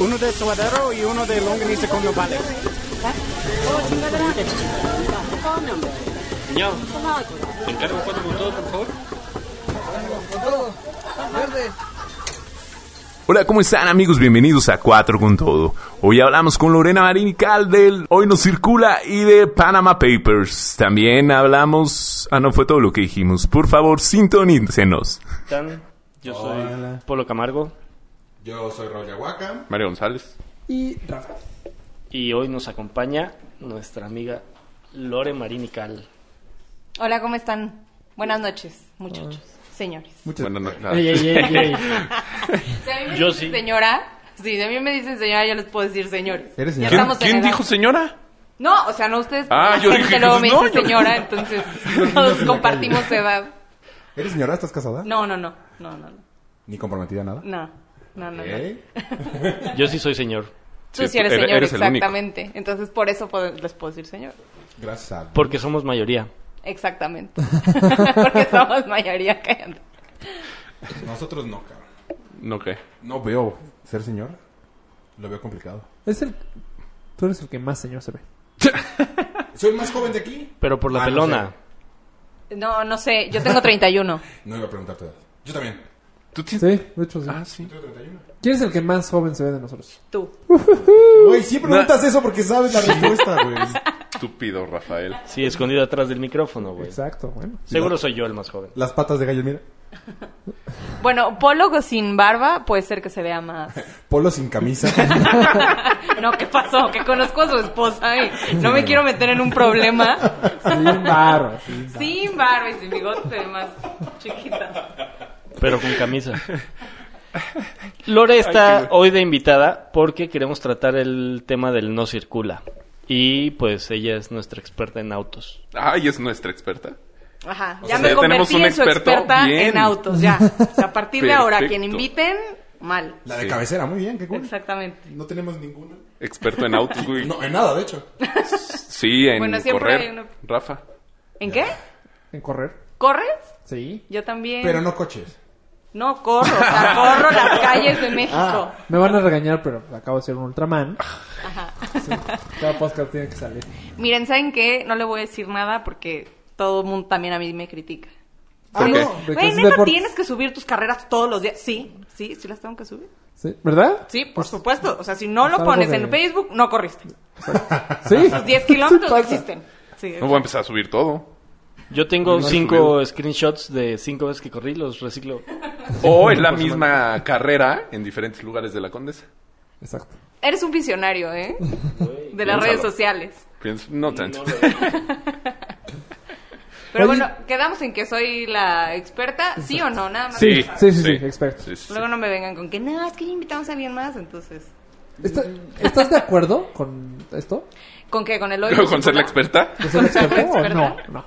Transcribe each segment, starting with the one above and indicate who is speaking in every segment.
Speaker 1: Uno de suadero y uno de longaniza con nopales.
Speaker 2: Ya. Encargo cuatro con todo, por favor.
Speaker 3: Hola, ¿cómo están amigos? Bienvenidos a 4 con todo. Hoy hablamos con Lorena Marín y Caldel, Hoy nos circula y de Panama Papers. También hablamos... Ah, no fue todo lo que dijimos. Por favor, sintonícenos.
Speaker 2: Tan. Yo soy Polo Camargo
Speaker 4: Yo soy Roger Wacam.
Speaker 3: Mario González.
Speaker 5: Y Rafa.
Speaker 2: y hoy nos acompaña nuestra amiga Lore Marinical.
Speaker 6: Hola, ¿cómo están? Buenas noches, muchachos, señores.
Speaker 5: Muchas
Speaker 3: Bueno, no, nada.
Speaker 2: Ey, ey, ey, ey.
Speaker 6: Si a mí me
Speaker 2: Yo sí.
Speaker 6: dicen señora, sí, si a mí me dicen señora, yo les puedo decir señores.
Speaker 5: Eres señora.
Speaker 6: Ya
Speaker 3: ¿Quién,
Speaker 6: estamos en
Speaker 3: quién
Speaker 6: edad.
Speaker 3: dijo señora?
Speaker 6: No, o sea, no ustedes.
Speaker 3: Ah,
Speaker 6: la
Speaker 3: yo
Speaker 6: gente
Speaker 3: dije,
Speaker 6: luego me
Speaker 3: pues, no,
Speaker 6: dice
Speaker 3: yo-
Speaker 6: señora, entonces todos compartimos edad.
Speaker 5: ¿Eres señora? ¿Estás casada?
Speaker 6: No, no, no, no, no, no,
Speaker 5: ¿Ni comprometida nada?
Speaker 6: no, no, no. no.
Speaker 5: ¿Eh?
Speaker 2: Yo sí soy señor.
Speaker 6: Tú
Speaker 3: Sí,
Speaker 6: sí eres
Speaker 3: tú- eres-
Speaker 6: señor,
Speaker 3: eres el único.
Speaker 6: exactamente. Entonces, por eso puedo- les puedo decir señor.
Speaker 5: Gracias a...
Speaker 2: Porque somos mayoría.
Speaker 6: Exactamente. Porque somos mayoría callando.
Speaker 4: Nosotros no, cabrón.
Speaker 3: No, ¿qué?
Speaker 5: No veo ser señor. Lo veo complicado.
Speaker 7: Es el... Tú eres el que más señor se ve.
Speaker 4: ¿Soy más joven de aquí?
Speaker 2: Pero por la
Speaker 4: Ah, no
Speaker 2: pelona.
Speaker 4: sé.
Speaker 6: No, no sé, yo tengo 31.
Speaker 4: No iba a preguntarte edad. Yo también.
Speaker 3: ¿Tú
Speaker 7: Sí,
Speaker 3: tienes...
Speaker 7: de hecho sí.
Speaker 3: Ah, sí.
Speaker 4: Yo tengo 31.
Speaker 7: ¿Quién es el que más joven se ve de nosotros?
Speaker 6: Tú.
Speaker 5: Güey, sí preguntas eso porque sabes la respuesta, güey.
Speaker 3: Estúpido, Rafael.
Speaker 2: Sí, escondido atrás del micrófono, güey.
Speaker 7: Exacto, bueno.
Speaker 2: Seguro soy yo el más joven.
Speaker 5: Las patas de gallo, mira.
Speaker 6: Bueno, polo sin barba puede ser que se vea más.
Speaker 5: Polo sin camisa.
Speaker 6: No, ¿qué pasó? Que conozco a su esposa y no me quiero meter en un problema.
Speaker 7: Sin barba, sin barba.
Speaker 6: Sin barba y sin bigote, más chiquita.
Speaker 2: Pero con camisa. Lore está hoy de invitada porque queremos tratar el tema del no circula. Y pues ella es nuestra experta en autos.
Speaker 3: Ay, es nuestra experta.
Speaker 6: Ajá,
Speaker 3: O sea,
Speaker 6: ya me
Speaker 3: ya tenemos
Speaker 6: convertí
Speaker 3: un
Speaker 6: en su
Speaker 3: experto.
Speaker 6: experta
Speaker 3: Bien.
Speaker 6: en autos, ya. O sea, a partir de ahora,
Speaker 3: Perfecto.
Speaker 6: quien inviten, mal.
Speaker 5: La de
Speaker 3: Sí.
Speaker 5: cabecera, muy bien, qué cool.
Speaker 6: Exactamente.
Speaker 5: No tenemos ninguna.
Speaker 3: Experto en autos, güey.
Speaker 4: No, en nada, de hecho.
Speaker 6: Eh.
Speaker 3: Sí, en
Speaker 6: Bueno, siempre hay
Speaker 3: correr.
Speaker 6: una-
Speaker 3: Rafa.
Speaker 6: ¿En qué?
Speaker 7: ¿En correr?
Speaker 6: ¿Corres?
Speaker 7: Sí.
Speaker 6: Yo también.
Speaker 5: Pero no coches.
Speaker 6: No, corro, o sea, corro las calles
Speaker 5: Ah.
Speaker 6: de México.
Speaker 7: Me van a regañar, pero acabo de ser un Ultraman. Sí, Cada podcast tiene que salir.
Speaker 6: Miren, ¿saben qué? No le voy a decir nada porque todo el mundo también a mí me critica.
Speaker 5: Ah,
Speaker 3: qué?
Speaker 5: no.
Speaker 7: De
Speaker 6: Güey,
Speaker 7: clases
Speaker 6: neta,
Speaker 7: deportes.
Speaker 6: tienes que subir tus carreras todos los días. Sí, sí, sí las tengo que subir.
Speaker 7: Sí, ¿Verdad?
Speaker 6: Sí, por supuesto. O sea, si no
Speaker 7: Pues
Speaker 6: lo
Speaker 7: algo
Speaker 6: pones
Speaker 7: de-
Speaker 6: en Facebook, no corriste.
Speaker 7: Sí.
Speaker 6: Los 10 kilómetros
Speaker 7: Sí
Speaker 6: no
Speaker 7: pasa.
Speaker 6: existen. Sí.
Speaker 3: No voy a empezar a subir todo.
Speaker 2: Yo tengo
Speaker 3: No has
Speaker 2: cinco screenshots de cinco veces que corrí, los reciclo.
Speaker 3: O es la misma carrera en diferentes lugares de la Condesa.
Speaker 7: Exacto.
Speaker 6: Eres un visionario, ¿eh? De las
Speaker 3: Piénsalo.
Speaker 6: redes sociales.
Speaker 3: Pienso, no tanto.
Speaker 6: Pero
Speaker 7: Oye.
Speaker 6: bueno, quedamos en que soy la experta, ¿sí o no? Nada más.
Speaker 7: Sí, sí, sí, sí, experto.
Speaker 3: Sí, sí, sí.
Speaker 6: Luego no me vengan con que no, es que ya invitamos a alguien más, entonces.
Speaker 7: ¿Está- ¿Estás de acuerdo con esto?
Speaker 6: ¿Con qué? ¿Con el hoyo?
Speaker 3: ¿Con ser la experta?
Speaker 7: ¿De ser experto o
Speaker 6: ¿Verdad?
Speaker 7: no? No.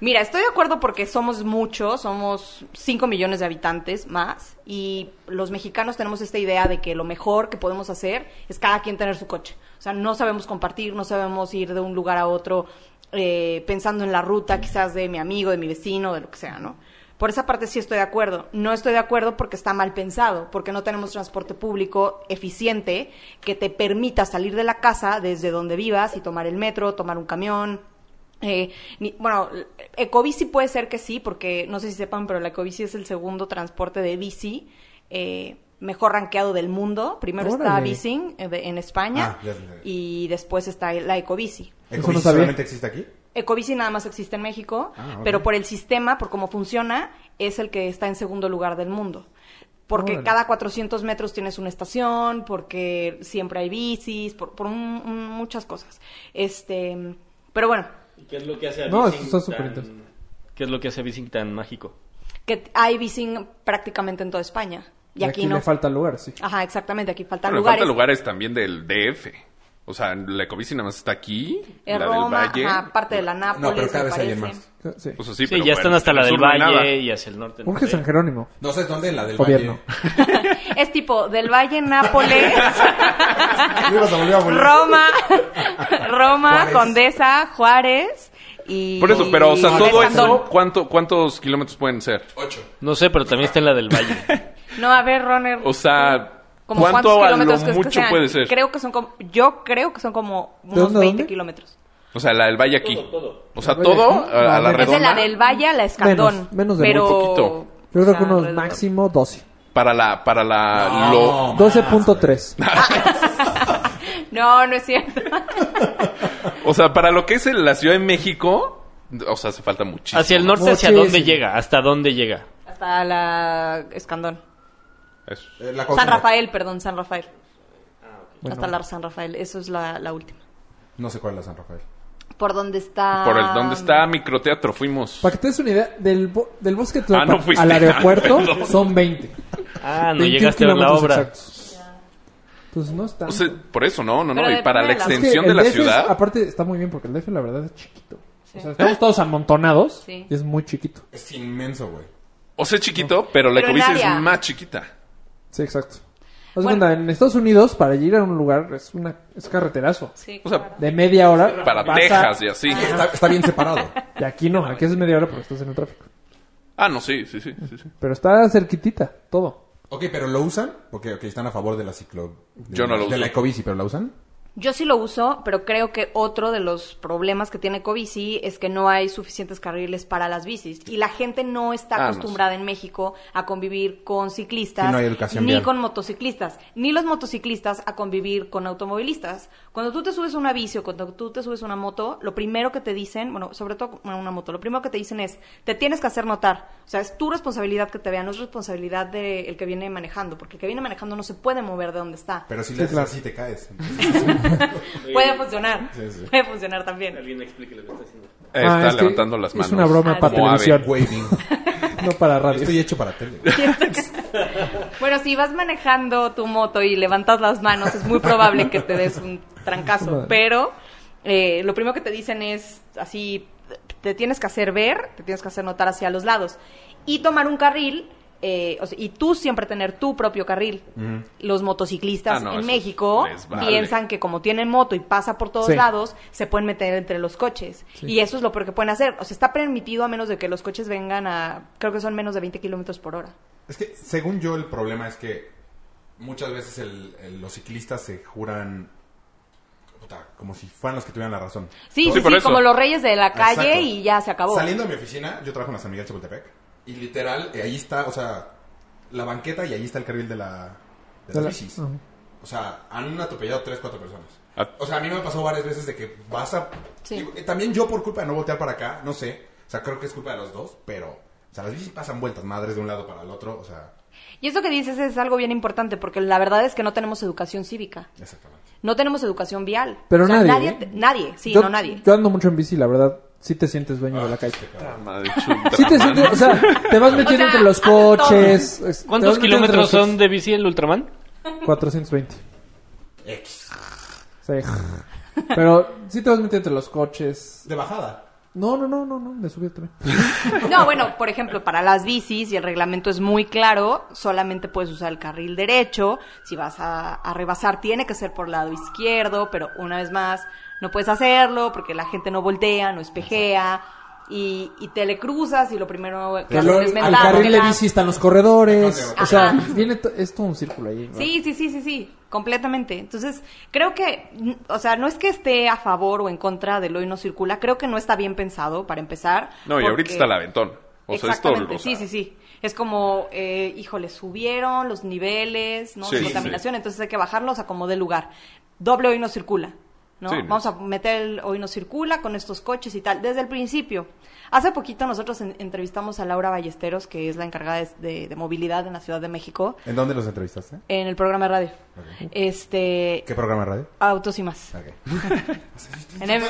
Speaker 6: Mira, estoy de acuerdo porque somos muchos, somos 5 millones de habitantes más y los mexicanos tenemos esta idea de que lo mejor que podemos hacer es cada quien tener su coche. O sea, no sabemos compartir, no sabemos ir de un lugar a otro eh, pensando en la ruta quizás de mi amigo, de mi vecino, de lo que sea, ¿no? Por esa parte sí estoy de acuerdo. No estoy de acuerdo porque está mal pensado, porque no tenemos transporte público eficiente que te permita salir de la casa desde donde vivas y tomar el metro, tomar un camión, eh, ni- bueno, Ecobici puede ser que sí, porque no sé si sepan, pero la Ecobici es el segundo transporte de bici eh, mejor rankeado del mundo. Primero está
Speaker 7: Órale.
Speaker 6: Bicing eh, de- en España
Speaker 4: Ah, ya, ya, ya.
Speaker 6: y después está la Ecobici.
Speaker 5: ¿El
Speaker 7: Eso
Speaker 5: coche
Speaker 7: no sabía.
Speaker 5: solamente existe aquí?
Speaker 6: Ecobici nada más existe en México,
Speaker 5: Ah, ok.
Speaker 6: pero por el sistema, por cómo funciona, es el que está en segundo lugar del mundo. Porque
Speaker 7: Órale.
Speaker 6: cada 400 metros tienes una estación, porque siempre hay bicis, por, por un- un- muchas cosas. Este, pero bueno,
Speaker 2: ¿Qué es lo que hace a
Speaker 7: No,
Speaker 2: Bicing
Speaker 7: está súper
Speaker 2: tan-
Speaker 7: interesante.
Speaker 2: ¿Qué es lo que hace a Bicing tan mágico?
Speaker 6: que hay bicing prácticamente en toda España. Y,
Speaker 7: Y
Speaker 6: aquí,
Speaker 7: aquí
Speaker 6: no.
Speaker 7: le falta lugar, sí.
Speaker 6: Ajá, exactamente, aquí faltan
Speaker 3: Bueno, le
Speaker 6: lugares.
Speaker 3: faltan lugares también del DF. O sea, la Ecobici nada más está aquí,
Speaker 6: En
Speaker 3: la
Speaker 6: Roma,
Speaker 3: del Valle.
Speaker 6: ajá, parte de la Nápoles,
Speaker 5: No, pero cada
Speaker 6: me
Speaker 5: vez hay
Speaker 6: parece.
Speaker 5: más.
Speaker 7: Sí.
Speaker 3: O sea,
Speaker 2: Sí,
Speaker 3: sí, pero
Speaker 2: ya
Speaker 3: bueno,
Speaker 2: están hasta la
Speaker 3: en el
Speaker 2: del
Speaker 3: sur no hay
Speaker 2: Valle
Speaker 3: nada.
Speaker 2: y hacia el norte.
Speaker 7: Urge San Jerónimo.
Speaker 4: No sé dónde, en la del
Speaker 7: Gobierno.
Speaker 4: Valle.
Speaker 6: Es tipo del Valle, Nápoles,
Speaker 5: Lo ibas a volver a poner.
Speaker 6: Roma, Roma,
Speaker 5: Juárez.
Speaker 6: Condesa, Juárez y.
Speaker 3: Por eso, pero, o sea,
Speaker 6: y
Speaker 3: todo
Speaker 6: Escandón.
Speaker 3: eso, ¿cuánto, ¿cuántos kilómetros pueden ser?
Speaker 4: Ocho.
Speaker 2: No sé, pero también está en la del Valle.
Speaker 6: No, a ver, Roner.
Speaker 3: O sea,
Speaker 6: Como
Speaker 3: ¿Cuánto a
Speaker 6: cuántos
Speaker 3: lo
Speaker 6: kilómetros crees que
Speaker 3: mucho
Speaker 6: sean?
Speaker 3: puede ser?
Speaker 6: Creo que son como, yo creo que son como unos
Speaker 8: dónde a
Speaker 6: 20
Speaker 8: dónde?
Speaker 6: kilómetros.
Speaker 3: O sea, la del valle aquí. O sea,
Speaker 7: ¿La
Speaker 3: todo
Speaker 7: Valle aquí?
Speaker 3: a, a
Speaker 7: No,
Speaker 3: la
Speaker 7: es
Speaker 6: Es
Speaker 3: redonda.
Speaker 6: de la del Valle a la Escandón.
Speaker 7: Menos, menos de
Speaker 6: pero...
Speaker 3: muy poquito.
Speaker 7: Yo creo
Speaker 6: Ah,
Speaker 7: que unos
Speaker 6: alrededor.
Speaker 7: máximo 12.
Speaker 3: Para la, para la lo-
Speaker 5: No,
Speaker 7: 12.3.
Speaker 6: No, no es cierto.
Speaker 3: o sea, para lo que es el- la Ciudad de México, o sea, hace falta muchísimo.
Speaker 2: Hacia el norte, ¿hacia
Speaker 7: Muchísimo.
Speaker 2: dónde llega? ¿Hasta dónde llega?
Speaker 6: Hasta la Escandón.
Speaker 3: Eso.
Speaker 5: Eh, la
Speaker 6: San
Speaker 5: Cuauhtémoc.
Speaker 6: Rafael, perdón, San Rafael.
Speaker 3: Ah,
Speaker 6: Hasta la San Rafael, eso es la, la última.
Speaker 5: No sé cuál es la San Rafael.
Speaker 6: Por donde está...
Speaker 3: Por el donde
Speaker 7: Ah,
Speaker 3: está microteatro fuimos.
Speaker 7: Para que te des una idea, del, bo- del bosque
Speaker 3: Ah, no
Speaker 7: Tlalpan
Speaker 3: fuiste.
Speaker 7: al aeropuerto
Speaker 3: Perdón.
Speaker 7: son 20.
Speaker 2: Ah, no
Speaker 7: 21
Speaker 2: llegaste a ver la
Speaker 7: kilómetros
Speaker 2: obra.
Speaker 7: exactos. Pues no está.
Speaker 3: O sea, por eso, no, no, no.
Speaker 6: Pero
Speaker 3: Y para la
Speaker 6: depende de la-
Speaker 7: Es que
Speaker 3: extensión de
Speaker 7: el
Speaker 3: la
Speaker 7: DF es-
Speaker 3: ciudad.
Speaker 7: aparte está muy bien porque el DF la verdad es chiquito. O sea, estamos todos amontonados
Speaker 6: ¿Eh? Sí.
Speaker 7: y es muy chiquito.
Speaker 5: Es inmenso, güey.
Speaker 3: O sea, chiquito, pero la
Speaker 6: Pero en
Speaker 3: ecobici es
Speaker 6: área.
Speaker 3: más chiquita.
Speaker 7: Sí, exacto. Haz de
Speaker 6: Bueno.
Speaker 7: cuenta, en Estados Unidos para ir a un lugar es una es carreterazo.
Speaker 6: Sí,
Speaker 3: O sea,
Speaker 6: claro.
Speaker 7: De media hora
Speaker 3: Para
Speaker 7: pasa-
Speaker 3: Texas y así.
Speaker 5: Ah, Está, está bien separado.
Speaker 7: Y aquí no, aquí es media hora porque estás en el tráfico.
Speaker 3: Ah, no, sí, sí, sí. sí, sí.
Speaker 7: Pero está cerquitita todo.
Speaker 5: ok, pero ¿lo usan? Porque ok, están a favor de la ciclo... de-
Speaker 3: Yo no lo
Speaker 5: De
Speaker 3: uso.
Speaker 5: la ecobici, ¿pero la usan?
Speaker 6: Yo sí lo uso, pero creo que otro de los problemas que tiene Covici es que no hay suficientes carriles para las bicis y la gente no está
Speaker 3: Ah, no
Speaker 6: acostumbrada en México a convivir con ciclistas
Speaker 5: Sí, no hay educación
Speaker 6: ni
Speaker 5: vial.
Speaker 6: con motociclistas, ni los motociclistas a convivir con automovilistas. Cuando tú te subes a una bici o cuando tú te subes a una moto, lo primero que te dicen, bueno, sobre todo a una moto, lo primero que te dicen es, te tienes que hacer notar. O sea, es tu responsabilidad que te vean, no es responsabilidad del que viene manejando, porque el que viene manejando no se puede mover de donde está.
Speaker 5: Pero si
Speaker 7: Sí,
Speaker 5: le haces
Speaker 7: claro.
Speaker 5: así te caes.
Speaker 6: Puede funcionar.
Speaker 5: Sí, sí.
Speaker 6: Puede funcionar también.
Speaker 2: Alguien explique lo que está haciendo.
Speaker 3: Eh,
Speaker 7: Ah,
Speaker 3: está
Speaker 7: es que
Speaker 3: levantando las
Speaker 7: es
Speaker 3: manos.
Speaker 7: una broma
Speaker 6: para
Speaker 3: Como ave.
Speaker 7: televisión.
Speaker 5: Waving.
Speaker 7: No para radio.
Speaker 5: Estoy hecho para tele.
Speaker 6: Bueno, si vas manejando tu moto y levantas las manos, es muy probable que te des un trancazo.
Speaker 7: Madre.
Speaker 6: Pero eh, lo primero que te dicen es así, te tienes que hacer ver, te tienes que hacer notar hacia los lados. Y tomar un carril, eh, o sea, y tú siempre tener tu propio carril. Los motociclistas
Speaker 3: Ah, no,
Speaker 6: en
Speaker 3: esos
Speaker 6: México
Speaker 3: les vale.
Speaker 6: piensan que como tienen moto y pasa por todos
Speaker 7: Sí.
Speaker 6: lados, se pueden meter entre los coches. Y eso es lo peor que pueden hacer. O sea, está permitido a menos de que los coches vengan a, creo que son menos de 20 kilómetros por hora.
Speaker 5: Es que, según yo, el problema es que muchas veces el- el- los ciclistas se juran puta, como si fueran los que tuvieran la razón.
Speaker 6: Sí,
Speaker 3: Sí,
Speaker 6: sí,
Speaker 3: por
Speaker 6: sí,
Speaker 3: eso.
Speaker 6: como los reyes de la calle
Speaker 5: Exacto.
Speaker 6: y ya se acabó.
Speaker 5: Saliendo de mi oficina, yo trabajo en la San Miguel Chapultepec, y literal, eh, ahí está, o sea, la banqueta y ahí está el carril de la de
Speaker 7: De
Speaker 5: las
Speaker 7: la-
Speaker 5: bicis.
Speaker 7: Ajá.
Speaker 5: O sea, han atropellado tres, cuatro personas.
Speaker 3: Ah.
Speaker 5: O sea, a mí me pasó varias veces de que vas a...
Speaker 6: Sí.
Speaker 5: digo, eh, también yo por culpa de no voltear para acá, no sé. O sea, creo que es culpa de los dos, pero... O sea, las bicis pasan vueltas madres de un lado para el otro, o sea...
Speaker 6: Y eso que dices es algo bien importante porque la verdad es que no tenemos educación cívica.
Speaker 5: Exactamente.
Speaker 6: No tenemos educación vial.
Speaker 7: Pero
Speaker 6: O sea,
Speaker 7: nadie, ¿eh?
Speaker 6: te- nadie, sí, no nadie.
Speaker 7: Yo ando mucho en bici, la verdad. Sí te sientes dueño de la
Speaker 5: Este
Speaker 7: calle.
Speaker 3: Ah, madre, chuta,
Speaker 7: Sí te
Speaker 3: man.
Speaker 7: sientes, o sea, te vas metiendo
Speaker 6: O sea,
Speaker 7: entre los coches. es- te
Speaker 2: ¿Cuántos
Speaker 7: vas metiendo entre
Speaker 2: kilómetros
Speaker 7: los
Speaker 2: son de bici el Ultraman?
Speaker 7: coches. 420.
Speaker 5: X.
Speaker 7: Sí. Pero sí te vas metiendo entre los coches.
Speaker 5: De bajada.
Speaker 7: No, no, no, no, no, de subida también.
Speaker 6: No, bueno, por ejemplo, para las bicis y el reglamento es muy claro, solamente puedes usar el carril derecho, si vas a, a rebasar tiene que ser por lado izquierdo, pero una vez más no puedes hacerlo porque la gente no voltea, no espejea y, y te le cruzas y lo primero que
Speaker 7: Al-
Speaker 6: hacen es
Speaker 7: al
Speaker 6: mentártela.
Speaker 7: carril de bici están los corredores. O sea,
Speaker 6: Ajá.
Speaker 7: viene to- es todo un círculo ahí. ¿no?
Speaker 6: Sí, sí, sí, sí, sí, completamente. Entonces, creo que, n- o sea, no es que esté a favor o en contra del hoy no circula, creo que no está bien pensado para empezar.
Speaker 3: No, y ahorita
Speaker 6: porque-
Speaker 3: está el aventón. O sea, esto.
Speaker 6: Exactamente,
Speaker 3: o sea,
Speaker 6: sí, sí, sí. Es como, eh, híjole, subieron los niveles, ¿no?
Speaker 3: Sí,
Speaker 6: de
Speaker 3: sí,
Speaker 6: contaminación, entonces hay que bajarlos a como dé lugar. Doble hoy no circula, ¿no?
Speaker 3: Sí.
Speaker 6: Vamos a meter el hoy no circula con estos coches y tal, desde el principio. Hace poquito nosotros en- entrevistamos a Laura Ballesteros, que es la encargada de- de- de movilidad en la Ciudad de México,
Speaker 5: ¿En dónde los entrevistaste?
Speaker 6: en el programa de radio. Este,
Speaker 5: ¿Qué programa de radio?
Speaker 6: autos y más.
Speaker 5: Ok.
Speaker 6: En M-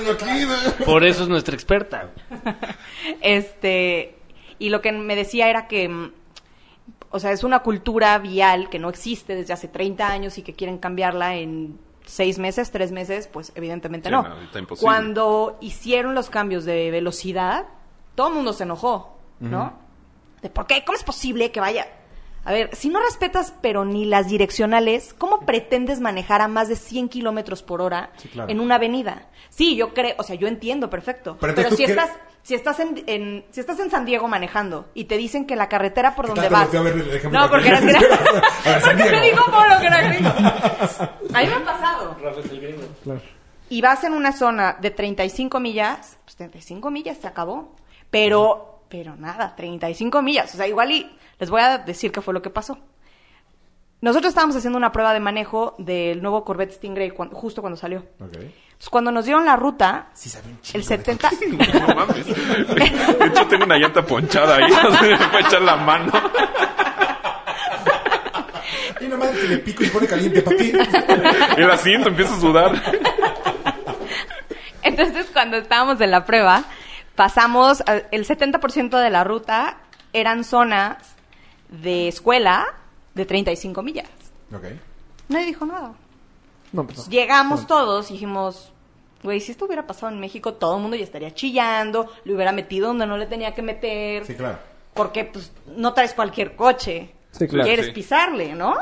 Speaker 2: Por eso es nuestra experta.
Speaker 6: Este, y lo que me decía era que, mm, o sea, es una cultura vial que no existe desde hace 30 años y que quieren cambiarla en seis meses, tres meses, pues evidentemente
Speaker 3: Sí,
Speaker 6: no.
Speaker 3: no, está imposible.
Speaker 6: Cuando hicieron los cambios de velocidad, todo el mundo se enojó, ¿no? De por qué, ¿cómo es posible que vaya? A ver, si no respetas pero ni las direccionales, ¿cómo pretendes manejar a más de 100 kilómetros por hora
Speaker 5: Sí, claro.
Speaker 6: en una avenida? Sí, yo creo, o sea, yo entiendo perfecto.
Speaker 5: Pero
Speaker 6: Pero,
Speaker 5: entonces tú
Speaker 6: si
Speaker 5: cre-
Speaker 6: estás, si estás en, en- si estás en San Diego manejando y te dicen que la carretera por
Speaker 5: ¿Qué
Speaker 6: donde
Speaker 5: tanto lo
Speaker 6: vas.
Speaker 5: fui a ver el ejemplo
Speaker 6: no,
Speaker 5: de
Speaker 6: porque eras
Speaker 5: aquel?
Speaker 6: gringo.
Speaker 5: A ver, San
Speaker 6: porque te
Speaker 5: Diego.
Speaker 6: digo polo que era gringo. A mí me ha pasado. Y vas en una zona de 35 millas, pues 35 millas se acabó. Pero, pero nada, 35 millas. O sea, igual y les voy a decir qué fue lo que pasó. Nosotros estábamos haciendo una prueba de manejo del nuevo Corvette Stingray cuan- justo cuando salió. Entonces, cuando nos dieron la ruta, el 70...
Speaker 3: No mames. De hecho, tengo una llanta ponchada ahí. No sé, me puede echar la mano.
Speaker 5: Y nada más que le pico y se pone caliente, ¿para qué?
Speaker 3: El asiento empieza a sudar.
Speaker 6: Entonces, cuando estábamos en la prueba, pasamos, a- el 70% de la ruta eran zonas de escuela de 35 millas.
Speaker 5: Ok.
Speaker 6: Nadie dijo nada.
Speaker 7: No, pues, no.
Speaker 6: Llegamos todos y dijimos, güey, si esto hubiera pasado en México, todo el mundo ya estaría chillando, le hubiera metido donde no le tenía que meter,
Speaker 5: Sí, claro.
Speaker 6: porque pues no traes cualquier coche,
Speaker 7: Sí, claro.
Speaker 6: quieres
Speaker 3: Sí.
Speaker 6: pisarle, ¿no?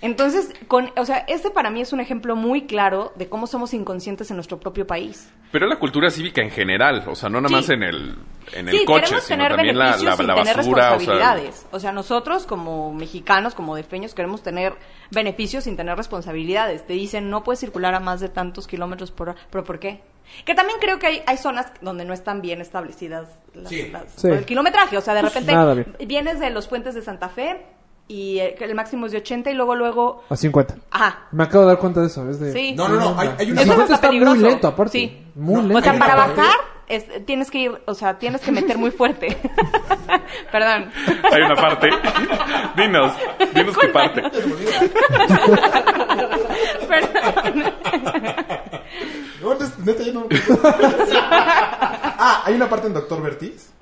Speaker 6: Entonces, con, o sea, este para mí es un ejemplo muy claro de cómo somos inconscientes en nuestro propio país.
Speaker 3: Pero la cultura cívica en general, o sea, no nada
Speaker 6: Sí.
Speaker 3: más en el, en el
Speaker 6: sí,
Speaker 3: coche,
Speaker 6: queremos
Speaker 3: sino
Speaker 6: tener
Speaker 3: también la,
Speaker 6: beneficios
Speaker 3: la,
Speaker 6: sin
Speaker 3: la
Speaker 6: tener
Speaker 3: basura, o sea,
Speaker 6: responsabilidades. O sea... nosotros como mexicanos, como defeños, queremos tener beneficios sin tener responsabilidades. Te dicen, no puedes circular a más de tantos kilómetros por hora. ¿Pero por qué? Que también creo que hay, hay zonas donde no están bien establecidas las,
Speaker 5: Sí.
Speaker 6: las-
Speaker 7: Sí. Pues
Speaker 6: el kilometraje. O sea, de repente
Speaker 7: nada bien.
Speaker 6: vienes de los puentes de Santa Fe y eh, que el máximo es de 80 y luego, luego...
Speaker 7: A 50.
Speaker 6: Ajá.
Speaker 7: Me acabo de dar cuenta de eso. Es de,
Speaker 6: Sí.
Speaker 5: No, no, no, hay, hay una
Speaker 6: Eso
Speaker 7: Aparte
Speaker 6: es hasta
Speaker 7: está muy
Speaker 6: peligroso.
Speaker 7: lento, aparte.
Speaker 6: Sí.
Speaker 7: Muy
Speaker 5: No,
Speaker 7: lento.
Speaker 6: O sea, para
Speaker 5: Hay una
Speaker 6: bajar es- tienes que ir, o sea, tienes que meter muy fuerte. Perdón.
Speaker 3: Hay una parte. Dinos, dinos qué parte.
Speaker 6: Perdón.
Speaker 5: No, no, neta, ya no. ah, hay una parte en Doctor Vertiz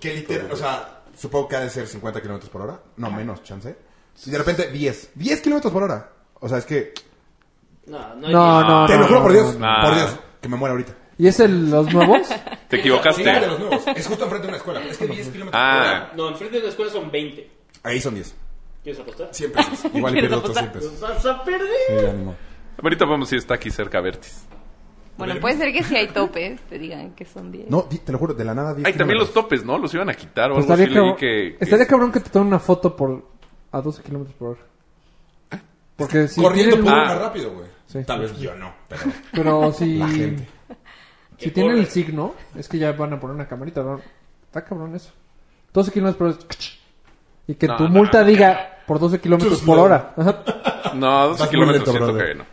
Speaker 5: que literal, o sea, supongo que ha de ser 50 kilómetros por hora. No, menos, chance. Y de repente, 10. 10 kilómetros por hora. O sea, es que,
Speaker 2: No, no,
Speaker 7: No, no,
Speaker 5: te
Speaker 7: no,
Speaker 5: lo juro
Speaker 7: no,
Speaker 5: por
Speaker 7: no,
Speaker 5: Dios,
Speaker 7: no.
Speaker 3: no.
Speaker 5: por Dios, que me muera ahorita.
Speaker 7: ¿Y es el, los nuevos?
Speaker 3: Te
Speaker 5: Sí, de
Speaker 3: equivocaste.
Speaker 5: los nuevos. Es justo enfrente de una escuela. Es que 10 kilómetros por hora.
Speaker 3: Ah,
Speaker 2: No, enfrente de la escuela son 20.
Speaker 5: Ahí son 10.
Speaker 2: ¿Quieres apostar?
Speaker 5: Siempre pesos. Igual y pierdo otros 100 pesos.
Speaker 2: ¿Vas a perder?
Speaker 5: Sí, ánimo.
Speaker 3: ahorita vamos si está aquí cerca Vertis.
Speaker 6: Bueno, puede ser que si hay topes, te digan que son 10.
Speaker 5: No, di- te lo juro, de la nada 10
Speaker 3: Ay, también los
Speaker 5: kilómetros.
Speaker 3: topes, ¿no? Los iban a quitar o
Speaker 7: Pues
Speaker 3: algo así.
Speaker 7: estaría,
Speaker 3: Leí
Speaker 7: cabrón,
Speaker 3: que, que-
Speaker 7: estaría cabrón que te tomen una foto por a 12 kilómetros por hora. Porque si
Speaker 5: Corriendo
Speaker 7: tiene
Speaker 5: puedo
Speaker 7: el-
Speaker 5: ir más rápido, güey.
Speaker 7: Sí.
Speaker 5: Tal vez yo no, pero...
Speaker 7: Pero si...
Speaker 5: La gente.
Speaker 7: Si tiene el signo, es que ya van a poner una camarita, ¿no? Está cabrón eso. 12 kilómetros por hora. Y que
Speaker 3: No,
Speaker 7: tu
Speaker 3: no,
Speaker 7: multa diga por 12 kilómetros
Speaker 5: Too
Speaker 7: por
Speaker 5: slow.
Speaker 7: hora. Ajá.
Speaker 3: No, 12
Speaker 5: Vas muy
Speaker 3: kilómetros
Speaker 5: lento,
Speaker 3: siento
Speaker 5: brother.
Speaker 3: que no.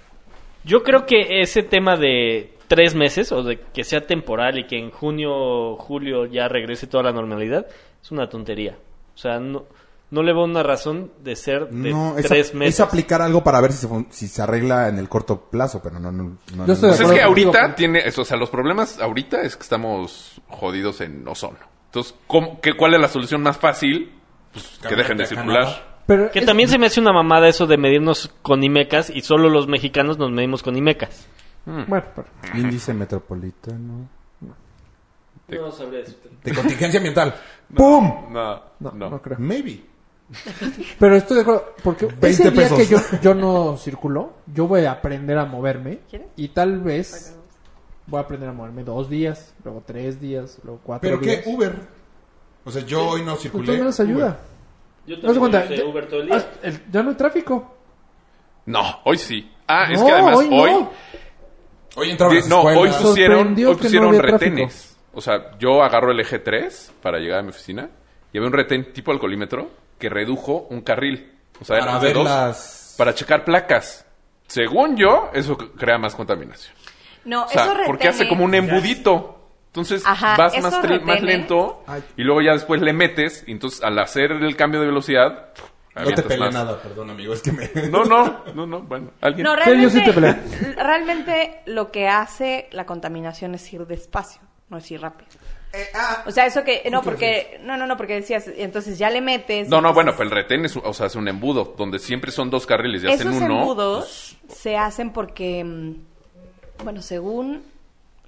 Speaker 2: Yo creo que ese tema de tres meses o de que sea temporal y que en junio julio ya regrese toda la normalidad es una tontería. O sea, no, no le veo una razón de ser de
Speaker 5: No, es,
Speaker 2: tres
Speaker 5: a-
Speaker 2: meses.
Speaker 5: es aplicar algo para ver si se, fun- si se arregla en el corto plazo, pero no... no, no
Speaker 7: Yo estoy
Speaker 5: no.
Speaker 7: de
Speaker 3: Pues es que
Speaker 7: acuerdo contigo,
Speaker 3: ahorita
Speaker 7: Juan.
Speaker 3: tiene, o sea, los problemas ahorita es que estamos jodidos en ozono. Entonces, ¿cómo, qué, ¿cuál es la solución más fácil? Pues que dejen de circular.
Speaker 7: Pero
Speaker 2: Que
Speaker 7: es-
Speaker 2: también se me hace una mamada eso de medirnos con Imecas y solo los mexicanos nos medimos con Imecas.
Speaker 7: Bueno, pero...
Speaker 5: Índice metropolitano...
Speaker 2: No sabré eso.
Speaker 5: De contingencia ambiental. ¡Pum!
Speaker 3: No,
Speaker 7: No, no, creo.
Speaker 5: Maybe.
Speaker 7: Pero estoy de acuerdo, porque
Speaker 5: 20
Speaker 7: ese día
Speaker 5: pesos.
Speaker 7: que yo, yo no circulo, yo voy a aprender a moverme.
Speaker 6: ¿Quieres?
Speaker 7: Y tal vez voy a aprender a moverme dos días, luego tres días, luego cuatro
Speaker 5: ¿Pero qué?
Speaker 7: días.
Speaker 5: Uber. O sea, yo hoy no
Speaker 7: Pues
Speaker 5: circulé.
Speaker 7: tú me das ayuda.
Speaker 2: Yo
Speaker 7: No se cuenta. Ya, ah, el- ya no hay tráfico.
Speaker 3: No, hoy sí. Ah, es
Speaker 7: No,
Speaker 3: que además hoy.
Speaker 7: no.
Speaker 5: Uber. Hoy entraba a
Speaker 3: di-
Speaker 5: las
Speaker 3: no, hoy
Speaker 5: escuelas.
Speaker 3: pusieron,
Speaker 7: Sorprendió
Speaker 3: hoy
Speaker 7: que no
Speaker 3: pusieron
Speaker 7: había tráfico.
Speaker 3: retenes. O sea, yo agarro el eje 3 para llegar a mi oficina y había un retén tipo alcoholímetro que redujo un carril. O sea,
Speaker 5: Para
Speaker 3: éramos de
Speaker 5: ver
Speaker 3: dos.
Speaker 5: las...
Speaker 3: Para checar placas. Según yo, eso c- crea más contaminación.
Speaker 6: No,
Speaker 3: O sea,
Speaker 6: esos
Speaker 3: porque hace
Speaker 6: retenes-
Speaker 3: como un embudito. Entonces
Speaker 6: Ajá,
Speaker 3: vas
Speaker 6: esos
Speaker 3: más, tri- más
Speaker 6: retenes-
Speaker 3: lento
Speaker 5: Ay.
Speaker 3: y luego ya después le metes y entonces al hacer el cambio de velocidad... pf,
Speaker 5: No te
Speaker 3: avientas
Speaker 5: peleé
Speaker 3: más.
Speaker 5: nada, perdón, amigo, es que me...
Speaker 3: No, no, no, no, bueno, alguien...
Speaker 6: No,
Speaker 7: Sí, yo sí
Speaker 6: realmente,
Speaker 7: te
Speaker 6: realmente lo que hace la contaminación es ir despacio, no es ir rápido.
Speaker 5: Eh, ah,
Speaker 6: O sea, eso que, no, porque, no, no, no, porque decías, entonces ya le metes.
Speaker 3: No, no,
Speaker 6: entonces-
Speaker 3: bueno, pero el retén es, o sea, es un embudo donde siempre son dos carriles y hacen
Speaker 6: Esos
Speaker 3: uno.
Speaker 6: embudos se hacen porque, mm, bueno, según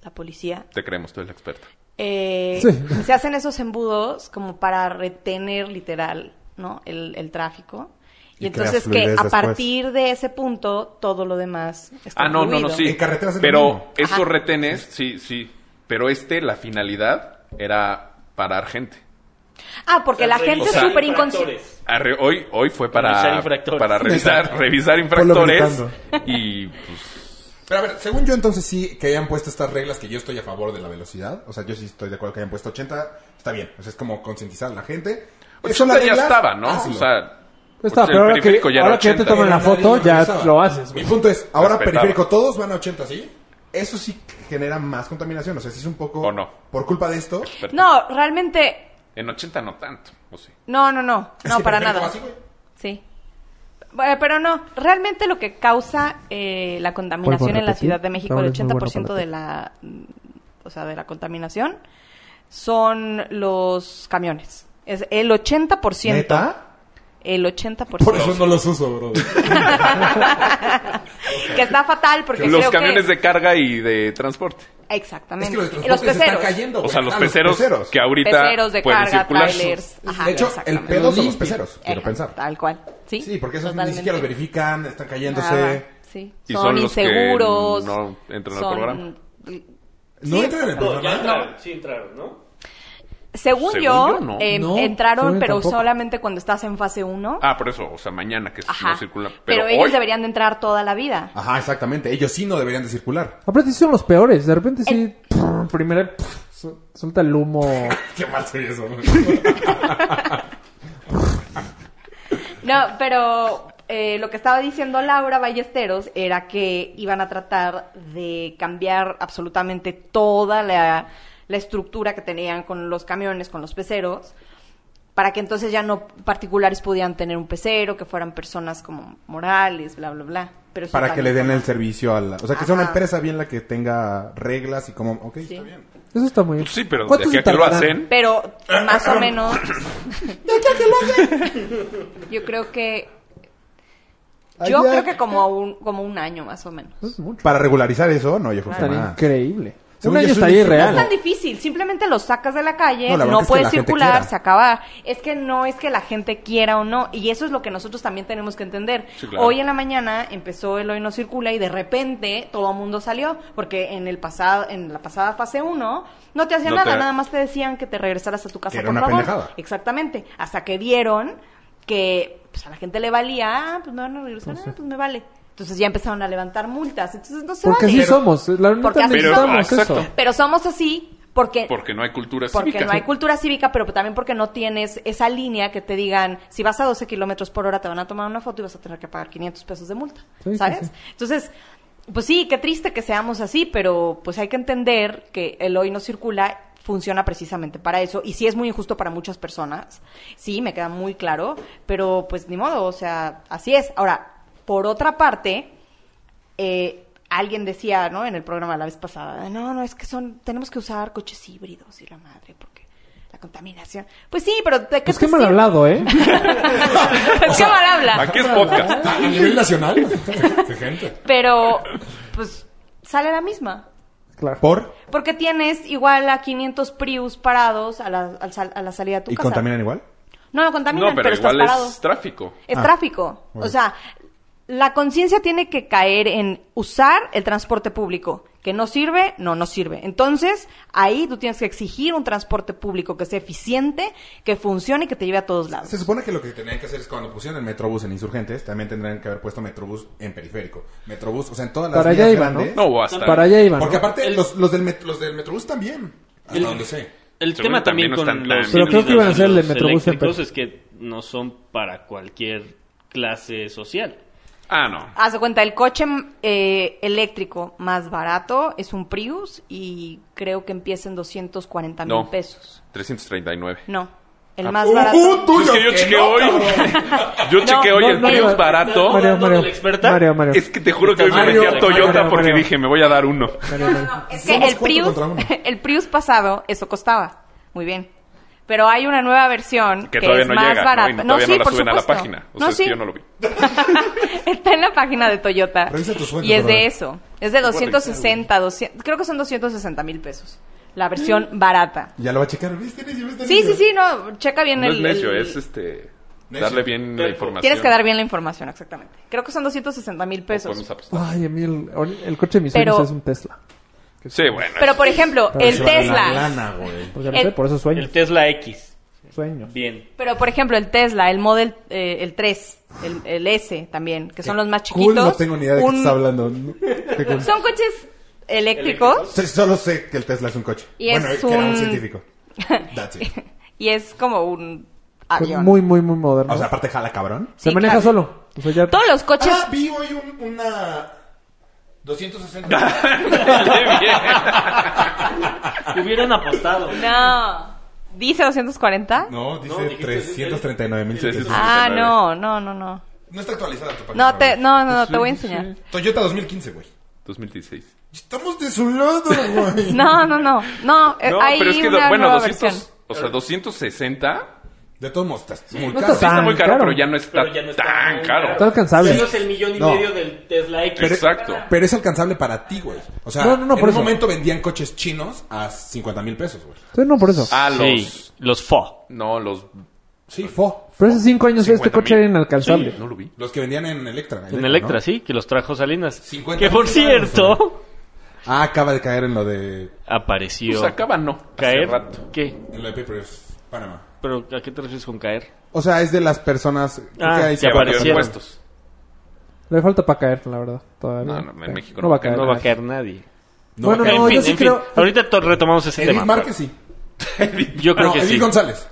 Speaker 6: la policía,
Speaker 3: Te creemos, tú eres la experta.
Speaker 6: eh,
Speaker 7: Sí.
Speaker 6: se hacen esos embudos como para retener literal ¿no? El, el tráfico. Y,
Speaker 5: Y creas
Speaker 6: entonces que a
Speaker 5: fluidez después.
Speaker 6: partir de ese punto todo lo demás está
Speaker 3: Ah, no, no, no,
Speaker 6: incluido.
Speaker 3: sí.
Speaker 5: En carreteras es lo mismo.
Speaker 3: Pero esos
Speaker 6: Ajá.
Speaker 3: retenes, sí, sí. Pero este, la finalidad era parar gente.
Speaker 6: Ah, porque la gente es
Speaker 3: revisar
Speaker 6: súper inconsciente.
Speaker 2: infractores.
Speaker 3: Arre- hoy, hoy fue para
Speaker 2: Revisar infractores.
Speaker 3: para revisar, revisar infractores y pues,
Speaker 5: Pero a ver, según yo entonces sí que hayan puesto estas reglas que yo estoy a favor de la velocidad. O sea, yo sí estoy de acuerdo que hayan puesto 80. Está bien. O sea, es como concientizar a la gente. Eso la
Speaker 3: pues, ya
Speaker 5: regla, Ah,
Speaker 3: estaba, ¿no?
Speaker 5: hazlo.
Speaker 3: O sea,
Speaker 7: Está,
Speaker 3: el
Speaker 7: pero ahora que,
Speaker 3: periférico ya era
Speaker 7: ahora que ya te
Speaker 3: 80.
Speaker 7: toman la
Speaker 5: Nadie
Speaker 7: foto,
Speaker 5: lo
Speaker 7: ya
Speaker 5: revisaba.
Speaker 7: lo haces.
Speaker 5: Mi
Speaker 7: güey.
Speaker 5: punto es, ahora
Speaker 3: Respetaba.
Speaker 5: periférico todos van a 80, ¿sí? Eso sí genera más contaminación. O sea, sí es un poco...
Speaker 3: ¿O no?
Speaker 5: Por culpa de esto...
Speaker 6: No, realmente,
Speaker 3: en 80 no tanto, o sí.
Speaker 6: no, no, no,
Speaker 5: es
Speaker 6: no,
Speaker 5: que
Speaker 6: para
Speaker 5: periférico
Speaker 6: nada.
Speaker 5: va así, güey.
Speaker 6: Sí. Eh, Pero no, realmente lo que causa eh, la contaminación
Speaker 7: Vuelvo
Speaker 6: en
Speaker 7: a
Speaker 6: la
Speaker 7: repetir,
Speaker 6: Ciudad de México,
Speaker 7: Raúl
Speaker 6: el
Speaker 7: es muy bueno
Speaker 6: 80%
Speaker 7: para
Speaker 6: de la, mm, o sea, de la contaminación son los camiones. Es el 80%.
Speaker 5: ¿Neta?
Speaker 6: El 80%.
Speaker 5: Por eso no los uso, bro.
Speaker 6: Que está fatal porque
Speaker 3: Los
Speaker 6: creo
Speaker 3: camiones
Speaker 6: que...
Speaker 3: de carga y de transporte.
Speaker 5: es
Speaker 6: Exactamente.
Speaker 5: que los de
Speaker 6: Y
Speaker 5: transportes están
Speaker 6: peceros.
Speaker 5: cayendo,
Speaker 3: O
Speaker 5: güey.
Speaker 3: sea, los
Speaker 5: Ah,
Speaker 3: peceros, que ahorita
Speaker 6: Peceros de
Speaker 3: pueden
Speaker 6: carga,
Speaker 3: circular.
Speaker 6: trailers. Ajá,
Speaker 5: De hecho, el
Speaker 6: exactamente.
Speaker 5: pedo son los peceros, quiero
Speaker 6: Ajá,
Speaker 5: pensar.
Speaker 6: Tal cual. Sí,
Speaker 5: Sí, porque esos ni
Speaker 6: totalmente.
Speaker 5: siquiera los verifican, están cayéndose.
Speaker 6: Nada, sí.
Speaker 3: Y
Speaker 6: son,
Speaker 3: son los que
Speaker 6: inseguros.
Speaker 3: no entran al
Speaker 6: son-
Speaker 3: programa.
Speaker 5: No
Speaker 6: Sí,
Speaker 5: entran en el
Speaker 2: No, ya
Speaker 5: programa.
Speaker 2: entraron, sí entraron, ¿no?
Speaker 6: Según,
Speaker 3: Según
Speaker 6: yo,
Speaker 3: yo, no.
Speaker 6: eh,
Speaker 7: No, según
Speaker 6: entraron,
Speaker 7: yo
Speaker 6: pero
Speaker 7: tampoco.
Speaker 6: solamente cuando estás en fase 1.
Speaker 3: Ah, por eso, o sea, mañana que
Speaker 6: Ajá.
Speaker 3: no circula, pero,
Speaker 6: pero ellos
Speaker 3: hoy
Speaker 6: deberían de entrar toda la vida.
Speaker 5: Ajá, exactamente. Ellos sí no deberían de circular.
Speaker 7: Aparte, sí son los peores. De repente, sí.
Speaker 6: El-
Speaker 7: prr, primera. prr, su- Suelta el humo.
Speaker 5: Qué mal se ve eso.
Speaker 6: No, pero eh, lo que estaba diciendo Laura Ballesteros era que iban a tratar de cambiar absolutamente toda la, la estructura que tenían con los camiones, con los peceros, para que entonces ya no particulares pudieran tener un pecero, que fueran personas como morales, bla, bla, bla. Pero eso
Speaker 5: Para que le
Speaker 6: también-
Speaker 5: den el servicio a la... O sea, que sea una
Speaker 6: Ajá.
Speaker 5: empresa bien la que tenga reglas y como... Ok,
Speaker 6: Sí.
Speaker 5: está bien.
Speaker 7: Eso está muy bien.
Speaker 3: Pues Sí, pero de
Speaker 7: ¿Cuánto
Speaker 3: aquí
Speaker 7: se
Speaker 3: a que lo
Speaker 7: tardarán?
Speaker 3: hacen,
Speaker 6: Pero más o menos... Yo creo que... Yo
Speaker 7: Allá-
Speaker 6: creo que como un, como un año más o menos.
Speaker 7: Eso es mucho.
Speaker 5: Para regularizar eso, no,
Speaker 3: pues
Speaker 5: yo creo que
Speaker 7: Estaría
Speaker 5: más.
Speaker 7: increíble.
Speaker 5: Según
Speaker 7: un
Speaker 5: yo,
Speaker 7: año
Speaker 5: es un
Speaker 7: estaría
Speaker 5: instrumento.
Speaker 6: No es tan
Speaker 7: irreal.
Speaker 6: difícil, simplemente los sacas de la calle,
Speaker 5: No, la
Speaker 6: no,
Speaker 5: bronca es que
Speaker 6: puedes
Speaker 5: la gente
Speaker 6: circular,
Speaker 5: quiera.
Speaker 6: se acaba. Es que no es que la gente quiera o no, y eso es lo que nosotros también tenemos que entender.
Speaker 3: Sí, claro.
Speaker 6: Hoy en la mañana empezó el hoy no circula y de repente todo el mundo salió, porque en el pasado en la pasada fase 1 no te hacían
Speaker 3: No
Speaker 6: nada,
Speaker 3: te-
Speaker 6: nada más te decían que te regresaras a tu casa,
Speaker 5: Que era
Speaker 6: por
Speaker 5: una
Speaker 6: favor.
Speaker 5: pendejada.
Speaker 6: Exactamente, hasta que vieron que pues, a la gente le valía, ah, pues me van a regresar, ah, pues me vale. Entonces ya empezaron a levantar multas, entonces no se
Speaker 7: Porque
Speaker 6: vale.
Speaker 7: así somos. La
Speaker 6: Porque
Speaker 7: neta
Speaker 6: así
Speaker 7: necesitamos
Speaker 3: somos.
Speaker 7: eso.
Speaker 3: Exacto.
Speaker 6: Pero somos así porque
Speaker 3: porque no hay cultura
Speaker 6: porque
Speaker 3: cívica.
Speaker 6: no hay cultura cívica, pero también porque no tienes esa línea que te digan, si vas a 12 kilómetros por hora te van a tomar una foto y vas a tener que pagar 500 pesos de multa,
Speaker 7: Sí, sí,
Speaker 6: ¿sabes?
Speaker 7: sí.
Speaker 6: Entonces, pues sí, qué triste que seamos así, pero pues hay que entender que el hoy no circula funciona precisamente para eso y sí es muy injusto para muchas personas, sí, me queda muy claro, pero pues ni modo, o sea, así es. Ahora, por otra parte, eh, alguien decía, ¿no? En el programa la vez pasada, no, no, es que son, tenemos que usar coches híbridos y la madre, porque la contaminación. Pues sí, pero ¿de qué
Speaker 7: Pues
Speaker 6: te
Speaker 7: qué mal
Speaker 6: sirve?
Speaker 7: hablado, ¿eh?
Speaker 6: Pues qué mal habla.
Speaker 3: Aquí es podcast.
Speaker 5: A nivel nacional. de gente.
Speaker 6: Pero, pues, sale la misma.
Speaker 7: Claro.
Speaker 5: ¿Por?
Speaker 6: Porque tienes igual a 500 Prius parados a la, al sal- a la salida de tu
Speaker 5: ¿Y
Speaker 6: casa.
Speaker 5: contaminan igual?
Speaker 6: No, no contaminan,
Speaker 3: No,
Speaker 6: pero,
Speaker 3: pero
Speaker 6: estás
Speaker 3: igual
Speaker 6: parado.
Speaker 3: es tráfico.
Speaker 6: Es
Speaker 5: Ah,
Speaker 6: tráfico.
Speaker 5: bueno.
Speaker 6: O sea, la conciencia tiene que caer en usar el transporte público. Que no sirve, no, no sirve. Entonces, ahí tú tienes que exigir un transporte público que sea eficiente, que funcione y que te lleve a todos lados.
Speaker 5: Se supone que lo que tenían que hacer es cuando pusieron el Metrobús en Insurgentes, también tendrían que haber puesto Metrobús en Periférico. Metrobús, o sea, en todas las
Speaker 7: Para
Speaker 5: vías
Speaker 7: allá iban,
Speaker 5: grandes.
Speaker 3: No, o hasta
Speaker 7: Para allá iban.
Speaker 5: Porque
Speaker 7: ¿no?
Speaker 5: aparte, los, los, del met- los del Metrobús también. Hasta
Speaker 2: El-
Speaker 5: donde sé.
Speaker 2: El
Speaker 3: Según
Speaker 2: tema también,
Speaker 3: yo también no
Speaker 2: con
Speaker 3: están tan
Speaker 2: los,
Speaker 3: bien Pero creo que
Speaker 7: iban a hacer el de
Speaker 2: los
Speaker 7: Metrobús en
Speaker 2: eléctricos es que no son para cualquier clase social.
Speaker 3: Ah, no.
Speaker 6: Haz de cuenta, el coche eh, eléctrico más barato es un Prius y creo que empieza en 240 mil
Speaker 3: No.
Speaker 6: pesos.
Speaker 3: 339.
Speaker 6: No, el
Speaker 3: Ah,
Speaker 6: más
Speaker 5: ¡Uh,
Speaker 6: barato.
Speaker 5: uh,
Speaker 3: Es
Speaker 5: tuyo!
Speaker 3: que yo
Speaker 5: ¡Que
Speaker 3: chequé
Speaker 5: no,
Speaker 3: hoy.
Speaker 5: cabrón!
Speaker 3: Yo chequé hoy
Speaker 7: no,
Speaker 3: el
Speaker 7: no,
Speaker 3: Prius
Speaker 7: no.
Speaker 3: barato.
Speaker 7: Mario,
Speaker 2: ¿Hablando de
Speaker 7: Mario.
Speaker 2: la experta?
Speaker 7: Mario, Mario.
Speaker 3: Es que te juro que hoy me
Speaker 2: Mario,
Speaker 3: metí a Toyota
Speaker 7: Mario,
Speaker 3: porque
Speaker 7: Mario.
Speaker 3: dije, me voy a dar uno.
Speaker 7: Mario, Mario.
Speaker 6: Es que
Speaker 5: Somos
Speaker 6: el
Speaker 5: cuatro
Speaker 6: Prius,
Speaker 5: contra uno.
Speaker 6: el Prius pasado, eso costaba. Muy bien. Pero hay una nueva versión
Speaker 3: Que
Speaker 6: que,
Speaker 3: todavía
Speaker 6: es
Speaker 3: no
Speaker 6: más
Speaker 3: llega. ¿no?
Speaker 6: barata.
Speaker 3: Y todavía
Speaker 6: sí,
Speaker 3: no la
Speaker 6: por
Speaker 3: suben a la
Speaker 6: supuesto.
Speaker 3: página. O sea,
Speaker 6: no,
Speaker 3: es que
Speaker 6: sí.
Speaker 3: yo no lo vi.
Speaker 6: Está en la página de Toyota.
Speaker 5: Revisa tus fuentes,
Speaker 6: Y es de
Speaker 5: brother.
Speaker 6: eso. Es de 260, 200, creo que son 260 mil pesos. La versión barata.
Speaker 5: Ya lo va a checar. ¿Viste, necio? ¿Viste,
Speaker 6: Sí,
Speaker 5: necio?
Speaker 6: sí, sí, no, checa bien
Speaker 3: No
Speaker 6: el...
Speaker 3: es necio,
Speaker 6: el-
Speaker 3: es este... Darle bien la información.
Speaker 6: Tienes que dar bien la información, exactamente. Creo que son 260 mil pesos.
Speaker 3: Podemos apostar.
Speaker 7: Ay, a mí el, el coche de mis
Speaker 6: Pero-
Speaker 7: sueños es un Tesla.
Speaker 3: Sí, bueno.
Speaker 6: Pero, por ejemplo, el
Speaker 5: Se vale La
Speaker 6: Tesla.
Speaker 5: lana, güey.
Speaker 7: Porque no
Speaker 6: El-
Speaker 7: sé, por eso sueño.
Speaker 2: El Tesla X.
Speaker 7: Sueños.
Speaker 2: Bien.
Speaker 6: Pero, por ejemplo, el Tesla, el Model, eh, el 3, el, el S también, que son los más chiquitos.
Speaker 5: Eh, Cool, no tengo ni idea de qué
Speaker 6: Un-
Speaker 5: estás hablando. No, qué cool.
Speaker 6: Son coches eléctricos
Speaker 5: Sí, Solo sé que el Tesla es un coche.
Speaker 6: Y
Speaker 5: bueno,
Speaker 6: es
Speaker 5: que era un
Speaker 6: un-
Speaker 5: científico. That's it.
Speaker 6: y es como un
Speaker 7: Pues
Speaker 6: avión.
Speaker 7: muy, muy, muy moderno.
Speaker 5: O sea, aparte jala cabrón.
Speaker 7: Se
Speaker 6: sí,
Speaker 7: maneja
Speaker 6: claro.
Speaker 7: solo. O sea, ya...
Speaker 6: Todos los coches.
Speaker 5: Ah, vi hoy un- una 260.
Speaker 2: Hubieran apostado.
Speaker 6: No. ¿Dice 240?
Speaker 5: No,
Speaker 2: No,
Speaker 5: dice
Speaker 2: dijiste-
Speaker 5: 339.700.
Speaker 6: Ah, no, no, no, no.
Speaker 5: No está actualizada tu página.
Speaker 6: No, te,
Speaker 5: güey.
Speaker 6: no, no, no, te voy a enseñar.
Speaker 5: Toyota 2015, güey.
Speaker 3: 2016.
Speaker 5: Estamos de su lado, güey.
Speaker 6: No, no, no. No, eh,
Speaker 3: No,
Speaker 6: hay
Speaker 3: pero es que,
Speaker 6: una
Speaker 3: bueno,
Speaker 6: nueva
Speaker 3: 200,
Speaker 6: versión.
Speaker 3: o sea, 260
Speaker 5: De todos modos, estás muy caro.
Speaker 7: No está
Speaker 3: está
Speaker 7: Tan
Speaker 3: muy caro,
Speaker 7: caro.
Speaker 3: pero ya no está,
Speaker 2: Pero ya no está
Speaker 3: tan
Speaker 2: muy
Speaker 3: caro.
Speaker 7: Está alcanzable.
Speaker 2: Menos el millón y
Speaker 5: No.
Speaker 2: medio del Tesla X.
Speaker 5: Pero-
Speaker 3: Exacto.
Speaker 5: Pero es alcanzable para ti, güey. O sea,
Speaker 7: No, no, no,
Speaker 5: en
Speaker 7: por
Speaker 5: un
Speaker 7: eso.
Speaker 5: momento vendían coches chinos a 50 mil pesos, güey.
Speaker 7: Sí, no, por eso.
Speaker 3: Ah, los.
Speaker 2: Sí, los FO.
Speaker 3: No, los.
Speaker 5: Sí, fo.
Speaker 7: Pero hace cinco años este
Speaker 3: 50,000.
Speaker 7: coche era inalcanzable.
Speaker 3: No lo vi.
Speaker 5: Los que vendían en Electra.
Speaker 2: En Electra,
Speaker 5: ¿no?
Speaker 2: sí, que los trajo Salinas.
Speaker 5: 50
Speaker 2: que por
Speaker 5: mil
Speaker 2: cierto,
Speaker 5: Ah, acaba de caer en lo de.
Speaker 2: apareció
Speaker 3: Pues acaba, no. Hace
Speaker 2: caer.
Speaker 3: rato.
Speaker 2: ¿Qué?
Speaker 5: En lo de Papers, Panamá.
Speaker 2: ¿Pero a qué te refieres con caer?
Speaker 5: O sea, es de las personas. creo
Speaker 2: Ah,
Speaker 5: que ahí
Speaker 2: que
Speaker 5: se
Speaker 3: Varios
Speaker 2: aparecieron.
Speaker 5: aparecieron.
Speaker 3: impuestos.
Speaker 7: Le falta para caer, la verdad. Todavía.
Speaker 3: No, no, en
Speaker 7: Sí.
Speaker 3: México
Speaker 7: no
Speaker 3: no.
Speaker 7: va a caer.
Speaker 2: No va a caer nadie.
Speaker 7: bueno,
Speaker 5: va a
Speaker 7: no,
Speaker 2: en fin,
Speaker 7: yo sí
Speaker 2: en fin.
Speaker 7: creo.
Speaker 2: Ahorita to- retomamos ese
Speaker 5: Edith
Speaker 2: tema.
Speaker 5: Márquez sí.
Speaker 2: Yo creo
Speaker 5: No,
Speaker 2: que
Speaker 5: Edith
Speaker 2: sí.
Speaker 5: González.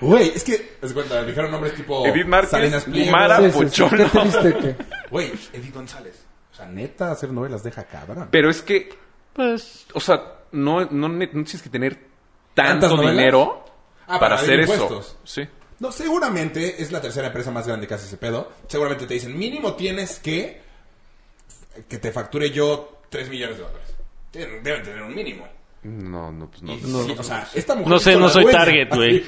Speaker 5: Güey, es que. Es cuenta, dijeron nombres tipo.
Speaker 3: Edith Márquez,
Speaker 5: Salinas Pliego.
Speaker 3: Mara.
Speaker 7: Sí, sí, sí,
Speaker 3: Pocholo.
Speaker 7: Qué triste que.
Speaker 5: Güey, Edith González. O sea, neta, hacer novelas deja cabrón.
Speaker 3: Pero es que,
Speaker 2: Pues,
Speaker 3: o sea, no, no, ne- no tienes que tener tanto
Speaker 5: ¿Tantas novelas?
Speaker 3: dinero para
Speaker 5: Ah, para
Speaker 3: hacer
Speaker 5: abrir
Speaker 3: eso.
Speaker 5: impuestos.
Speaker 3: Sí.
Speaker 5: No, seguramente es la tercera empresa más grande que hace ese pedo. Seguramente te dicen, mínimo tienes que. Que te facture yo 3 millones de dólares. Tienen- Deben tener un mínimo.
Speaker 3: No, no, pues no.
Speaker 5: Y sí, o sea, esta mujer
Speaker 2: no sé,
Speaker 5: hizo
Speaker 2: no
Speaker 5: la
Speaker 2: soy
Speaker 5: dueña.
Speaker 2: target, güey.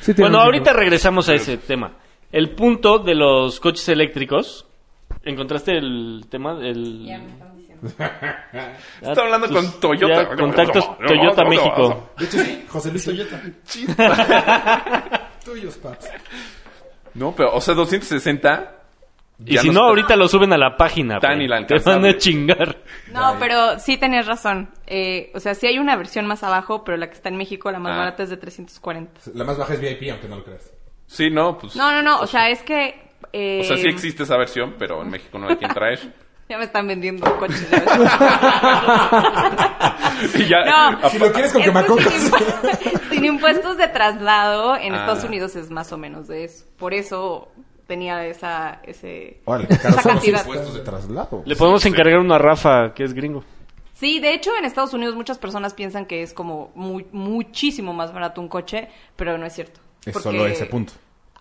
Speaker 7: Sí, tiene
Speaker 2: Bueno,
Speaker 7: un-
Speaker 2: ahorita regresamos a ese tema. El punto de los coches eléctricos. ¿Encontraste el tema? El...
Speaker 5: pues,
Speaker 3: Está hablando
Speaker 2: tus-
Speaker 3: con Toyota.
Speaker 2: pues, ya, contactos Toyota México.
Speaker 5: De hecho, sí, José Luis Toyota. Tuyos, paps.
Speaker 3: No, pero, o sea, 260.
Speaker 2: Y
Speaker 3: ya
Speaker 2: si
Speaker 3: no
Speaker 2: no,
Speaker 3: está-
Speaker 2: ahorita lo suben a la página.
Speaker 3: Tan
Speaker 2: güey. Te
Speaker 3: inalcanzable.
Speaker 2: van a chingar.
Speaker 6: No, pero sí tenías razón. Eh, o sea, sí hay una versión más abajo, pero la que está en México, la más
Speaker 3: Ah.
Speaker 6: barata es de 340.
Speaker 5: La más baja es VIP, aunque no lo creas.
Speaker 3: Sí, no, pues.
Speaker 6: No, no, no. O sea, es que. eh,
Speaker 3: O sea, sí existe esa versión, pero en México no hay quien traer.
Speaker 6: Ya me están vendiendo coches. ya ves.
Speaker 3: Y ya.
Speaker 6: No.
Speaker 5: Si lo quieres con
Speaker 6: Esto
Speaker 5: quemacocas.
Speaker 6: sin, impu- sin impuestos de traslado en
Speaker 3: Ah.
Speaker 6: Estados Unidos es más o menos de eso. Por eso tenía esa ese
Speaker 5: Órale, qué caros
Speaker 6: esa
Speaker 5: son los
Speaker 6: cantidad.
Speaker 5: impuestos de traslado.
Speaker 2: Le podemos encargar una Rafa, que es gringo.
Speaker 6: Sí, de hecho en Estados Unidos muchas personas piensan que es como mu- muchísimo más barato un coche, pero no es cierto.
Speaker 5: Es
Speaker 6: Porque-
Speaker 5: solo ese punto.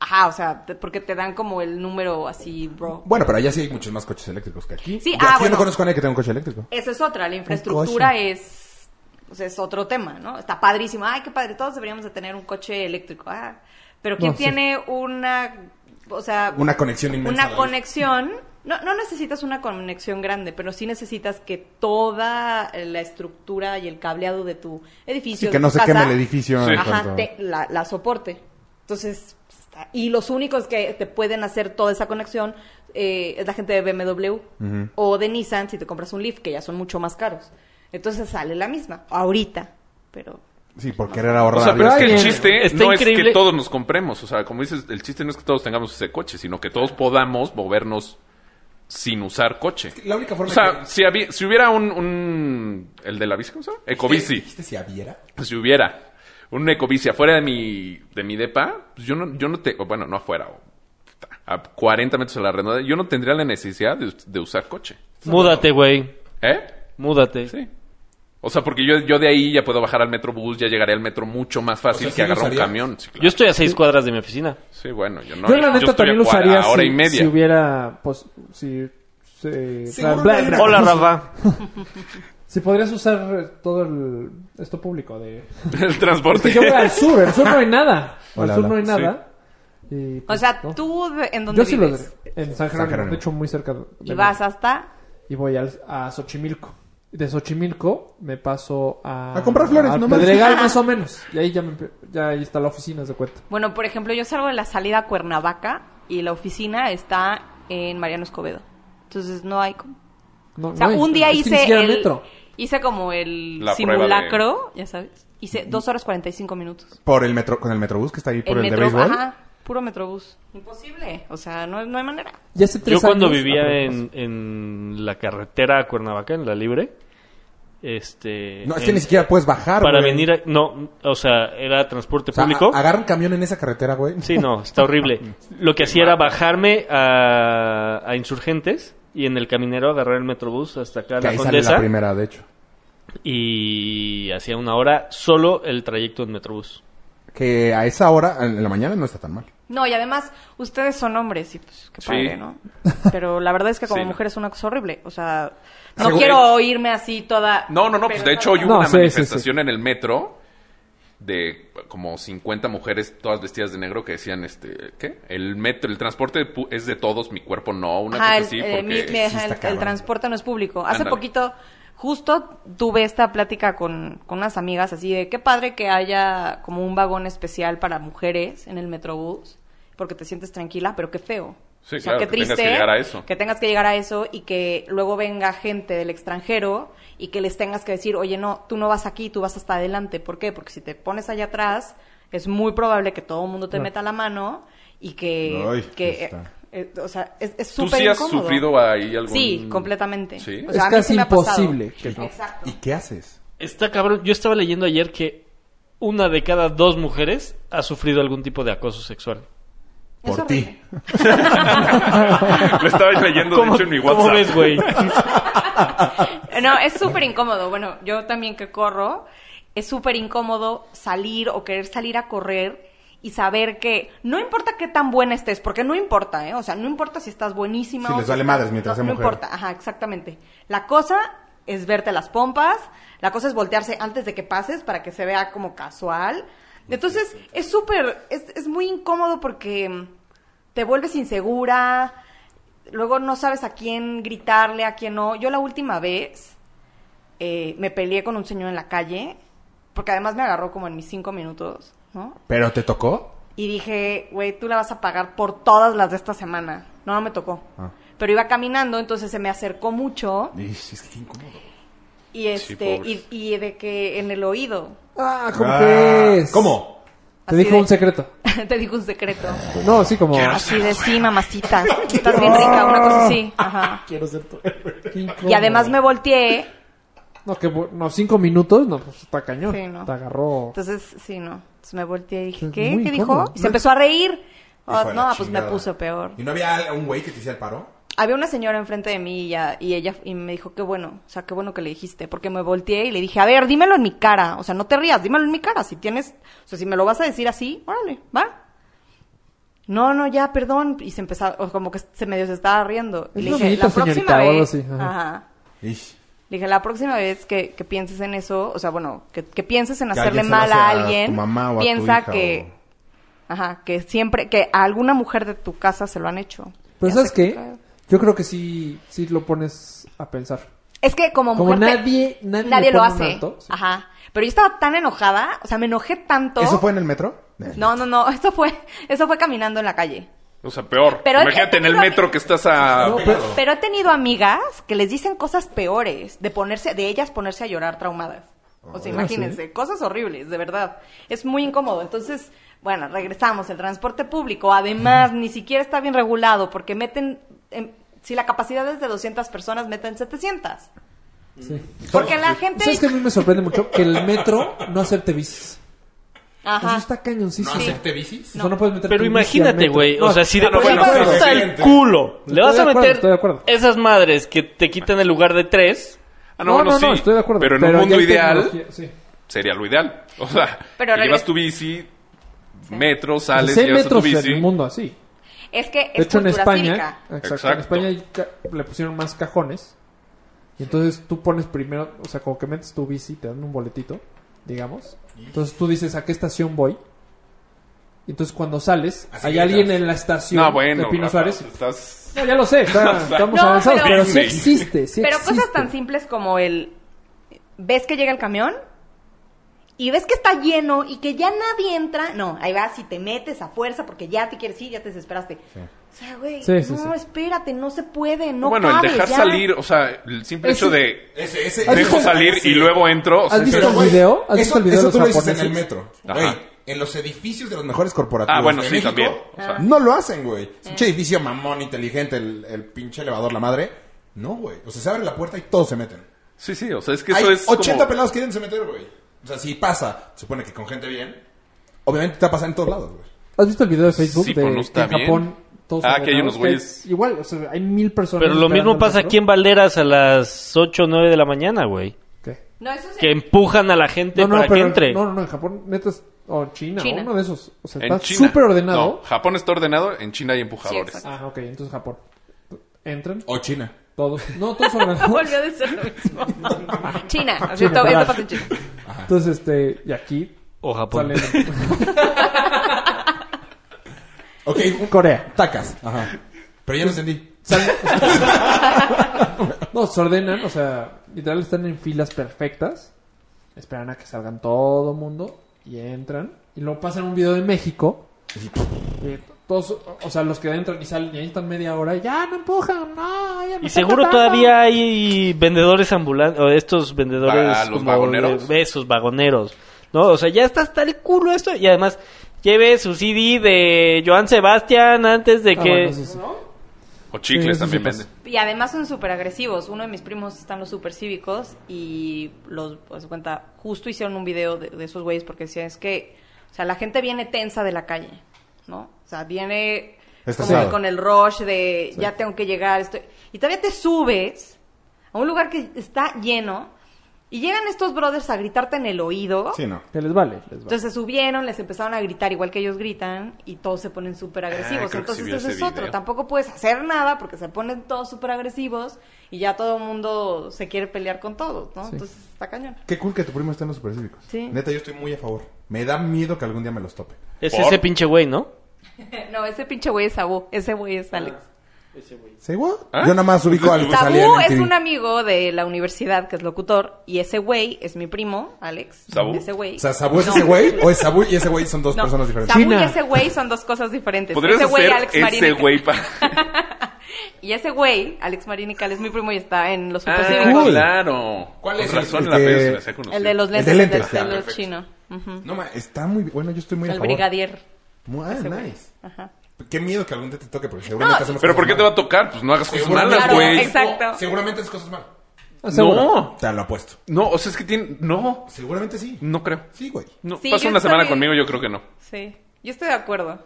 Speaker 6: Ajá, o sea, te- porque te dan como el número así, bro.
Speaker 5: Bueno, pero allá sí hay muchos más coches eléctricos que aquí.
Speaker 6: Sí,
Speaker 5: Yo
Speaker 6: ah,
Speaker 5: aquí yo
Speaker 6: bueno.
Speaker 5: no conozco a nadie que tenga un coche eléctrico.
Speaker 6: Esa es otra, la infraestructura es, o sea, es otro tema, ¿no? Está padrísimo, ay, qué padre, todos deberíamos de tener un coche eléctrico, ah. pero ¿quién
Speaker 7: No, sí.
Speaker 6: tiene una, o sea,
Speaker 5: Una conexión inmensa a la
Speaker 6: Una
Speaker 5: luz.
Speaker 6: conexión, no, no necesitas una conexión grande, pero sí necesitas que toda la estructura y el cableado de tu edificio,
Speaker 5: Sí, que
Speaker 6: de
Speaker 5: no
Speaker 6: tu
Speaker 5: se
Speaker 6: casa,
Speaker 5: queme el edificio. en cuanto-
Speaker 6: Ajá, te- la, la soporte. Entonces, está- y los únicos que te pueden hacer toda esa conexión eh, es la gente de BMW o de Nissan si te compras un Leaf, que ya son mucho más caros. Entonces sale la misma, ahorita, pero...
Speaker 5: Sí, por querer
Speaker 3: O
Speaker 5: ahorrar.
Speaker 3: sea, pero es que el
Speaker 7: Alguien-
Speaker 3: chiste
Speaker 2: Está
Speaker 3: no es que
Speaker 2: increíble.
Speaker 3: todos nos compremos. O sea, como dices, el chiste no es que todos tengamos ese coche, sino que todos podamos movernos sin usar coche.
Speaker 5: La única
Speaker 3: O
Speaker 5: forma
Speaker 3: sea,
Speaker 5: que-
Speaker 3: si, había- si hubiera un, un- ¿El de la bici? ¿Cómo se llama? Ecobici. Pues
Speaker 5: ¿Dijiste si habiera?
Speaker 3: Si hubiera un ecobici afuera de mi, de mi depa, pues yo no, yo no te... o Bueno, no afuera, o, a 40 metros de la redonda, yo no tendría la necesidad de, de usar coche.
Speaker 2: Múdate, güey.
Speaker 3: ¿Eh?
Speaker 2: Múdate.
Speaker 3: Sí. O sea, porque yo, yo de ahí ya puedo bajar al metrobús, ya llegaré al metro mucho más fácil
Speaker 5: O sea, sí
Speaker 3: que
Speaker 5: lo
Speaker 3: agarrar un
Speaker 5: usarías.
Speaker 3: camión. Sí, claro.
Speaker 2: Yo estoy a seis cuadras de mi oficina.
Speaker 3: Sí, bueno, yo no.
Speaker 7: yo la
Speaker 3: estoy
Speaker 7: neta
Speaker 3: a
Speaker 7: también lo
Speaker 3: cua-
Speaker 7: usaría
Speaker 3: a hora
Speaker 7: si,
Speaker 3: y media.
Speaker 7: si hubiera, pues, si... si-
Speaker 5: Seguro
Speaker 7: bla, bla,
Speaker 5: no
Speaker 7: bla.
Speaker 5: era-
Speaker 2: Hola, Rafa.
Speaker 7: Si podrías usar eh, todo el... Esto público de... pues,
Speaker 3: El transporte.
Speaker 7: Yo voy al sur, al sur no hay nada.
Speaker 5: Hola,
Speaker 7: al sur
Speaker 5: hola.
Speaker 7: no hay nada. Y,
Speaker 6: O
Speaker 7: pues,
Speaker 6: sea,
Speaker 7: ¿no?
Speaker 6: tú de- en donde
Speaker 7: Yo sí lo
Speaker 6: vives
Speaker 7: daré. En San Jerónimo,
Speaker 5: Jerónimo.
Speaker 7: de hecho muy cerca de
Speaker 6: y vas hasta...
Speaker 7: y voy al- a Xochimilco. de Xochimilco me paso a...
Speaker 8: A comprar flores,
Speaker 7: al
Speaker 8: no mames.
Speaker 7: Pedregal, más o menos. Y ahí ya, me empe- ya ahí está la oficina, se cuenta.
Speaker 6: Bueno, por ejemplo, yo salgo de la salida a Cuernavaca y la oficina está en Mariano Escobedo. Entonces no hay como...
Speaker 7: No,
Speaker 6: O sea,
Speaker 7: no hay-
Speaker 6: un día
Speaker 7: es
Speaker 5: pues,
Speaker 7: que ni
Speaker 6: hice
Speaker 7: siquiera
Speaker 6: el...
Speaker 7: metro.
Speaker 6: Hice como el
Speaker 3: La prueba
Speaker 6: simulacro, ya sabes. Hice dos horas 45 minutos.
Speaker 5: Por el metro, con el metrobús que está ahí por el, de
Speaker 6: metro,
Speaker 5: béisbol.
Speaker 6: ajá, puro metrobús. Imposible, o sea, no, no hay manera.
Speaker 7: Y hace
Speaker 2: Yo
Speaker 7: tres
Speaker 2: cuando
Speaker 7: años- Ah,
Speaker 2: vivía
Speaker 7: perdón,
Speaker 2: en, en la carretera a Cuernavaca, en la libre, este...
Speaker 5: No, es que
Speaker 2: en-
Speaker 5: ni siquiera puedes bajar,
Speaker 2: Para
Speaker 5: güey.
Speaker 2: venir a... No, o sea, era transporte
Speaker 5: O sea,
Speaker 2: público.
Speaker 5: a- Ah, agarra un camión en esa carretera, güey.
Speaker 2: Sí, no, está horrible. Lo que hacía era bajarme a, a Insurgentes y en el caminero agarrar el metrobús hasta acá a
Speaker 5: Que
Speaker 2: la
Speaker 5: ahí sale la
Speaker 2: Condesa
Speaker 5: primera, de hecho.
Speaker 2: y hacía una hora solo el trayecto en metrobús.
Speaker 5: Que a esa hora, en la mañana, no está tan mal.
Speaker 6: No, y además, ustedes son hombres y pues qué
Speaker 3: Sí.
Speaker 6: padre, ¿no? Pero la verdad es que como
Speaker 3: Sí, no.
Speaker 6: mujer es una cosa horrible. O sea, no
Speaker 3: Según-
Speaker 6: quiero irme así toda...
Speaker 3: No, no, no, pues
Speaker 6: pero
Speaker 3: de
Speaker 6: no-
Speaker 3: hecho hoy hubo
Speaker 7: No,
Speaker 3: una
Speaker 7: sí, sí,
Speaker 3: manifestación en el metro de como 50 mujeres todas vestidas de negro que decían este, ¿qué? El metro, el transporte pu- es de todos, mi cuerpo no, una
Speaker 6: Ajá,
Speaker 3: cosa
Speaker 6: el,
Speaker 3: así
Speaker 6: eh, mi- mi-
Speaker 3: porque
Speaker 6: ajá, el- el
Speaker 5: cabrón.
Speaker 6: transporte no es público. Hace
Speaker 3: Ándale.
Speaker 6: poquito, justo tuve esta plática con, con unas amigas así de qué padre que haya como un vagón especial para mujeres en el metrobús, porque te sientes tranquila, pero qué feo.
Speaker 3: Sí, claro, que tengas que llegar a eso.
Speaker 6: Que tengas que llegar a eso y que luego venga gente del extranjero y que les tengas que decir, oye, no, tú no vas aquí, tú vas hasta adelante. ¿Por qué? Porque si te pones allá atrás, es muy probable que todo el mundo te meta la mano y que...
Speaker 5: Ay,
Speaker 6: que-
Speaker 5: ya está.
Speaker 6: eh, o sea, es, es
Speaker 3: tú
Speaker 6: súper
Speaker 3: sí has
Speaker 6: incómodo.
Speaker 3: sufrido ahí algún
Speaker 6: Sí, completamente.
Speaker 3: Sí.
Speaker 6: O sea,
Speaker 7: Es
Speaker 6: a mí
Speaker 7: casi
Speaker 6: sí me ha pasado.
Speaker 7: imposible que no.
Speaker 6: Exacto.
Speaker 5: ¿Y qué haces?
Speaker 2: Está cabrón, yo estaba leyendo ayer que una de cada dos mujeres ha sufrido algún tipo de acoso sexual.
Speaker 6: Es
Speaker 5: Por ti.
Speaker 6: horrible.
Speaker 3: Lo estaba leyendo de
Speaker 2: ¿Cómo,
Speaker 3: hecho en mi
Speaker 2: cómo
Speaker 3: WhatsApp.
Speaker 2: ves, güey?
Speaker 6: No, es súper incómodo. Bueno, yo también que corro, es súper incómodo salir o querer salir a correr y saber que no importa qué tan buena estés, porque no importa, ¿eh? O sea, no importa si estás buenísima
Speaker 5: Sí,
Speaker 6: o
Speaker 5: les
Speaker 6: si
Speaker 5: vale
Speaker 6: estás-
Speaker 5: madres mientras
Speaker 6: no,
Speaker 5: sea
Speaker 6: no
Speaker 5: mujer.
Speaker 6: importa, ajá, exactamente. La cosa es verte las pompas, la cosa es voltearse antes de que pases para que se vea como casual. Entonces, es súper, es, es muy incómodo porque te vuelves insegura, luego no sabes a quién gritarle, a quién no. Yo la última vez eh, me peleé con un señor en la calle, porque además me agarró como en mis cinco minutos, ¿no?
Speaker 5: ¿Pero te tocó?
Speaker 6: Y dije, güey, tú la vas a pagar por todas las de esta semana. No, no me tocó.
Speaker 5: Ah.
Speaker 6: Pero iba caminando, entonces se me acercó mucho
Speaker 5: Ish, es que qué incómodo.
Speaker 6: y este
Speaker 3: pobres.
Speaker 6: y, y de que en el oído
Speaker 7: Ah, ¿cómo
Speaker 5: Ah,
Speaker 7: crees?
Speaker 5: ¿Cómo?
Speaker 7: Te
Speaker 6: Así
Speaker 7: dijo
Speaker 6: de-
Speaker 7: un secreto.
Speaker 6: te dijo un secreto.
Speaker 7: No, sí, como...
Speaker 6: Así de sí, mamacita. Estás bien rica, una cosa así. Ajá.
Speaker 8: Quiero ser tu héroe.
Speaker 7: qué incómodo.
Speaker 6: Y además me volteé.
Speaker 7: No, que, bu- no, cinco minutos, no, pues está cañón.
Speaker 6: Sí, no.
Speaker 7: Te agarró...
Speaker 6: Entonces, sí, no. Entonces me volteé y dije,
Speaker 7: Es
Speaker 6: ¿qué?
Speaker 7: muy
Speaker 6: ¿Qué
Speaker 7: incómodo.
Speaker 6: dijo? Y se empezó a reír. Oh,
Speaker 5: Hijo de
Speaker 6: no,
Speaker 5: la
Speaker 6: pues me
Speaker 5: chingada.
Speaker 6: puso peor.
Speaker 5: ¿Y no había un güey que te hiciera el paro?
Speaker 6: Había una señora enfrente de mí y, ya- y ella y me dijo, qué bueno, o sea, qué bueno que le dijiste, porque me volteé y le dije, a ver, dímelo en mi cara, o sea, no te rías, dímelo en mi cara, si tienes, o sea, si me lo vas a decir así, órale, va. No, no, ya, perdón, y se empezaba, o como que se medio se estaba riendo. Y
Speaker 7: Es
Speaker 6: le dije,
Speaker 7: bromita,
Speaker 6: la próxima
Speaker 7: señorita", o algo
Speaker 6: vez,
Speaker 7: así, ajá.
Speaker 6: ajá.
Speaker 5: Ish.
Speaker 6: Le dije, la próxima vez que, que pienses en eso, o sea, bueno, que, que pienses en
Speaker 5: Que
Speaker 6: hacerle
Speaker 5: alguien se lo
Speaker 6: mal
Speaker 5: hace
Speaker 6: a
Speaker 5: a tu
Speaker 6: alguien,
Speaker 5: mamá o a tu
Speaker 6: piensa
Speaker 5: hija
Speaker 6: que, ajá, que siempre, que a alguna mujer de tu casa se lo han hecho.
Speaker 7: Pero
Speaker 6: Ya
Speaker 7: ¿sabes
Speaker 6: sé
Speaker 7: qué? Yo creo que sí, sí lo pones a pensar.
Speaker 6: Es que como
Speaker 7: Como
Speaker 6: mujer... te-
Speaker 7: nadie- nadie le
Speaker 6: lo
Speaker 7: pone un
Speaker 6: hace.
Speaker 7: alto, sí.
Speaker 6: Ajá. Pero yo estaba tan enojada, o sea, me enojé tanto.
Speaker 5: ¿Eso fue en el metro?
Speaker 6: No, no, no, eso fue, eso fue caminando en la calle.
Speaker 3: O sea, peor.
Speaker 6: Pero-
Speaker 3: Imagínate en el metro que estás a
Speaker 7: No, pero-
Speaker 6: Pero he tenido amigas que les dicen cosas peores de ponerse, de ellas ponerse a llorar traumadas.
Speaker 7: Ah,
Speaker 6: O sea, imagínense, cosas horribles, de verdad. Es muy incómodo. Entonces, bueno, regresamos. El transporte público, además, ni siquiera está bien regulado porque meten, em, si la capacidad es de 200 personas, meten 700.
Speaker 7: Sí.
Speaker 6: Porque la gente...
Speaker 7: ¿Sabes que a mí me sorprende mucho? Que el metro no acepte bicis. Eso
Speaker 6: Ajá.
Speaker 7: Pues está cañoncísimo.
Speaker 5: ¿No acepté bicis?
Speaker 7: O sea, no puedes meter
Speaker 2: Pero
Speaker 7: tu bici al
Speaker 2: imagínate,
Speaker 7: metro.
Speaker 2: güey.
Speaker 7: No,
Speaker 2: O sea, si
Speaker 3: ah,
Speaker 2: de
Speaker 3: no,
Speaker 2: por sí
Speaker 3: bueno,
Speaker 2: te
Speaker 3: sí,
Speaker 2: gusta
Speaker 3: sí,
Speaker 2: el
Speaker 5: gente.
Speaker 2: culo, le vas
Speaker 7: Estoy de
Speaker 2: a
Speaker 7: acuerdo,
Speaker 2: meter
Speaker 7: estoy de acuerdo.
Speaker 2: esas madres que te quitan el lugar de tres.
Speaker 3: Ah, no, bueno, sí.
Speaker 7: estoy de acuerdo.
Speaker 3: Pero en un
Speaker 7: ya
Speaker 3: mundo
Speaker 7: hay
Speaker 3: ideal
Speaker 7: tecnología, sí.
Speaker 3: sería lo ideal. O sea,
Speaker 6: Pero
Speaker 3: te
Speaker 6: regres-
Speaker 3: llevas tu bici, metro,
Speaker 7: O sea,
Speaker 3: sales,
Speaker 7: sí Pues hay
Speaker 3: llevas a tu
Speaker 7: metros
Speaker 3: bici.
Speaker 7: en el mundo así.
Speaker 6: Es que
Speaker 7: De
Speaker 6: es
Speaker 7: hecho, en
Speaker 6: cultura
Speaker 7: España,
Speaker 6: cívica.
Speaker 7: exacto, en
Speaker 3: Exacto.
Speaker 7: España hay ca- le pusieron más cajones. Y entonces tú pones primero, o sea, como que metes tu bici, te dan un boletito, digamos. Entonces tú dices, ¿a qué estación voy? Y entonces cuando sales,
Speaker 5: Así
Speaker 7: hay
Speaker 5: gritas.
Speaker 7: alguien en la estación
Speaker 3: No, bueno.
Speaker 7: de Pino
Speaker 3: Rafa,
Speaker 7: Suárez.
Speaker 3: Estás...
Speaker 7: No, ya lo sé, está- estamos
Speaker 6: No,
Speaker 7: avanzados,
Speaker 6: pero-
Speaker 7: pero, sí existe, sí
Speaker 6: Pero
Speaker 7: existe.
Speaker 6: cosas tan simples como el ves que llega el camión y ves que está lleno y que ya nadie entra. No, ahí vas y te metes a fuerza porque ya te quieres ir, ya te desesperaste. O sea, güey,
Speaker 7: Sí, sí,
Speaker 6: no,
Speaker 7: sí.
Speaker 6: espérate, no se puede, no
Speaker 3: bueno,
Speaker 6: cabe,
Speaker 3: el dejar
Speaker 6: ya.
Speaker 3: salir, o sea, el simple
Speaker 7: Eso-
Speaker 3: hecho de
Speaker 5: Ese, ese,
Speaker 7: ¿Has
Speaker 3: dejo
Speaker 7: visto-
Speaker 3: salir y luego entro. o sea,
Speaker 7: ¿Has visto
Speaker 3: pero-
Speaker 7: el video?
Speaker 5: eso,
Speaker 7: ¿Has visto el video
Speaker 5: eso
Speaker 7: de
Speaker 5: tú
Speaker 7: los
Speaker 5: lo dices en el
Speaker 7: japoneses?
Speaker 5: metro.
Speaker 3: Ajá.
Speaker 5: Güey, en los edificios de los mejores corporativos.
Speaker 3: Ah, bueno,
Speaker 5: de
Speaker 3: sí,
Speaker 5: México,
Speaker 3: también. O sea,
Speaker 5: No lo hacen, güey. Es un che edificio mamón, inteligente, el, el pinche elevador, la madre. No, güey. O sea, se abre la puerta y todos se meten.
Speaker 3: sí, sí, o sea, es que eso
Speaker 5: Hay
Speaker 3: es.
Speaker 5: 80
Speaker 3: como-
Speaker 5: pelados que quieren se meter, güey. O sea, si pasa, se supone que con gente bien, obviamente te va a pasar en todos lados, güey.
Speaker 7: ¿Has visto el video de Facebook
Speaker 3: Sí,
Speaker 7: de
Speaker 3: pues no está
Speaker 7: que en
Speaker 3: bien.
Speaker 7: Japón todos
Speaker 3: Ah, que hay
Speaker 7: ordenados?
Speaker 3: unos güeyes.
Speaker 7: Igual, o sea, hay mil personas.
Speaker 2: Pero lo
Speaker 7: esperando
Speaker 2: mismo
Speaker 7: el
Speaker 2: pasa
Speaker 7: metro.
Speaker 2: aquí en Valderas a las 8 o 9 de la mañana, güey.
Speaker 7: ¿Qué?
Speaker 6: No, eso sí.
Speaker 2: Que empujan a la gente
Speaker 7: No, no,
Speaker 2: para que
Speaker 7: pero-
Speaker 2: entre.
Speaker 7: no, no, no, en Japón, neta, es- o China,
Speaker 6: China.
Speaker 7: o uno de esos. O sea,
Speaker 3: En
Speaker 7: está
Speaker 3: China.
Speaker 7: súper ordenado.
Speaker 3: No, Japón está ordenado, en China hay empujadores.
Speaker 6: Sí, exacto.
Speaker 7: Ah, ok, entonces Japón. Entran
Speaker 5: O China.
Speaker 7: todos. No, todos ordenados.
Speaker 6: Volvió a decir lo mismo. China, o sea,
Speaker 7: China,
Speaker 6: esto, esto
Speaker 7: claro.
Speaker 6: pasa en China.
Speaker 7: Entonces, este, y aquí
Speaker 2: O Japón.
Speaker 7: salen
Speaker 5: Ok, un-
Speaker 7: Corea.
Speaker 5: tacas. Ajá. Pero ya no entendí.
Speaker 7: No, se ordenan, o sea, literal están en filas perfectas. Esperan a que salgan todo mundo y entran. Y luego pasan un video de México. Y todos, o sea, los que entran y salen y ahí están media hora. y Ya, no empujan, no. ya me
Speaker 2: Y
Speaker 7: está
Speaker 2: seguro
Speaker 7: matando".
Speaker 2: todavía hay vendedores ambulantes, o estos vendedores
Speaker 3: ¿Para los
Speaker 2: como
Speaker 3: vagoneros?
Speaker 2: de- esos vagoneros. No, o sea, ya está hasta el culo esto. Y además, lleve su CD de Joan Sebastián antes de
Speaker 7: Ah,
Speaker 2: que...
Speaker 7: bueno, eso sí.
Speaker 3: O chicles
Speaker 7: Sí, eso sí
Speaker 3: también
Speaker 7: pasa.
Speaker 3: venden.
Speaker 6: Y además son súper agresivos. Uno de mis primos están los súper cívicos y los, pues cuenta, justo hicieron un video de, de esos güeyes porque decían, es que, o sea, la gente viene tensa de la calle, ¿no? O sea, viene como
Speaker 5: Estresado.
Speaker 6: que con el rush de, ya tengo que llegar, estoy... Y todavía te subes a un lugar que está lleno y llegan estos brothers a gritarte en el oído.
Speaker 5: Sí, no.
Speaker 7: Que les vale, les vale.
Speaker 6: Entonces se subieron, les empezaron a gritar igual que ellos gritan y todos se ponen súper
Speaker 3: Ah, creo
Speaker 6: agresivos.
Speaker 3: que
Speaker 6: Entonces
Speaker 3: sí vi
Speaker 6: ese
Speaker 3: ese
Speaker 6: es otro.
Speaker 3: video.
Speaker 6: Tampoco puedes hacer nada porque se ponen todos súper agresivos y ya todo el mundo se quiere pelear con todos, ¿no? Entonces está cañón.
Speaker 5: Qué cool que tu primo está en los supercívicos.
Speaker 6: Sí.
Speaker 5: Neta, yo estoy muy a favor. Me da miedo que algún día me los tope.
Speaker 2: Es
Speaker 3: ¿Por?
Speaker 2: ese pinche güey, ¿no?
Speaker 6: No, ese pinche güey es Sabu, ese güey es Alex.
Speaker 5: ¿Sí, what?
Speaker 3: ¿Ah?
Speaker 5: Yo nada más ubico algo que salía
Speaker 6: Pues, Sabu
Speaker 5: en
Speaker 6: es
Speaker 5: MTV.
Speaker 6: un amigo de la universidad que es locutor y ese güey es mi primo, Alex.
Speaker 3: ¿Sabu?
Speaker 6: Ese güey.
Speaker 5: O sea, ¿Sabu es
Speaker 6: No.
Speaker 5: ese güey? ¿O es Sabu y ese güey son dos
Speaker 6: No,
Speaker 5: personas diferentes?
Speaker 6: Sabu
Speaker 7: China.
Speaker 6: y ese güey son dos cosas diferentes.
Speaker 3: Podrías
Speaker 6: pues, Ese güey,
Speaker 3: hacer
Speaker 6: Alex
Speaker 3: ese
Speaker 6: Marín.
Speaker 3: güey
Speaker 7: Pues
Speaker 3: para.
Speaker 6: Y ese güey, Alex Marinical, es mi primo y está en los
Speaker 3: Ah,
Speaker 6: supercívicos.
Speaker 3: claro.
Speaker 5: ¿Cuál
Speaker 3: Con
Speaker 5: es el
Speaker 3: razón
Speaker 5: que-
Speaker 3: la pedo se me hacía conocido.
Speaker 6: El de los
Speaker 5: El de
Speaker 6: lentes,
Speaker 5: lentes,
Speaker 6: el de
Speaker 5: ah,
Speaker 6: los
Speaker 5: perfecto.
Speaker 6: chino. Ujú.
Speaker 5: No, ma, está muy... Bueno, yo estoy muy a
Speaker 6: El
Speaker 5: favor.
Speaker 6: brigadier.
Speaker 5: Mu- Ah, nice.
Speaker 6: Ajá.
Speaker 5: Qué miedo que algún día te toque, porque seguramente
Speaker 6: No,
Speaker 5: hacemos
Speaker 3: Pero ¿por
Speaker 5: cosas
Speaker 3: qué te va
Speaker 5: mal.
Speaker 3: a tocar? Pues no hagas cosas
Speaker 5: Seguramente-
Speaker 3: malas,
Speaker 6: Claro,
Speaker 3: güey.
Speaker 6: exacto.
Speaker 5: No, seguramente haces cosas mal.
Speaker 7: Ah, seguro.
Speaker 3: No,
Speaker 5: Te lo apuesto.
Speaker 3: no, o sea, es que tiene. No,
Speaker 5: Seguramente sí.
Speaker 6: Mm.
Speaker 3: no creo.
Speaker 5: Sí, güey.
Speaker 3: No,
Speaker 6: Sí,
Speaker 3: pasa
Speaker 6: yo
Speaker 3: una semana
Speaker 6: estoy-
Speaker 3: conmigo, yo creo que no.
Speaker 6: Sí. Yo estoy de acuerdo.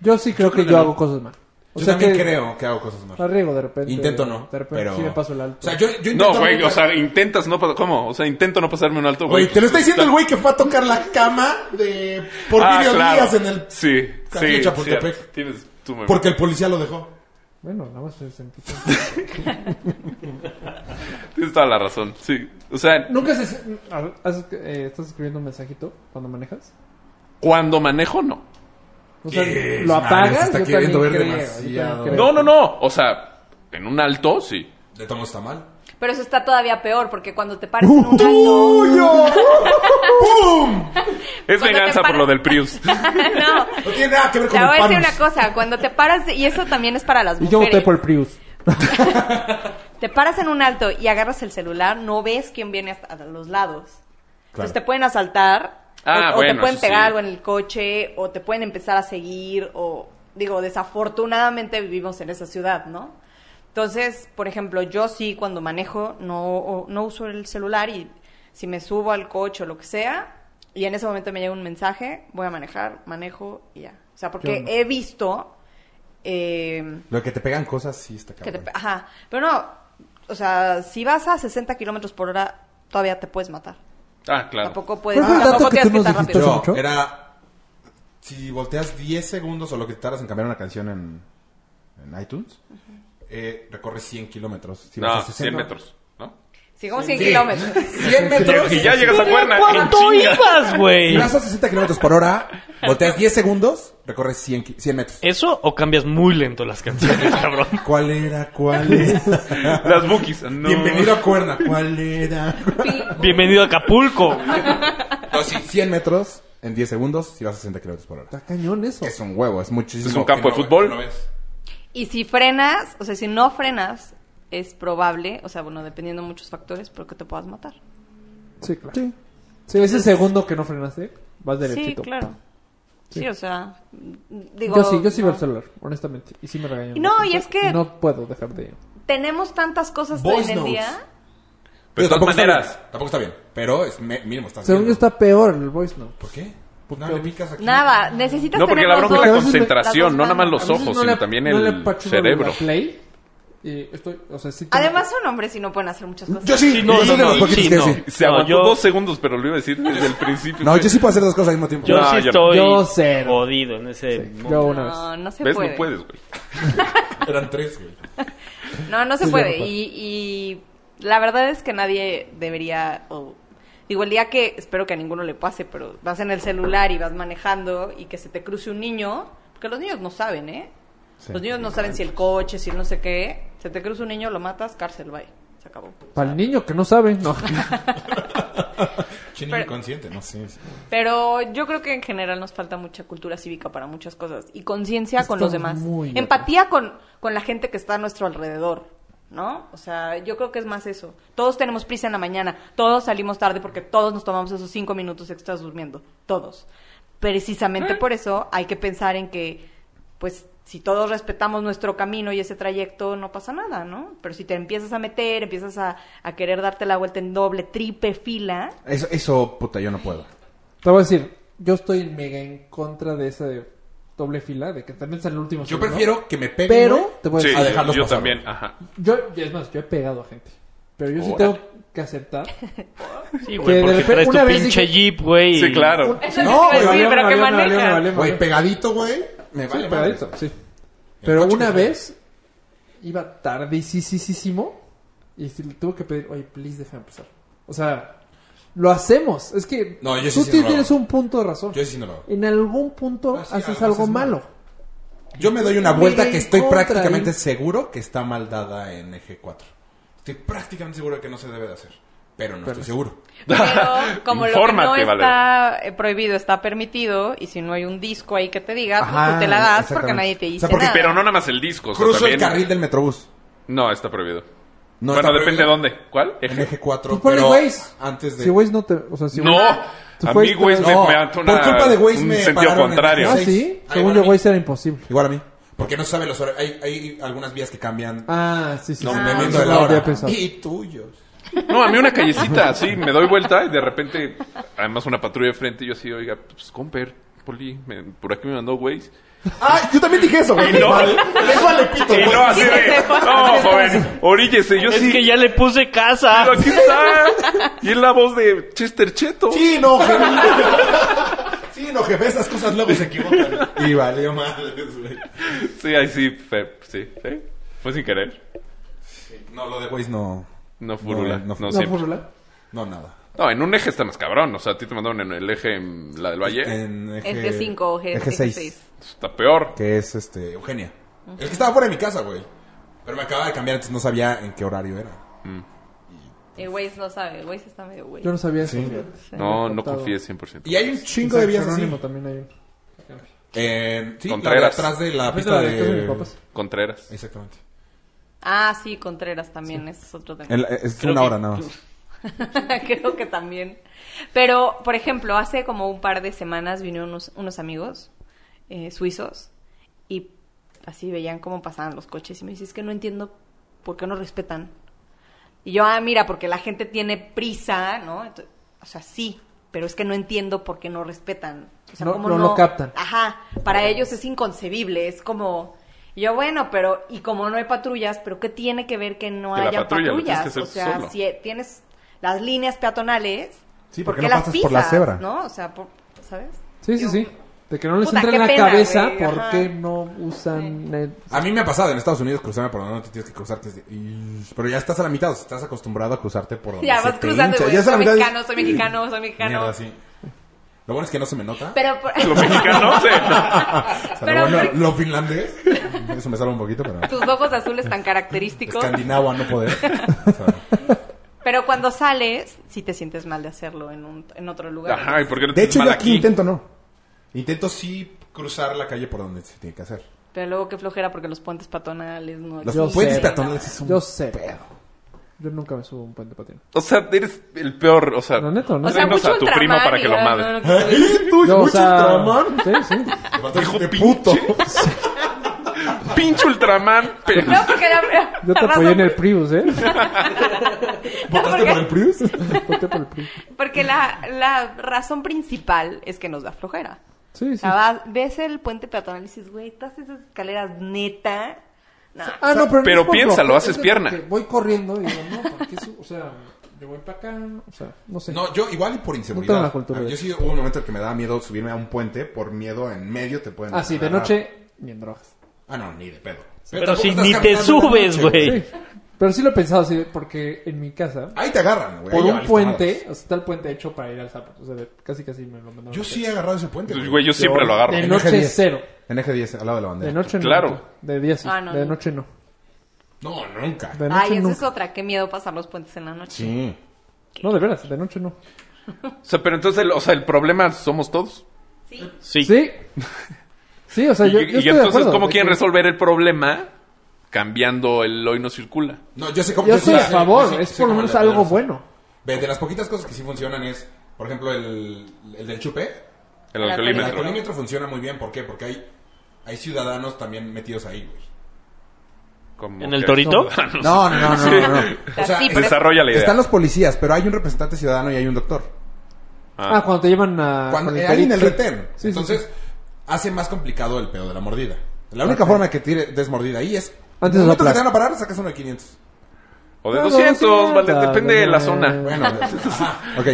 Speaker 7: Yo sí creo que yo hago cosas mal. O
Speaker 5: yo
Speaker 7: sea
Speaker 5: también
Speaker 7: que
Speaker 5: creo que hago cosas mal.
Speaker 7: La riego de repente.
Speaker 5: Intento no,
Speaker 7: De repente
Speaker 5: pero...
Speaker 7: sí me paso el alto.
Speaker 5: O sea, yo, yo intento...
Speaker 3: No, güey,
Speaker 5: nunca-
Speaker 3: o sea, intentas no pasar. ¿Cómo? O sea, intento no pasarme un alto, güey.
Speaker 5: Güey, te lo está diciendo el güey que fue a tocar la cama de
Speaker 3: Ah,
Speaker 5: Porfirio
Speaker 3: claro.
Speaker 5: Díaz en el...
Speaker 3: Sí,
Speaker 5: Castillo
Speaker 3: sí.
Speaker 5: Chapultepec.
Speaker 3: cierto. Tienes tu memoria.
Speaker 5: Porque el policía lo dejó.
Speaker 7: Bueno, nada más se sentí.
Speaker 3: Tienes toda la razón, sí. O sea,
Speaker 7: Nunca se. has- eh, ¿Estás escribiendo un mensajito cuando manejas?
Speaker 3: cuando manejo, no.
Speaker 7: O sea,
Speaker 5: Yes,
Speaker 7: lo
Speaker 5: man,
Speaker 7: apagas.
Speaker 5: se está
Speaker 7: yo
Speaker 5: queriendo ver
Speaker 7: también creo, yo
Speaker 5: demasiado.
Speaker 7: también creo.
Speaker 3: No, no, no. O sea, en un alto, sí.
Speaker 5: De todos modos está mal.
Speaker 6: Pero eso está todavía peor porque cuando te pares en un alto.
Speaker 5: ¡Tuyo! ¡Pum!
Speaker 3: Es
Speaker 6: Cuando te
Speaker 3: venganza por
Speaker 6: paras-
Speaker 3: lo del Prius.
Speaker 6: no.
Speaker 5: No tiene nada que ver con
Speaker 6: Te
Speaker 5: los
Speaker 6: voy a decir
Speaker 5: panos.
Speaker 6: una cosa. Cuando te paras, y eso también es para las
Speaker 7: Y yo voté
Speaker 6: mujeres.
Speaker 7: por el Prius.
Speaker 6: Te paras en un alto y agarras el celular, no ves quién viene hasta a los lados. Entonces te pueden asaltar.
Speaker 3: Ah,
Speaker 6: o, o
Speaker 3: bueno,
Speaker 6: te pueden
Speaker 3: eso sí.
Speaker 6: pegar algo en el coche, o te pueden empezar a seguir, o digo, desafortunadamente vivimos en esa ciudad, ¿no? Entonces, por ejemplo, yo sí cuando manejo no, o- no uso el celular y si me subo al coche o lo que sea, y en ese momento me llega un mensaje, voy a manejar, manejo y ya. O sea, porque
Speaker 7: Yo no.
Speaker 6: he visto... eh,
Speaker 5: Lo que te pegan cosas sí está
Speaker 6: que te
Speaker 5: cabrón.
Speaker 6: pe- ajá, pero no, o sea, si vas a 60 kilómetros por hora, todavía te puedes matar.
Speaker 3: Ah, claro.
Speaker 6: Tampoco puedes,
Speaker 7: ¿Cuál fue el
Speaker 6: tampoco
Speaker 7: dato que
Speaker 6: tienes
Speaker 7: tú
Speaker 6: que
Speaker 7: nos
Speaker 6: estar
Speaker 7: dijiste?
Speaker 6: rápido.
Speaker 5: Yo
Speaker 7: mucho?
Speaker 5: era... Si volteas 10 segundos o lo que tardas en cambiar una canción en, en iTunes, eh, recorres 100 kilómetros. Si vas
Speaker 3: No,
Speaker 5: a 60,
Speaker 3: 100 metros, ¿no?
Speaker 6: Sí, como 100
Speaker 5: Sí.
Speaker 6: kilómetros.
Speaker 5: 100 metros.
Speaker 3: Y ya llegas a Cuerna. en
Speaker 2: ¿Cuánto
Speaker 3: chinga.
Speaker 2: ibas, güey?
Speaker 5: Vas a 60 kilómetros por hora, volteas 10 segundos, recorres 100, ki- 100 metros.
Speaker 2: ¿Eso o cambias muy lento las canciones, cabrón?
Speaker 8: ¿Cuál era? ¿Cuál era?
Speaker 3: Las bookies. No.
Speaker 5: Bienvenido a Cuerna.
Speaker 8: ¿Cuál era?
Speaker 2: Bienvenido a Acapulco.
Speaker 5: No, sí, 100 metros en 10 segundos si vas a 60 kilómetros por hora.
Speaker 7: Está cañón eso.
Speaker 5: Es un huevo, es muchísimo.
Speaker 3: Es un campo
Speaker 5: que
Speaker 3: de fútbol.
Speaker 5: que ves.
Speaker 6: Y si frenas, o sea, si no frenas, es probable, o sea, bueno, dependiendo de muchos factores, pero que te puedas matar.
Speaker 7: Sí, claro. Sí. ese segundo que no frenaste, vas
Speaker 6: Sí,
Speaker 7: derechito.
Speaker 6: claro. Sí, o sea, digo...
Speaker 7: Yo sí, yo sí veo
Speaker 6: no.
Speaker 7: el celular, honestamente. Y sí me regañan.
Speaker 6: Y no, y
Speaker 7: bastante.
Speaker 6: es que-
Speaker 7: No puedo dejar de ir.
Speaker 6: Tenemos tantas cosas
Speaker 5: Voice
Speaker 6: en el
Speaker 5: notes.
Speaker 6: día.
Speaker 3: Pero de
Speaker 5: Digo,
Speaker 3: todas
Speaker 5: tampoco está
Speaker 3: maneras.
Speaker 5: bien, Tampoco está bien, pero es me- mínimo está
Speaker 7: Según
Speaker 5: bien.
Speaker 7: yo está peor el voice note.
Speaker 5: ¿Por qué? Pues nada, le picas aquí.
Speaker 6: Nada, necesitas
Speaker 3: No, porque
Speaker 6: tener
Speaker 3: la
Speaker 6: los
Speaker 3: bronca es la
Speaker 6: dos-
Speaker 7: Porque a veces me-
Speaker 3: concentración, no
Speaker 6: las dos
Speaker 3: nada más
Speaker 6: manos.
Speaker 3: los ojos, sino también el cerebro.
Speaker 7: play. Y estoy, o sea, sí tengo-
Speaker 6: Además son hombres y no pueden hacer muchas cosas.
Speaker 5: Yo sí,
Speaker 2: Sí, no,
Speaker 5: yo soy
Speaker 2: no,
Speaker 5: de
Speaker 2: no,
Speaker 5: los poquitos
Speaker 2: sí,
Speaker 5: que
Speaker 2: no.
Speaker 5: sí.
Speaker 3: Se
Speaker 2: No,
Speaker 3: aguantó
Speaker 2: yo-
Speaker 3: dos segundos, pero lo iba a decir desde el principio.
Speaker 5: No, yo sí puedo hacer dos cosas al mismo tiempo.
Speaker 2: Yo
Speaker 3: No,
Speaker 2: sí
Speaker 3: yo no.
Speaker 2: estoy
Speaker 7: Yo cero.
Speaker 2: jodido en ese
Speaker 5: Eh,
Speaker 7: Yo
Speaker 2: mundo.
Speaker 7: una vez.
Speaker 6: No, no se
Speaker 3: ¿Ves?
Speaker 6: puede.
Speaker 3: No puedes, güey.
Speaker 5: Eran tres, güey.
Speaker 6: No, no se
Speaker 7: Sí,
Speaker 6: puede.
Speaker 7: ya no puede.
Speaker 6: Y, y la verdad es que nadie debería, o- digo, el día que, espero que a ninguno le pase, pero vas en el celular y vas manejando y que se te cruce un niño, porque los niños no saben, ¿eh? los niños no saben si el coche, si el no sé qué, se te cruza un niño, lo matas, cárcel, bye. Se acabó.
Speaker 7: Para el niño que no sabe, no.
Speaker 5: Chino
Speaker 6: Pero-
Speaker 5: inconsciente, no sé. sí.
Speaker 6: Pero yo creo que en general nos falta mucha cultura cívica para muchas cosas y conciencia con los
Speaker 7: Estamos
Speaker 6: demás.
Speaker 7: muy locos.
Speaker 6: Empatía con, con la gente que está a nuestro alrededor, ¿no? O sea, yo creo que es más eso. Todos tenemos prisa en la mañana, todos salimos tarde porque todos nos tomamos esos cinco minutos extras durmiendo, todos. Precisamente por eso hay que pensar en que, pues, si todos respetamos nuestro camino y ese trayecto, no pasa nada, ¿no? Pero si te empiezas a meter, empiezas a, a querer darte la vuelta en doble, triple fila,
Speaker 5: Eso, eso, puta, yo no puedo.
Speaker 7: Te voy a decir, yo estoy mega en contra de esa doble fila, de que también sale el último
Speaker 5: Yo
Speaker 7: segundo.
Speaker 5: prefiero que me peguen.
Speaker 7: Pero,
Speaker 5: güey,
Speaker 7: te voy a
Speaker 3: Sí,
Speaker 7: decir,
Speaker 5: a dejarlos
Speaker 3: yo
Speaker 5: pasar.
Speaker 3: también, ajá.
Speaker 7: yo, y es más, yo he pegado a gente. Pero yo sí
Speaker 3: Órale.
Speaker 7: tengo que aceptar.
Speaker 2: Sí, güey,
Speaker 7: Que
Speaker 2: porque
Speaker 7: de repente-
Speaker 2: traes
Speaker 7: una
Speaker 2: tu
Speaker 7: vez
Speaker 2: pinche
Speaker 7: dije-
Speaker 2: Jeep, güey.
Speaker 3: Sí,
Speaker 2: y-
Speaker 3: claro.
Speaker 6: Eso es
Speaker 5: No,
Speaker 6: lo
Speaker 5: me
Speaker 6: que iba a decir,
Speaker 5: valió,
Speaker 6: pero
Speaker 7: me
Speaker 6: que
Speaker 7: valió, me valió, me
Speaker 6: maneja.
Speaker 7: valió.
Speaker 5: Güey, pegadito, güey. Me
Speaker 7: Sí,
Speaker 5: vale. madre.
Speaker 7: pegadito, sí. Pero
Speaker 5: coche
Speaker 7: una
Speaker 5: que me-
Speaker 7: vez iba tardisísimo y sí le tuve que pedir, oye, please déjame empezar. O sea, lo hacemos. Es que
Speaker 5: No, yo sí
Speaker 7: tú
Speaker 5: sí
Speaker 7: tienes
Speaker 5: lo hago.
Speaker 7: un punto de razón.
Speaker 5: Yo sí no lo hago.
Speaker 7: En algún punto
Speaker 5: Ah, sí,
Speaker 7: haces
Speaker 5: algo
Speaker 7: algo
Speaker 5: haces mal.
Speaker 7: malo.
Speaker 5: Yo me doy una
Speaker 7: Me
Speaker 5: vuelta que estoy
Speaker 7: contra,
Speaker 5: prácticamente
Speaker 7: ¿eh?
Speaker 5: seguro que está mal dada en eje 4. Estoy prácticamente seguro de que no se debe de hacer. Pero no estoy seguro.
Speaker 6: Pero como lo que
Speaker 3: Infórmate,
Speaker 6: no
Speaker 3: Valeria.
Speaker 6: está eh, prohibido está permitido y si no hay un disco ahí que te diga, pues
Speaker 5: Ajá,
Speaker 6: tú te la das porque
Speaker 5: exactamente.
Speaker 6: nadie te
Speaker 5: O sea,
Speaker 6: dice
Speaker 5: porque-
Speaker 6: nada.
Speaker 3: Pero no nada más el disco. o sea,
Speaker 5: Cruzo el
Speaker 3: también-
Speaker 5: carril del metrobús.
Speaker 3: No, está prohibido.
Speaker 5: No
Speaker 3: bueno,
Speaker 5: está
Speaker 3: depende de
Speaker 5: prohibido.
Speaker 3: dónde. ¿Cuál?
Speaker 5: En eje 4.
Speaker 7: Pues ponle
Speaker 5: pero
Speaker 7: Waze.
Speaker 5: antes de.
Speaker 7: Si Waze no te... O sea, si
Speaker 3: Eh, No,
Speaker 7: Waze- si
Speaker 3: a mí
Speaker 7: Waze te-
Speaker 3: Waze me,
Speaker 5: No,
Speaker 3: me ató
Speaker 5: por
Speaker 3: una-
Speaker 5: culpa de Waze
Speaker 3: un
Speaker 5: me
Speaker 3: sentido
Speaker 5: pararon en
Speaker 3: contrario.
Speaker 7: Ah,
Speaker 5: seis.
Speaker 7: sí.
Speaker 5: Ahí
Speaker 7: Según
Speaker 5: va
Speaker 7: yo,
Speaker 5: la
Speaker 7: Waze era imposible.
Speaker 5: Igual a mí. Porque no sabe los horarios. Hay, hay algunas vías que cambian.
Speaker 7: Ah, sí, sí.
Speaker 5: no,
Speaker 7: sí.
Speaker 5: me
Speaker 7: Ah,
Speaker 5: meto
Speaker 7: eso
Speaker 5: de
Speaker 7: no
Speaker 5: la
Speaker 7: lo había
Speaker 5: hora.
Speaker 7: pensado.
Speaker 5: Y tuyos.
Speaker 3: No, a mí una callecita, así, me doy vuelta y de repente, además una patrulla de frente, y yo así, oiga, pues comper, poli, me- por aquí me mandó Waze.
Speaker 5: Ah, yo también dije eso, güey.
Speaker 3: Y no.
Speaker 5: vale. Les vale pito,
Speaker 3: Y
Speaker 5: güey.
Speaker 3: no, así de, no, joven, oríllese, yo
Speaker 2: Es
Speaker 3: sí,
Speaker 2: que ya le puse casa.
Speaker 3: pero aquí está. Y es la voz de Chester Cheto.
Speaker 5: Sí, no, jefe. Sí, no, jefe, esas cosas luego se equivocan. Y valió madres, güey.
Speaker 3: Sí, ahí sí, fe- sí, sí. Fue sin querer.
Speaker 5: No, lo de Waze no.
Speaker 3: No furula, no,
Speaker 5: No, no furula.
Speaker 7: No,
Speaker 3: siempre.
Speaker 7: por la-
Speaker 5: No, nada.
Speaker 3: No, en un eje está más cabrón, o sea, a ti te mandaron en el eje, en la del Valle,
Speaker 5: En eje,
Speaker 6: Eje 5 o eje,
Speaker 5: eje
Speaker 6: 6.
Speaker 5: 6.
Speaker 3: está peor.
Speaker 5: Eh, Que es este, Eugenia. El que estaba fuera de mi casa, güey. Pero me acababa de cambiar, entonces no sabía en qué horario era.
Speaker 6: El Waze no sabe, el Waze está medio güey.
Speaker 7: Yo no sabía eso.
Speaker 3: No, no
Speaker 7: Cortado.
Speaker 3: confíes 100%.
Speaker 5: Y hay un chingo
Speaker 7: Cinco
Speaker 5: de vías así.
Speaker 7: Jerónimo también hay uno.
Speaker 5: En, sí, la de
Speaker 3: Contreras.
Speaker 5: Eh, atrás de la
Speaker 7: ¿Viste
Speaker 5: pista
Speaker 7: la de casa de mis
Speaker 5: de...
Speaker 7: papás?
Speaker 3: Contreras.
Speaker 5: Exactamente.
Speaker 6: Ah, sí, Contreras también, ese es otro tema.
Speaker 5: El- eh, es una hora nada más.
Speaker 6: Creo que también. Pero, por ejemplo, hace como un par de semanas vinieron unos, unos amigos eh, suizos y así veían cómo pasaban los coches y me dice, es que no entiendo por qué no respetan. Y yo, ah, mira, porque la gente tiene prisa, ¿no? Ento- o sea, sí, pero es que no entiendo por qué no respetan. O sea,
Speaker 7: No-
Speaker 6: cómo
Speaker 7: no lo captan.
Speaker 6: Ajá, para ellos es inconcebible, es como... y Yo, bueno, pero, y como no hay patrullas, pero ¿qué tiene que ver que no
Speaker 3: Que la
Speaker 6: haya
Speaker 3: patrulla, lo tienes que
Speaker 6: patrullas?
Speaker 3: hacer
Speaker 6: O sea,
Speaker 3: solo.
Speaker 6: si eh, tienes las líneas peatonales,
Speaker 5: Sí,
Speaker 6: ¿por
Speaker 5: porque
Speaker 6: qué
Speaker 5: no
Speaker 6: las
Speaker 5: pasas
Speaker 6: pisas?
Speaker 5: por la cebra.
Speaker 6: ¿No? O sea, por- ¿sabes?
Speaker 7: Sí, sí,
Speaker 6: Yo-
Speaker 7: sí. De que no les
Speaker 6: Puta,
Speaker 7: entra
Speaker 6: qué
Speaker 7: en la
Speaker 6: pena,
Speaker 7: cabeza
Speaker 6: güey,
Speaker 7: por
Speaker 6: ajá.
Speaker 7: qué no usan el-
Speaker 5: A mí me ha pasado en Estados Unidos cruzarme por donde no te tienes que cruzar. que es de- y- Pero ya estás a la mitad, o sea, estás acostumbrado a cruzarte por donde
Speaker 6: Ya
Speaker 5: se
Speaker 6: vas
Speaker 5: te
Speaker 6: cruzando,
Speaker 5: hincha.
Speaker 6: güey.
Speaker 5: Ya es a
Speaker 6: Soy
Speaker 5: la mitad.
Speaker 6: mexicano, soy mexicano, soy mexicano.
Speaker 5: Mierda, sí. Lo bueno es que no se me nota.
Speaker 6: Pero por-
Speaker 3: Los mexicanos, eh, no.
Speaker 5: O sea,
Speaker 6: pero
Speaker 5: lo, bueno-
Speaker 6: por-
Speaker 5: lo finlandés, eso me salva un poquito, pero...
Speaker 6: tus ojos azules tan característicos.
Speaker 5: Escandinavo a no poder. O sea,
Speaker 6: Pero cuando sales, sí te sientes mal de hacerlo en, un, en otro lugar.
Speaker 3: Ajá, ¿y por qué
Speaker 8: De
Speaker 3: no tienes
Speaker 8: hecho,
Speaker 3: mal
Speaker 8: yo aquí
Speaker 3: aquí?
Speaker 8: intento no.
Speaker 5: intento sí cruzar la calle por donde se tiene que hacer.
Speaker 6: Pero luego qué flojera porque los puentes patonales no
Speaker 5: Los
Speaker 7: Yo
Speaker 5: puentes
Speaker 7: sé.
Speaker 5: peatonales es un
Speaker 7: Yo sé. Yo nunca me subo a un puente patín.
Speaker 3: O sea, eres el peor, o sea...
Speaker 7: No, neto, no.
Speaker 6: O sea,
Speaker 3: tráenos
Speaker 6: mucho
Speaker 3: a tu primo
Speaker 6: Ultraman
Speaker 3: para que
Speaker 6: y
Speaker 3: lo
Speaker 6: ya,
Speaker 3: madre.
Speaker 6: no, no, que-
Speaker 7: Yo, o sea, sí, sí.
Speaker 5: Hijo de puto.
Speaker 3: Pinche Ultraman, pero...
Speaker 6: No, porque la,
Speaker 7: Yo te
Speaker 6: la
Speaker 7: apoyé
Speaker 6: razón-
Speaker 7: en el Prius, ¿eh?
Speaker 6: no,
Speaker 5: ¿Votaste por el
Speaker 6: porque,
Speaker 5: Prius?
Speaker 7: Voté por el Prius.
Speaker 6: porque la, la razón principal es que nos da flojera.
Speaker 7: Sí,
Speaker 6: O
Speaker 7: sí.
Speaker 6: sea, vas- ves el puente peatonal y dices, güey, todas esas escaleras, neta. No.
Speaker 7: Ah, no,
Speaker 3: pero
Speaker 7: es por
Speaker 3: piénsalo,
Speaker 7: flojera,
Speaker 3: haces
Speaker 7: es de
Speaker 3: pierna.
Speaker 7: que Voy corriendo y digo, no, ¿por qué su- O sea, yo voy para acá. O sea, no sé.
Speaker 5: No, yo igual y por
Speaker 7: No
Speaker 5: inseguridad.
Speaker 7: tengo la cultura
Speaker 5: Ah,
Speaker 7: de
Speaker 5: yo
Speaker 7: eso.
Speaker 5: sí hubo un momento en que me daba miedo subirme a un puente por miedo en medio te pueden.
Speaker 7: ah, sí, de
Speaker 5: agarrar.
Speaker 7: noche, ni en drogas.
Speaker 5: Ah, no, ni de pedo.
Speaker 2: Pero
Speaker 5: tampoco
Speaker 2: si
Speaker 5: estás
Speaker 2: ni te
Speaker 5: caminando en la
Speaker 2: subes,
Speaker 5: noche,
Speaker 2: güey.
Speaker 7: Sí. Pero sí lo he pensado así, porque en mi casa,
Speaker 5: Ahí te agarran, güey.
Speaker 7: por
Speaker 5: ahí ya
Speaker 7: un
Speaker 5: valiste
Speaker 7: puente,
Speaker 5: madres.
Speaker 7: o sea, está el puente hecho para ir al Zapa. O sea, de- casi casi me lo mandaron.
Speaker 5: Yo sí he agarrado ese
Speaker 2: Pues,
Speaker 5: puente.
Speaker 3: Güey, yo siempre lo agarro.
Speaker 7: De
Speaker 5: En eje
Speaker 7: noche
Speaker 5: 10.
Speaker 7: cero.
Speaker 5: En eje 10, al lado de la
Speaker 7: De
Speaker 5: bandera.
Speaker 7: noche no.
Speaker 3: Claro.
Speaker 7: neto. De día sí.
Speaker 6: Ah, no,
Speaker 7: de
Speaker 6: no.
Speaker 7: noche no.
Speaker 5: No, nunca.
Speaker 7: De noche
Speaker 6: Ay, esa
Speaker 7: nunca.
Speaker 6: es otra. Qué miedo pasar los puentes en la noche.
Speaker 5: Sí.
Speaker 7: No, de veras, de noche no.
Speaker 3: O sea, pero entonces, el- o sea, el problema somos todos.
Speaker 2: Sí.
Speaker 7: Sí. Sí, o sea,
Speaker 3: Y,
Speaker 7: yo, yo
Speaker 3: y
Speaker 7: estoy de
Speaker 3: entonces,
Speaker 7: acuerdo
Speaker 3: ¿cómo
Speaker 7: de
Speaker 3: quieren
Speaker 7: que-
Speaker 3: resolver el problema? Cambiando el hoy no circula.
Speaker 5: No, yo sé cómo.
Speaker 7: Yo
Speaker 5: yo
Speaker 7: estoy
Speaker 5: sí
Speaker 7: a
Speaker 5: sé-
Speaker 7: favor,
Speaker 5: yo sí-
Speaker 7: es
Speaker 5: sé
Speaker 7: por lo
Speaker 5: cómo
Speaker 7: menos
Speaker 5: le-
Speaker 7: algo
Speaker 5: le-
Speaker 7: bueno.
Speaker 5: Ve, de las poquitas cosas que sí funcionan es, por ejemplo, el, el del chupe.
Speaker 3: El
Speaker 6: El
Speaker 5: El
Speaker 3: alcoholímetro.
Speaker 6: alcoholímetro.
Speaker 5: alcoholímetro funciona muy bien. ¿Por qué? Porque hay, hay ciudadanos también metidos ahí, güey.
Speaker 3: Como
Speaker 2: ¿En el
Speaker 3: que-
Speaker 2: torito?
Speaker 5: No, no, no, no, no.
Speaker 6: O sea, Sí, pero-
Speaker 3: Desarrolla la idea.
Speaker 5: Están los policías, pero hay un representante ciudadano y hay un doctor.
Speaker 7: Ah, cuando te llevan a...
Speaker 5: Cuando
Speaker 7: con
Speaker 5: hay alguien en el
Speaker 7: perito.
Speaker 5: retén.
Speaker 7: Sí, sí,
Speaker 5: Entonces,
Speaker 7: sí.
Speaker 5: hace más complicado el pedo de la mordida. La única forma que tire desmordida ahí es.
Speaker 7: Antes de
Speaker 5: Antes de que te
Speaker 7: soplar.
Speaker 5: van a parar, sacas uno de 500.
Speaker 3: O de
Speaker 7: No, no,
Speaker 3: 200,
Speaker 7: sí,
Speaker 3: vale,
Speaker 7: anda,
Speaker 3: depende de la
Speaker 7: no,
Speaker 3: zona.
Speaker 7: no.
Speaker 5: Bueno, ajá, ok.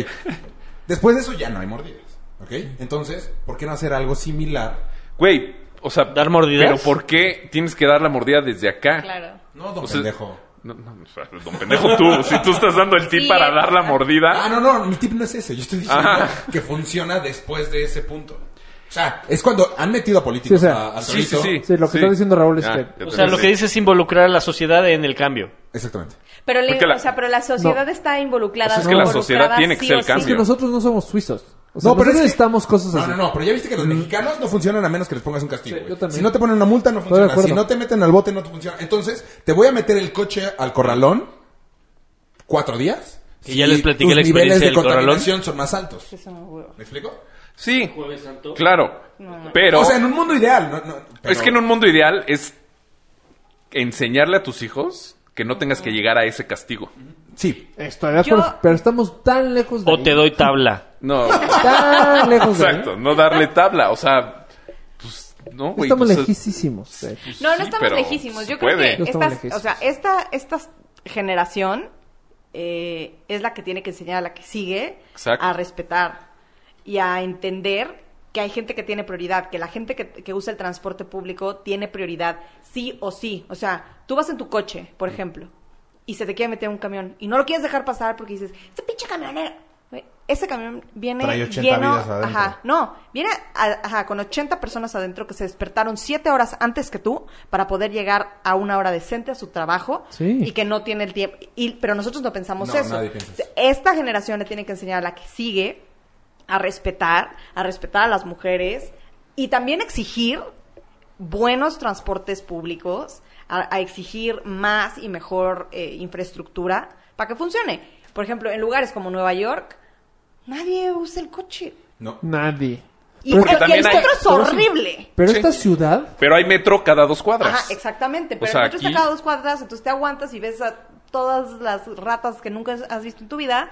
Speaker 5: Después de eso ya no hay mordidas. ¿Ok? Entonces, ¿por qué no hacer algo similar?
Speaker 3: Güey, o sea,
Speaker 2: ¿Dar mordidas?
Speaker 3: Pero ¿por qué tienes que dar la mordida desde acá?
Speaker 6: Claro.
Speaker 5: No, don
Speaker 3: O sea-
Speaker 5: pendejo.
Speaker 3: No, no, o sea, don pendejo tú, si tú estás dando el tip
Speaker 6: Sí,
Speaker 3: para
Speaker 6: es-
Speaker 3: dar la mordida.
Speaker 5: Ah, no, no, mi tip no es ese. Yo estoy diciendo
Speaker 3: Ajá.
Speaker 5: que funciona después de ese punto. O sea, es cuando han metido a políticos
Speaker 7: Sí, o sea,
Speaker 5: a- al
Speaker 3: sí, sí,
Speaker 5: torito.
Speaker 3: sí.
Speaker 7: Sí, lo que está diciendo Raúl es
Speaker 3: Ah,
Speaker 7: que-
Speaker 3: ya te
Speaker 2: O sea, lo
Speaker 3: entendí.
Speaker 2: que dice es involucrar a la sociedad en el cambio.
Speaker 5: Exactamente.
Speaker 6: Pero, le-
Speaker 3: Porque la-
Speaker 6: o sea, pero la sociedad
Speaker 7: No.
Speaker 6: está involucrada.
Speaker 3: O sea, es que la sociedad
Speaker 6: involucrada
Speaker 3: tiene que
Speaker 6: sí
Speaker 3: ser
Speaker 6: o
Speaker 3: el
Speaker 6: sí.
Speaker 7: Es que
Speaker 3: cambio.
Speaker 7: nosotros no somos suizos. O sea,
Speaker 5: No, pero
Speaker 7: nosotros
Speaker 5: es que-
Speaker 7: necesitamos cosas
Speaker 5: No,
Speaker 7: así.
Speaker 5: no, no, pero ya viste que los mexicanos no funcionan a menos que les pongas un castigo.
Speaker 7: Sí,
Speaker 5: güey.
Speaker 7: yo también.
Speaker 5: si no te ponen una multa, no
Speaker 7: de
Speaker 5: funciona.
Speaker 7: acuerdo.
Speaker 5: Si no te meten al bote, no te funciona. Entonces, te voy a meter el coche al corralón cuatro días.
Speaker 2: Que ya les platiqué
Speaker 5: tus
Speaker 2: la experiencia
Speaker 5: niveles de
Speaker 2: del corralón.
Speaker 5: contaminación son más altos.
Speaker 6: Eso no, güey.
Speaker 5: ¿Me explico?
Speaker 3: Sí, claro. Pero
Speaker 5: o sea, en un mundo ideal. No, no, pero-
Speaker 3: es que en un mundo ideal es enseñarle a tus hijos que no tengas que llegar a ese castigo.
Speaker 5: Sí.
Speaker 7: Estoy de acuerdo,
Speaker 6: Yo-
Speaker 7: pero estamos tan lejos de
Speaker 2: O te
Speaker 7: ahí.
Speaker 2: doy tabla.
Speaker 3: No,
Speaker 7: Tan lejos de ahí.
Speaker 3: exacto, no darle tabla, o sea, pues no, güey.
Speaker 7: Estamos
Speaker 3: pues,
Speaker 7: lejísimos. de-
Speaker 3: pues,
Speaker 6: No,
Speaker 3: sí,
Speaker 6: no estamos
Speaker 3: pero
Speaker 6: lejísimos. Yo
Speaker 3: se puede.
Speaker 6: creo que
Speaker 7: No estamos
Speaker 6: estas, o sea, esta, esta generación eh, es la que tiene que enseñar a la que sigue
Speaker 3: Exacto.
Speaker 6: a respetar y a entender que hay gente que tiene prioridad, que la gente que, que usa el transporte público tiene prioridad, sí o sí. O sea, tú vas en tu coche,
Speaker 3: Mm.
Speaker 6: por ejemplo, y se te quiere meter un camión y no lo quieres dejar pasar porque dices, este pinche camionero. güey, Ese camión viene
Speaker 5: Trae 80
Speaker 6: lleno,
Speaker 5: vidas adentro.
Speaker 6: ajá, no, viene a- ajá, con 80 personas adentro que se despertaron 7 horas antes que tú para poder llegar a una hora decente a su trabajo
Speaker 7: Sí.
Speaker 6: y que no tiene el tiempo. Y, pero nosotros no pensamos
Speaker 5: No,
Speaker 6: eso.
Speaker 5: nadie piensa eso.
Speaker 6: Esta generación le tiene que enseñar a la que sigue a respetar, a respetar a las mujeres y también exigir buenos transportes públicos, a, a exigir más y mejor eh, infraestructura para que funcione. Por ejemplo, en lugares como Nueva York, nadie usa el coche.
Speaker 5: No.
Speaker 7: Nadie.
Speaker 6: Y,
Speaker 7: Pero-
Speaker 3: Porque
Speaker 6: y el
Speaker 3: también hay-
Speaker 6: centro es horrible.
Speaker 7: Pero
Speaker 3: Sí.
Speaker 7: esta ciudad...
Speaker 3: Pero hay metro cada dos cuadras.
Speaker 6: Ajá, exactamente.
Speaker 3: O
Speaker 6: Pero
Speaker 3: sea,
Speaker 6: el metro
Speaker 3: aquí-
Speaker 6: está cada dos cuadras, entonces te aguantas y ves a todas las ratas que nunca has visto en tu vida,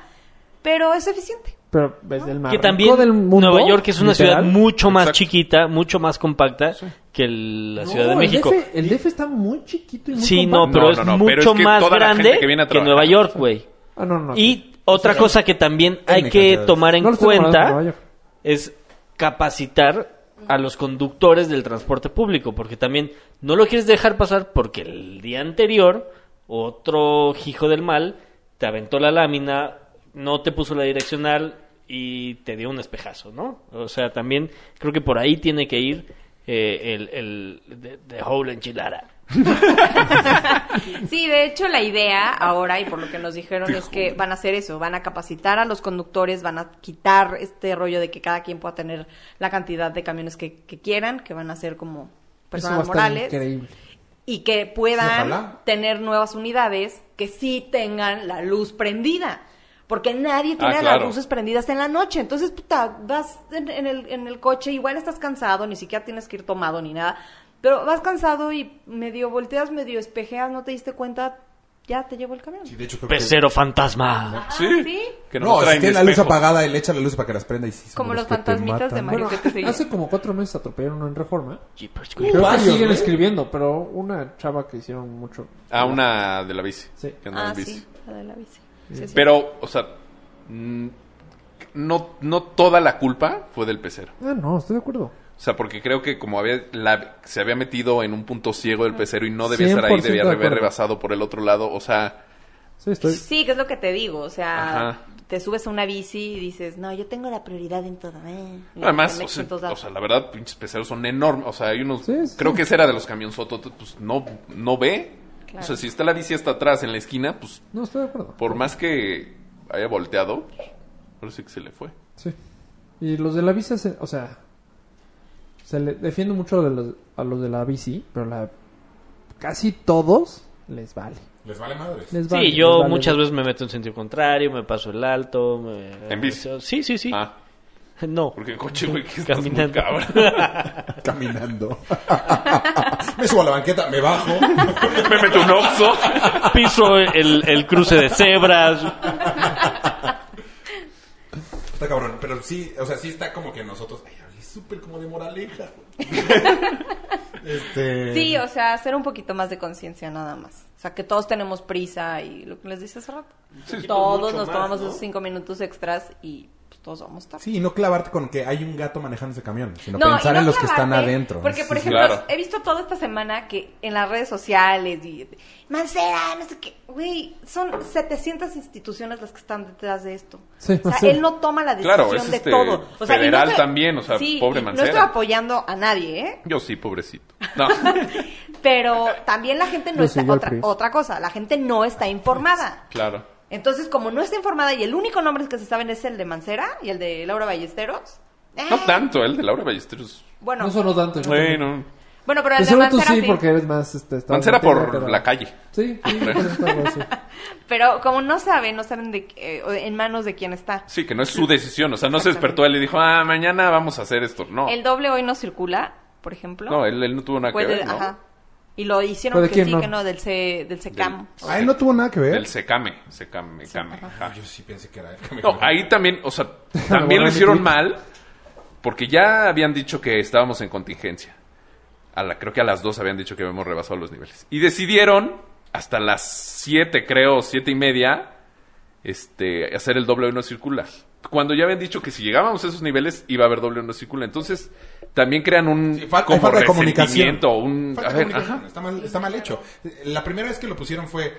Speaker 6: pero es eficiente.
Speaker 7: Pero desde el mar
Speaker 2: Que
Speaker 7: rico
Speaker 2: también
Speaker 7: del mundo,
Speaker 2: Nueva York es una
Speaker 7: literal.
Speaker 2: ciudad mucho más
Speaker 3: Exacto.
Speaker 2: chiquita, mucho más compacta que el- la Ciudad de
Speaker 7: No, el
Speaker 2: México.
Speaker 7: DF El DF está muy chiquito y muy
Speaker 2: Sí, no,
Speaker 7: compacto.
Speaker 2: pero
Speaker 3: No,
Speaker 2: es
Speaker 3: no, no,
Speaker 2: mucho
Speaker 3: pero es que
Speaker 2: más
Speaker 3: toda la gente
Speaker 2: grande
Speaker 3: que viene a
Speaker 2: que
Speaker 3: trabajar.
Speaker 2: Nueva York, güey.
Speaker 7: Ah, no, no.
Speaker 2: Y otra cosa que también hay
Speaker 5: N
Speaker 2: que
Speaker 5: cantidades.
Speaker 2: tomar en
Speaker 7: No lo estoy comparando con Nueva
Speaker 2: cuenta
Speaker 7: York.
Speaker 2: es capacitar a los conductores del transporte público, porque también no lo quieres dejar pasar porque el día anterior otro hijo del mal te aventó la lámina, no te puso la direccional y te dio un espejazo, ¿no? O sea, también creo que por ahí tiene que ir eh, el, el de, de whole enchilada.
Speaker 6: Sí, de hecho la idea ahora y por lo que nos dijeron es que van a hacer eso, van a capacitar a los conductores, van a quitar este rollo de que cada quien pueda tener la cantidad de camiones que, que quieran, que van a ser como personas
Speaker 7: Eso va a estar
Speaker 6: Pues morales
Speaker 7: increíble.
Speaker 6: y que puedan
Speaker 5: Ojalá.
Speaker 6: tener nuevas unidades que sí tengan la luz prendida. Porque nadie tiene las
Speaker 3: Ah, claro.
Speaker 6: luces prendidas en la noche. Entonces, puta, vas en, en el, en el coche, igual estás cansado, ni siquiera tienes que ir tomado ni nada. Pero vas cansado y medio volteas, medio espejeas, no te diste cuenta, ya te llevo el camión.
Speaker 5: Sí, de hecho creo que-
Speaker 2: Pecero fantasma.
Speaker 6: Ah,
Speaker 3: Sí.
Speaker 6: sí.
Speaker 3: Que no,
Speaker 5: No, si
Speaker 3: traen
Speaker 5: tiene la luz
Speaker 3: espejo.
Speaker 5: apagada y le echa la luz para que las prenda y sí, son
Speaker 6: Como los
Speaker 5: que te
Speaker 6: fantasmitas de
Speaker 5: matan.
Speaker 6: Mario que te seguían.
Speaker 7: Hace como cuatro meses atropellaron uno en Reforma.
Speaker 2: Jeepers
Speaker 7: Creo que
Speaker 8: varios,
Speaker 7: siguen
Speaker 8: ¿no?
Speaker 7: escribiendo, pero una chava que hicieron mucho.
Speaker 3: A una de la bici.
Speaker 7: Sí.
Speaker 3: Que andaba
Speaker 6: Ah,
Speaker 3: en bici.
Speaker 6: sí, la de la bici. Sí, sí.
Speaker 3: Pero, o sea, mm, no, no toda la culpa fue del pecero.
Speaker 7: Ah, no, estoy de acuerdo.
Speaker 3: O sea, porque creo que como había la- se había metido en un punto ciego
Speaker 6: Ah.
Speaker 3: del pecero y no debía estar ahí,
Speaker 7: 100%
Speaker 3: debía
Speaker 7: de
Speaker 3: haber
Speaker 7: acuerdo.
Speaker 3: rebasado por el otro lado. O sea,
Speaker 7: Sí, estoy.
Speaker 6: Sí, que es lo que te digo, o sea,
Speaker 3: Ajá.
Speaker 6: te subes a una bici y dices, no, yo tengo la prioridad en todo. eh". Y
Speaker 3: además, o
Speaker 6: te metes
Speaker 3: sea,
Speaker 6: en todos lados.
Speaker 3: o sea, la verdad, pinches peceros son enormes. O sea, hay unos...
Speaker 7: Sí, sí.
Speaker 3: Creo que ese era de los camionzotos, pues no, no ve.
Speaker 6: Claro.
Speaker 3: O sea, si está la bici hasta atrás en la esquina, pues
Speaker 7: No, estoy de acuerdo.
Speaker 3: por más que haya volteado, parece que se le fue.
Speaker 7: Sí. Y los de la bici, se- o sea, se le defiende mucho de los- a los de la bici, pero la casi todos les vale.
Speaker 5: Les vale madres.
Speaker 7: Les vale,
Speaker 2: Sí, yo
Speaker 7: les vale.
Speaker 2: muchas veces me meto en sentido contrario, me paso el alto. me-
Speaker 3: ¿En bici?
Speaker 2: Sí, sí, sí.
Speaker 3: Ah,
Speaker 2: No.
Speaker 3: porque en coche, güey, que estás muy
Speaker 2: Caminando.
Speaker 3: cabrón.
Speaker 5: Caminando. me subo a la banqueta, me bajo.
Speaker 3: Me meto un oxo.
Speaker 2: Piso el, el cruce de cebras.
Speaker 5: Está cabrón, pero sí, o sea, sí está como que nosotros... Ay, es súper como de moraleja. este...
Speaker 3: Eh,
Speaker 6: Sí, o sea, hacer un poquito más de conciencia nada más. O sea, que todos tenemos prisa y lo que les dije hace rato.
Speaker 3: pues
Speaker 6: todos nos tomamos esos cinco minutos extras y pues, todos vamos tarde.
Speaker 5: Sí, no clavarte con que hay un gato manejando ese camión, sino
Speaker 6: No,
Speaker 5: pensar
Speaker 6: y no
Speaker 5: en los que están
Speaker 6: clavarte,
Speaker 5: adentro.
Speaker 6: Porque, por
Speaker 5: Sí, sí.
Speaker 6: ejemplo,
Speaker 3: Claro.
Speaker 6: he visto toda esta semana que en las redes sociales y Mancera, no sé qué, güey, son 700 instituciones las que están detrás de esto.
Speaker 7: Sí,
Speaker 6: o sea,
Speaker 7: sí.
Speaker 6: él no toma la decisión
Speaker 3: Claro, es
Speaker 6: de
Speaker 3: este,
Speaker 6: todo. O sea, y no
Speaker 3: federal
Speaker 6: estoy-
Speaker 3: también, o sea,
Speaker 6: sí,
Speaker 3: pobre
Speaker 6: y
Speaker 3: Mancera.
Speaker 6: No estoy apoyando a nadie, ¿eh?
Speaker 3: Yo sí, pobrecito. No.
Speaker 6: Pero también la gente no
Speaker 7: Yo
Speaker 6: está
Speaker 7: soy yo,
Speaker 6: otra,
Speaker 7: Chris.
Speaker 6: otra cosa, la gente no está informada.
Speaker 3: Claro.
Speaker 6: Entonces, como no está informada y el único nombre que se saben es el de Mancera y el de Laura Ballesteros.
Speaker 3: No
Speaker 6: eh,
Speaker 3: tanto, el de Laura Ballesteros.
Speaker 6: Bueno,
Speaker 7: No solo tanto. yo también.
Speaker 3: Bueno.
Speaker 6: bueno, pero
Speaker 7: De
Speaker 6: el de
Speaker 7: Pues seguro tú
Speaker 6: Mancera
Speaker 7: sí,
Speaker 6: sí.
Speaker 7: porque eres más. Este, estás
Speaker 3: Mancera
Speaker 7: metida,
Speaker 3: por
Speaker 7: pero-
Speaker 3: la calle.
Speaker 7: Sí, sí, por eso está bueno, sí.
Speaker 6: Pero como no saben, no saben de, qué- eh, o en manos de quién está.
Speaker 3: Sí, que no es su decisión. O sea, no se despertó él y dijo, ah, mañana vamos a hacer esto. No.
Speaker 6: El doble hoy no circula, por ejemplo.
Speaker 3: No, él, él no tuvo nada
Speaker 6: Fue
Speaker 3: que
Speaker 6: del-
Speaker 3: ver. ¿no?
Speaker 6: ajá. Y lo hicieron
Speaker 7: ¿Fue de
Speaker 6: que
Speaker 7: quién
Speaker 6: sí,
Speaker 7: no?
Speaker 6: que no, del, C, del SECAM.
Speaker 3: Del-
Speaker 5: Ah, él no tuvo nada que ver.
Speaker 3: Del secame. Secame, came.
Speaker 5: Ah,
Speaker 3: ajá.
Speaker 5: yo sí pensé que era él. Cami-
Speaker 3: No, ah, ahí también, o sea, también lo hicieron mal. Porque ya habían dicho que estábamos en contingencia. A la, creo que a las dos habían dicho que habíamos rebasado los niveles. Y decidieron, hasta las siete, creo, siete y media, este, hacer el doble o no circula. Cuando ya habían dicho que si llegábamos a esos niveles iba a haber doble o no circula. Entonces, también crean un
Speaker 5: Sí, fal-
Speaker 3: como
Speaker 5: falta de comunicación.
Speaker 3: resentimiento, un
Speaker 5: Falta
Speaker 3: a
Speaker 5: de
Speaker 3: ver,
Speaker 5: comunicación,
Speaker 3: ajá.
Speaker 5: Está, mal, está mal hecho. La primera vez que lo pusieron fue,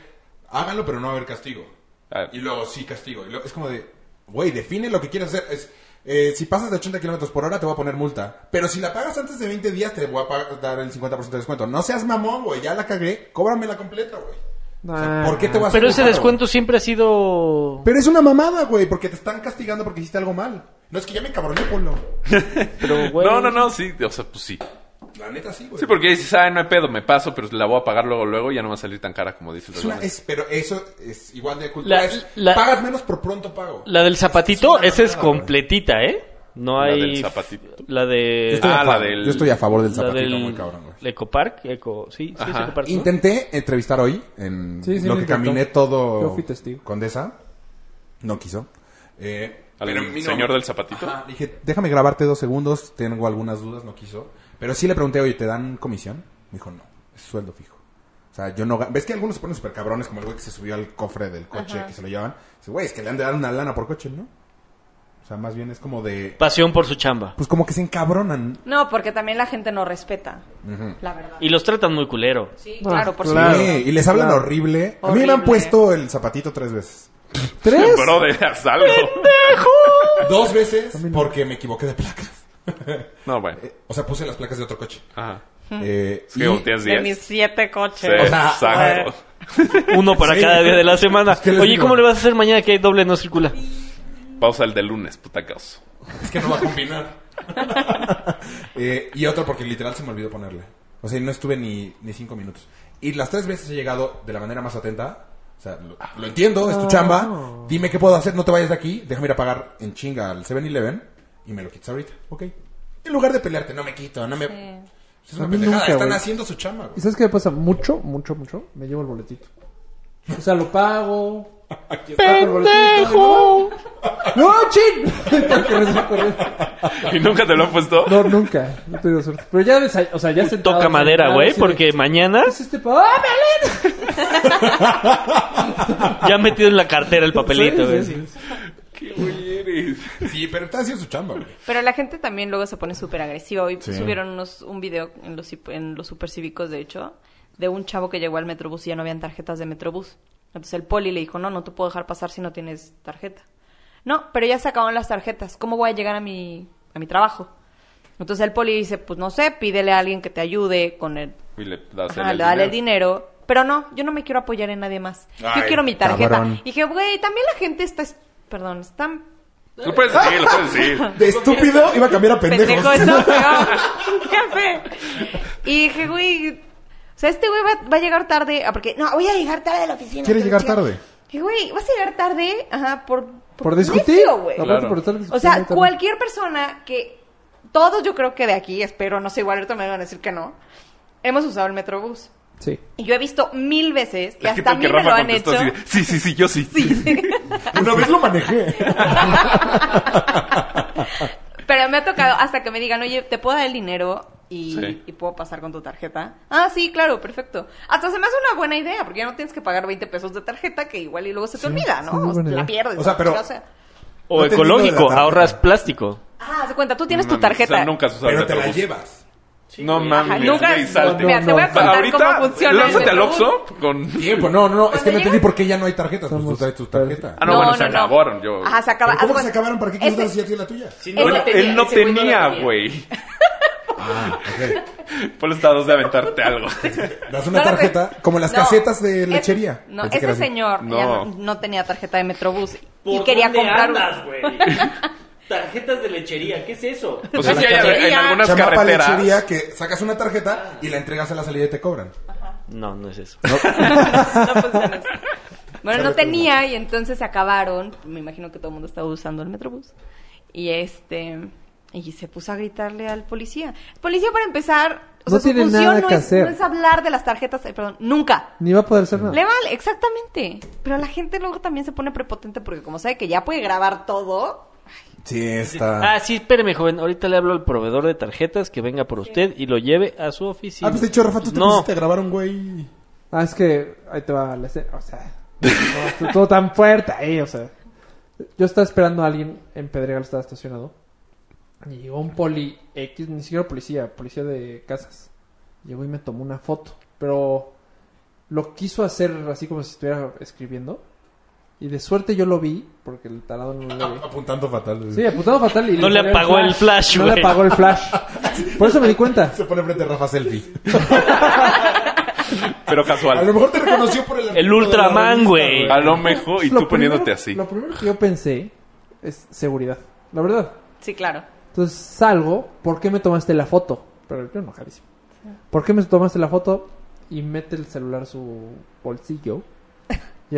Speaker 5: háganlo pero no va a haber castigo.
Speaker 3: A ver.
Speaker 5: Y luego sí castigo. Y luego- es como de, güey, define lo que quieres hacer. Es, eh, si pasas de 80 kilómetros por hora te voy a poner multa. Pero si la pagas antes de 20 días te voy a pa- dar el 50% de descuento. No seas mamón, güey, ya la cagué. Cóbramela completa, güey. O sea,
Speaker 7: Nah.
Speaker 5: ¿Por qué te vas a
Speaker 2: Ah, Pero ese
Speaker 5: enojar,
Speaker 2: descuento
Speaker 5: güey?
Speaker 2: siempre ha sido...
Speaker 5: Pero es una mamada, güey, porque te están castigando porque hiciste algo mal. No es que ya me cabroné, Polo.
Speaker 2: Pero, güey,
Speaker 3: No, no, no, sí, o sea, pues sí.
Speaker 5: La neta sí, güey.
Speaker 3: Sí, porque dices, ah, no hay pedo, me paso, pero la voy a pagar luego, luego, ya no va a salir tan cara como dice el
Speaker 5: Es una,
Speaker 3: reglamento.
Speaker 5: es- pero eso es igual de cultura.
Speaker 2: La-
Speaker 5: es,
Speaker 2: la-
Speaker 5: pagas menos por pronto pago.
Speaker 2: La del zapatito,
Speaker 5: Es una
Speaker 2: esa es
Speaker 5: mamada, güey.
Speaker 2: completita, ¿eh? No
Speaker 3: La
Speaker 2: hay...
Speaker 3: del zapatito.
Speaker 2: La de...
Speaker 3: estoy- Ah,
Speaker 5: a
Speaker 3: la
Speaker 5: favor-
Speaker 3: del-
Speaker 5: Yo estoy a favor del
Speaker 2: la
Speaker 5: zapatito,
Speaker 2: del...
Speaker 5: muy cabrón, güey.
Speaker 2: Ecopark, Eco... Sí, sí, es
Speaker 3: Ajá.
Speaker 2: Ecopark. ¿no?
Speaker 5: Intenté entrevistar hoy en
Speaker 7: Sí, sí,
Speaker 5: lo
Speaker 7: lo
Speaker 5: que
Speaker 7: intentó.
Speaker 5: caminé todo
Speaker 7: Yo fui testigo.
Speaker 5: Condesa. No quiso. Eh,
Speaker 3: ¿Al
Speaker 5: pero mínimo-
Speaker 3: señor del zapatito?
Speaker 5: Ajá, dije, déjame grabarte dos segundos, tengo algunas dudas, no quiso. Pero sí le pregunté, oye, ¿te dan comisión? Me dijo, no, es sueldo fijo. O sea, yo no... ga- ¿Ves que algunos se ponen súper cabrones, como el güey que se subió al cofre del coche, que se lo llevan? Dice, güey, es que le han de dar una lana por coche, ¿no? O O sea, más bien es como de...
Speaker 2: Pasión por su chamba.
Speaker 5: Pues como que se encabronan.
Speaker 6: No, porque también la gente no respeta, la verdad.
Speaker 2: Y los tratan muy culero.
Speaker 6: Sí, claro, por
Speaker 7: Ah, claro.
Speaker 6: supuesto.
Speaker 5: Sí, y les hablan horrible. A mí me
Speaker 6: Horrible.
Speaker 5: han puesto el zapatito tres veces.
Speaker 7: ¿Tres?
Speaker 3: Brother, haz algo.
Speaker 5: Dos veces porque me equivoqué de placas.
Speaker 3: No, bueno.
Speaker 5: O sea, puse las placas de otro coche.
Speaker 3: Ajá.
Speaker 5: Eh,
Speaker 3: Es que
Speaker 5: y-
Speaker 3: volteas
Speaker 6: De
Speaker 3: 10.
Speaker 6: mis siete coches.
Speaker 3: Sí,
Speaker 5: o sea,
Speaker 3: exacto.
Speaker 6: eh.
Speaker 2: Uno para
Speaker 5: Sí.
Speaker 2: cada día de la semana.
Speaker 5: Es que les
Speaker 2: Oye,
Speaker 5: digo.
Speaker 2: ¿cómo le vas a hacer mañana que hay doble no circula?
Speaker 3: Pausa el de lunes, puta caos.
Speaker 5: Es que no va a combinar. Eh, y otro porque literal se me olvidó ponerle. O sea, no estuve ni, ni cinco minutos. Y las tres veces he llegado de la manera más atenta. O sea, lo, lo entiendo, es tu chamba. Dime qué puedo hacer, no te vayas de aquí. Déjame ir a pagar en chinga al 7-Eleven y me lo quitas ahorita. Ok. En lugar de pelearte, no me quito, no me. Es
Speaker 7: A
Speaker 5: una
Speaker 7: mí
Speaker 5: pendejada.
Speaker 7: nunca,
Speaker 5: Están
Speaker 7: güey.
Speaker 5: haciendo su chamba,
Speaker 7: ¿Y
Speaker 5: güey.
Speaker 7: sabes qué me pasa? Mucho, mucho, mucho. Me llevo el boletito. O sea, lo pago. ¡Pendejo! ¡No, chin! Tengo que regresar a correr.
Speaker 3: ¿Y nunca te lo han puesto?
Speaker 7: No, nunca. No he tenido suerte. Pero ya, desa- o sea, ya sentado.
Speaker 5: Ah,
Speaker 2: Toca madera,
Speaker 7: sentado,
Speaker 2: güey,
Speaker 7: así de,
Speaker 2: porque mañana
Speaker 7: ¿Qué es este pa- ¡Ah, Belén!
Speaker 2: ya metido en la cartera el papelito, güey.
Speaker 7: Sí, sí, sí.
Speaker 3: ¿Qué güey eres?
Speaker 5: Sí, pero están haciendo su chamba, güey.
Speaker 6: Pero la gente también luego se pone súper agresiva. Hoy
Speaker 5: Sí.
Speaker 6: subieron unos, un video en los, hip- en los supercívicos, de hecho, de un chavo que llegó al Metrobús y ya no habían tarjetas de Metrobús. Entonces el poli le dijo, no, no te puedo dejar pasar si no tienes tarjeta. No, pero ya se acabaron las tarjetas. ¿Cómo voy a llegar a mi, a mi trabajo? Entonces el poli dice, pues no sé, pídele a alguien que te ayude con el...
Speaker 3: Y le das
Speaker 6: Ajá,
Speaker 3: el
Speaker 6: le dale Ah, el dinero. Pero no, yo no me quiero apoyar en nadie más.
Speaker 5: Ay,
Speaker 6: yo quiero mi tarjeta.
Speaker 5: cabrón.
Speaker 6: Y dije, güey, también la gente está... es- Perdón, están...
Speaker 3: Lo puedes decir, lo puedes decir.
Speaker 5: De estúpido iba a cambiar a pendejo.
Speaker 6: Pendejo, está peor. Ya sé. Y dije, güey. O sea, este güey va, va a llegar tarde. ah, porque, no, voy a llegar tarde a la oficina.
Speaker 5: ¿Quieres
Speaker 6: que la
Speaker 5: llegar
Speaker 6: chica-
Speaker 5: tarde?
Speaker 6: Dije, güey, vas a llegar tarde. Ajá, por.
Speaker 7: Por discutir.
Speaker 6: necio, güey.
Speaker 7: Aparte,
Speaker 3: Claro.
Speaker 7: por estar
Speaker 6: O
Speaker 7: discutiendo
Speaker 6: sea,
Speaker 7: también.
Speaker 6: cualquier persona que. Todos yo creo que de aquí, espero, no sé, igual ahorita me van a decir que no. Hemos usado el metrobús.
Speaker 7: Sí.
Speaker 6: Y yo he visto mil veces, y
Speaker 3: Es que
Speaker 6: hasta a
Speaker 3: tal
Speaker 6: mí
Speaker 3: que
Speaker 6: me lo
Speaker 3: Rafa
Speaker 6: han
Speaker 3: contestó
Speaker 6: hecho.
Speaker 3: así de, Sí, sí, sí, yo sí.
Speaker 5: Una vez lo manejé.
Speaker 6: Pero me ha tocado hasta que me digan, oye, ¿te puedo dar el dinero? Y,
Speaker 3: Sí.
Speaker 6: y puedo pasar con tu tarjeta. Ah, sí, claro, perfecto. Hasta se me hace una buena idea, porque ya no tienes que pagar 20 pesos de tarjeta, que igual y luego se te olvida,
Speaker 7: sí,
Speaker 6: ¿no?
Speaker 7: muy
Speaker 6: O sea,
Speaker 7: buena idea.
Speaker 6: la pierdes.
Speaker 5: O sea,
Speaker 6: ¿no?
Speaker 5: pero-
Speaker 2: O
Speaker 5: No te entiendo de la
Speaker 2: ecológico,
Speaker 5: tarjeta.
Speaker 2: ahorras plástico.
Speaker 6: Ah, haz de cuenta, tú tienes
Speaker 3: No
Speaker 6: tu
Speaker 3: mames,
Speaker 6: tarjeta.
Speaker 3: o sea, nunca has usado el
Speaker 5: Pero te la
Speaker 3: metrobús.
Speaker 5: llevas.
Speaker 3: No mames,
Speaker 6: Ajá, nunca-
Speaker 3: güey, salte.
Speaker 6: Mira, te voy a
Speaker 3: O sea,
Speaker 6: contar
Speaker 3: ahorita,
Speaker 6: cómo funciona el
Speaker 3: lánzate al
Speaker 6: metrobús.
Speaker 3: Oxxo con...
Speaker 5: Tiempo, no, no, no. Es que no
Speaker 6: Cuando
Speaker 5: entendí por qué ya no hay tarjetas. Pues tú
Speaker 7: Somos-
Speaker 5: traes tu tarjeta.
Speaker 3: Ah, no, bueno, se acabaron, yo...
Speaker 6: Ajá, se
Speaker 5: ¿Pero
Speaker 6: acabaron. este
Speaker 5: ¿Cómo que se acabaron? ¿Para qué quieres dar si ya tiene la tuya?
Speaker 6: Sí,
Speaker 3: Bueno, él no tenía, güey.
Speaker 5: Ah, ok.
Speaker 3: Por los estados de aventarte algo.
Speaker 5: Das una tarjeta, como las casetas de lechería.
Speaker 6: no,
Speaker 5: Pensé que
Speaker 6: ese
Speaker 5: era así.
Speaker 6: señor ya
Speaker 3: No.
Speaker 6: no. no tenía tarjeta de Metrobús y quería comprar una.
Speaker 2: güey? Tarjetas de lechería, ¿qué es eso?
Speaker 5: Pues
Speaker 3: O sea,
Speaker 6: La
Speaker 3: sí hay en
Speaker 6: lechería.
Speaker 3: algunas
Speaker 5: Chamapa
Speaker 3: carreteras...
Speaker 5: lechería que sacas una tarjeta y la entregas a la salida y te cobran.
Speaker 2: No, no es eso.
Speaker 6: No funciona así.
Speaker 5: Sale
Speaker 6: Bueno, no
Speaker 5: otro.
Speaker 6: tenía y entonces se acabaron. Me imagino que todo el mundo estaba usando el Metrobús. Y este y se puso a gritarle al policía. El policía para empezar, o
Speaker 7: No
Speaker 6: sea, su
Speaker 7: tiene
Speaker 6: función
Speaker 7: nada
Speaker 6: no,
Speaker 7: que
Speaker 6: es,
Speaker 7: hacer.
Speaker 6: no es hablar de las tarjetas, eh, perdón, nunca.
Speaker 7: Ni va a poder hacer nada.
Speaker 6: Le vale, exactamente. Pero la gente luego también se pone prepotente porque como sabe que ya puede grabar todo,
Speaker 5: Sí, está.
Speaker 2: Ah, sí, espéreme, joven. Ahorita le hablo al proveedor de tarjetas que venga por usted y lo lleve a su oficina.
Speaker 5: Ah, pues de hecho, Rafa, tú te
Speaker 2: No,
Speaker 5: pusiste a grabar un güey.
Speaker 7: Ah, es que ahí te va la escena, o sea, todo, todo tan fuerte ahí, o sea. Yo estaba esperando a alguien en Pedregal, estaba estacionado. Y llegó un poli X, ni siquiera policía, policía de casas. Llegó y me tomó una foto, pero lo quiso hacer así como si estuviera escribiendo. Y de suerte yo lo vi, porque el talado no lo vi.
Speaker 5: Apuntando fatal.
Speaker 7: Sí, apuntado fatal. Y
Speaker 2: No le
Speaker 7: salió
Speaker 2: apagó el flash,
Speaker 7: No
Speaker 2: güey.
Speaker 7: le apagó el flash. Por eso me di cuenta.
Speaker 5: Se pone frente a Rafa selfie.
Speaker 3: Pero
Speaker 5: A lo
Speaker 3: casual.
Speaker 5: mejor te reconoció por el.
Speaker 2: El
Speaker 5: artículo de la
Speaker 2: Ultraman,
Speaker 5: revista,
Speaker 2: güey.
Speaker 3: A lo mejor... Y
Speaker 7: Pues, Lo
Speaker 3: tú poniéndote
Speaker 7: primero-
Speaker 3: así.
Speaker 7: Lo primero que yo pensé es seguridad. La verdad.
Speaker 6: sí, claro.
Speaker 7: Entonces salgo, ¿por qué me tomaste la foto? Pero yo enojadísimo. ¿Por qué me tomaste la foto? Y mete el celular a su bolsillo. Y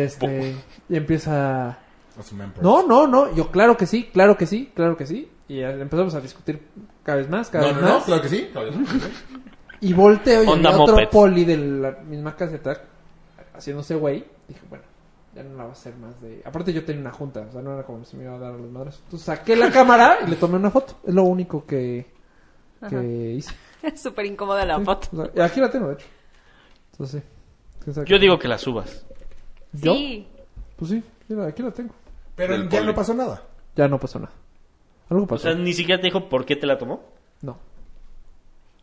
Speaker 7: este. Y empieza.
Speaker 5: A Oh, su pues. member.
Speaker 7: No, no, no. Yo, claro que sí, claro que sí, claro que sí. Y ya empezamos a discutir cada vez más, cada
Speaker 5: No, no,
Speaker 7: vez más.
Speaker 5: no, claro que sí. claro que sí.
Speaker 7: Y volteo y
Speaker 2: Onda
Speaker 7: había otro
Speaker 2: moped.
Speaker 7: poli de la misma caseta haciéndose güey. Dije, bueno, ya no la va a hacer más de. Aparte, yo tenía una junta, o sea, no era como si me iba a dar los madres. Entonces saqué la cámara y le tomé una foto. Es lo único que,
Speaker 6: Ajá.
Speaker 7: que hice.
Speaker 6: Es súper incómoda la foto.
Speaker 7: O sea, y aquí la tengo, de hecho. Entonces, sí. ¿Qué saca?
Speaker 2: Yo digo que las subas.
Speaker 7: ¿Yo?
Speaker 6: Sí.
Speaker 7: Pues sí, mira, aquí la tengo.
Speaker 5: Pero
Speaker 3: Del
Speaker 5: ya
Speaker 3: poli.
Speaker 5: no pasó nada.
Speaker 7: Ya no pasó nada. Algo
Speaker 2: O
Speaker 7: pasó.
Speaker 2: sea, ni siquiera te dijo por qué te la tomó.
Speaker 7: No.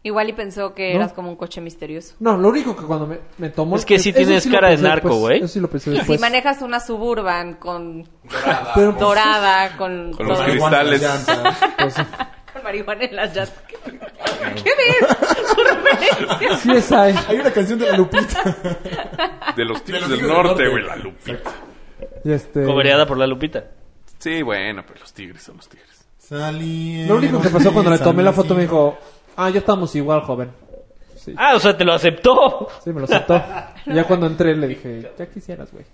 Speaker 6: Igual y pensó que
Speaker 7: ¿No?
Speaker 6: eras como un coche misterioso.
Speaker 7: No, lo único que cuando me, me tomó...
Speaker 2: Es que sí
Speaker 7: eso
Speaker 2: tienes
Speaker 7: lo
Speaker 2: cara de
Speaker 7: pensé
Speaker 2: narco,
Speaker 7: después,
Speaker 2: güey.
Speaker 7: Eso sí pues. lo pensé
Speaker 6: Y
Speaker 7: después.
Speaker 6: si manejas una suburban con
Speaker 5: Dorada.
Speaker 7: Pero-
Speaker 5: con-
Speaker 6: dorada, con,
Speaker 3: Con los
Speaker 6: todo-
Speaker 3: cristales.
Speaker 5: marihuana en las llantas.
Speaker 7: Pues,
Speaker 6: con marihuana en las llantas. ¿Qué, qué ves? Su referencia.
Speaker 7: sí es ahí.
Speaker 5: Hay una canción de la Lupita.
Speaker 3: De los tigres
Speaker 5: los
Speaker 3: del
Speaker 5: Tigres del
Speaker 3: norte,
Speaker 5: Norte.
Speaker 3: güey, la Lupita.
Speaker 7: Y este...
Speaker 2: Cobereada por la lupita.
Speaker 3: Sí, bueno, pero los tigres son los tigres.
Speaker 5: Salí.
Speaker 7: Lo único que pasó cuando le tomé la foto me dijo... Ah, ya estamos igual, joven. Sí,
Speaker 2: Ah, o sea, te lo aceptó.
Speaker 7: sí, me lo aceptó. Y ya cuando entré le dije... Ya quisieras, güey.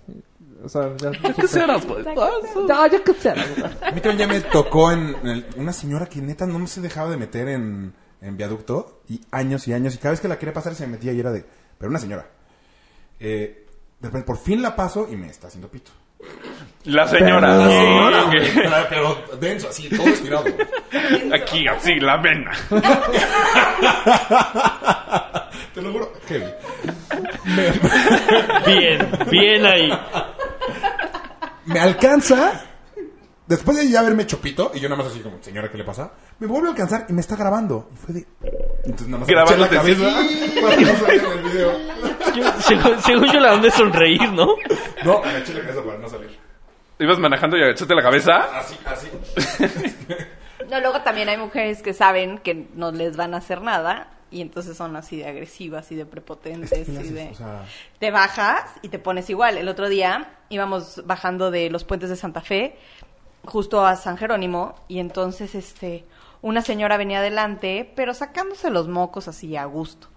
Speaker 7: O sea, ya... Ya
Speaker 3: serás, pues?
Speaker 7: No, ya quisieras, güey.
Speaker 5: A mí también ya me tocó en, en el- una señora que neta no se dejaba de meter en, en viaducto y años y años. Y cada vez que la quería pasar se metía y era de. Pero una señora. Eh, de repente, por fin la paso y me está haciendo pito.
Speaker 3: La señora.
Speaker 5: La
Speaker 3: Sí,
Speaker 5: señora,
Speaker 3: que-
Speaker 5: güey, pero, pero denso, así, todo estirado. güey.
Speaker 3: Aquí, así, la vena.
Speaker 5: Te lo juro. Heavy.
Speaker 2: Bien, bien ahí.
Speaker 5: me alcanza. Después de ya haberme hecho pito, y yo nada más así como, señora, ¿qué le pasa? Me vuelve a alcanzar y me está grabando. Y fue de. Entonces nada más
Speaker 3: Grabándote,
Speaker 5: agaché cabeza para no salir en el video.
Speaker 2: Yo- según, según yo, la onda es sonreír, ¿no?
Speaker 5: No, agaché la cabeza para no salir.
Speaker 3: Ibas manejando y agachaste la cabeza.
Speaker 5: Así, así.
Speaker 6: No, luego también hay mujeres que saben que no les van a hacer nada y entonces son así de agresivas y de prepotentes y de...
Speaker 5: O sea,
Speaker 6: te bajas y te pones igual. El otro día íbamos bajando de los puentes de Santa Fe justo a San Jerónimo y entonces este una señora venía adelante, pero sacándose los mocos así a gusto.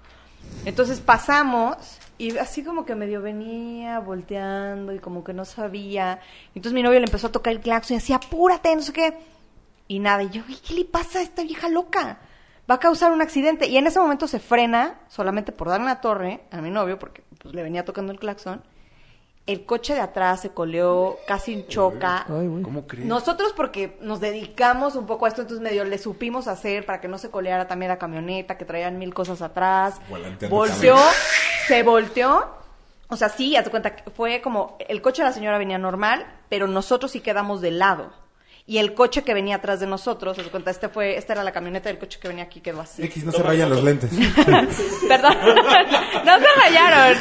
Speaker 6: Entonces pasamos y así como que medio venía volteando y como que no sabía. Entonces mi novio le empezó a tocar el claxon y decía, apúrate, no sé qué. Y nada, y yo, "Ay, ¿qué le pasa a esta vieja loca? Va a causar un accidente. Y en ese momento se frena solamente por darle la torre a mi novio, porque pues, le venía tocando el claxon. El coche de atrás se coleó, casi choca.
Speaker 7: Ay, güey.
Speaker 3: ¿Cómo crees?
Speaker 6: Nosotros porque nos dedicamos un poco a esto, entonces medio le supimos hacer para que no se coleara también la camioneta, que traían mil cosas atrás.
Speaker 5: Volanteando
Speaker 6: Volteó, se volteó. O sea, sí, haz de cuenta que fue como el coche de la señora venía normal, pero nosotros sí quedamos de lado. Y el coche que venía atrás de nosotros, haz de cuenta, este fue, esta era la camioneta del coche que venía aquí, quedó así.
Speaker 5: X, no se rayan los lentes.
Speaker 6: Perdón, no se rayaron.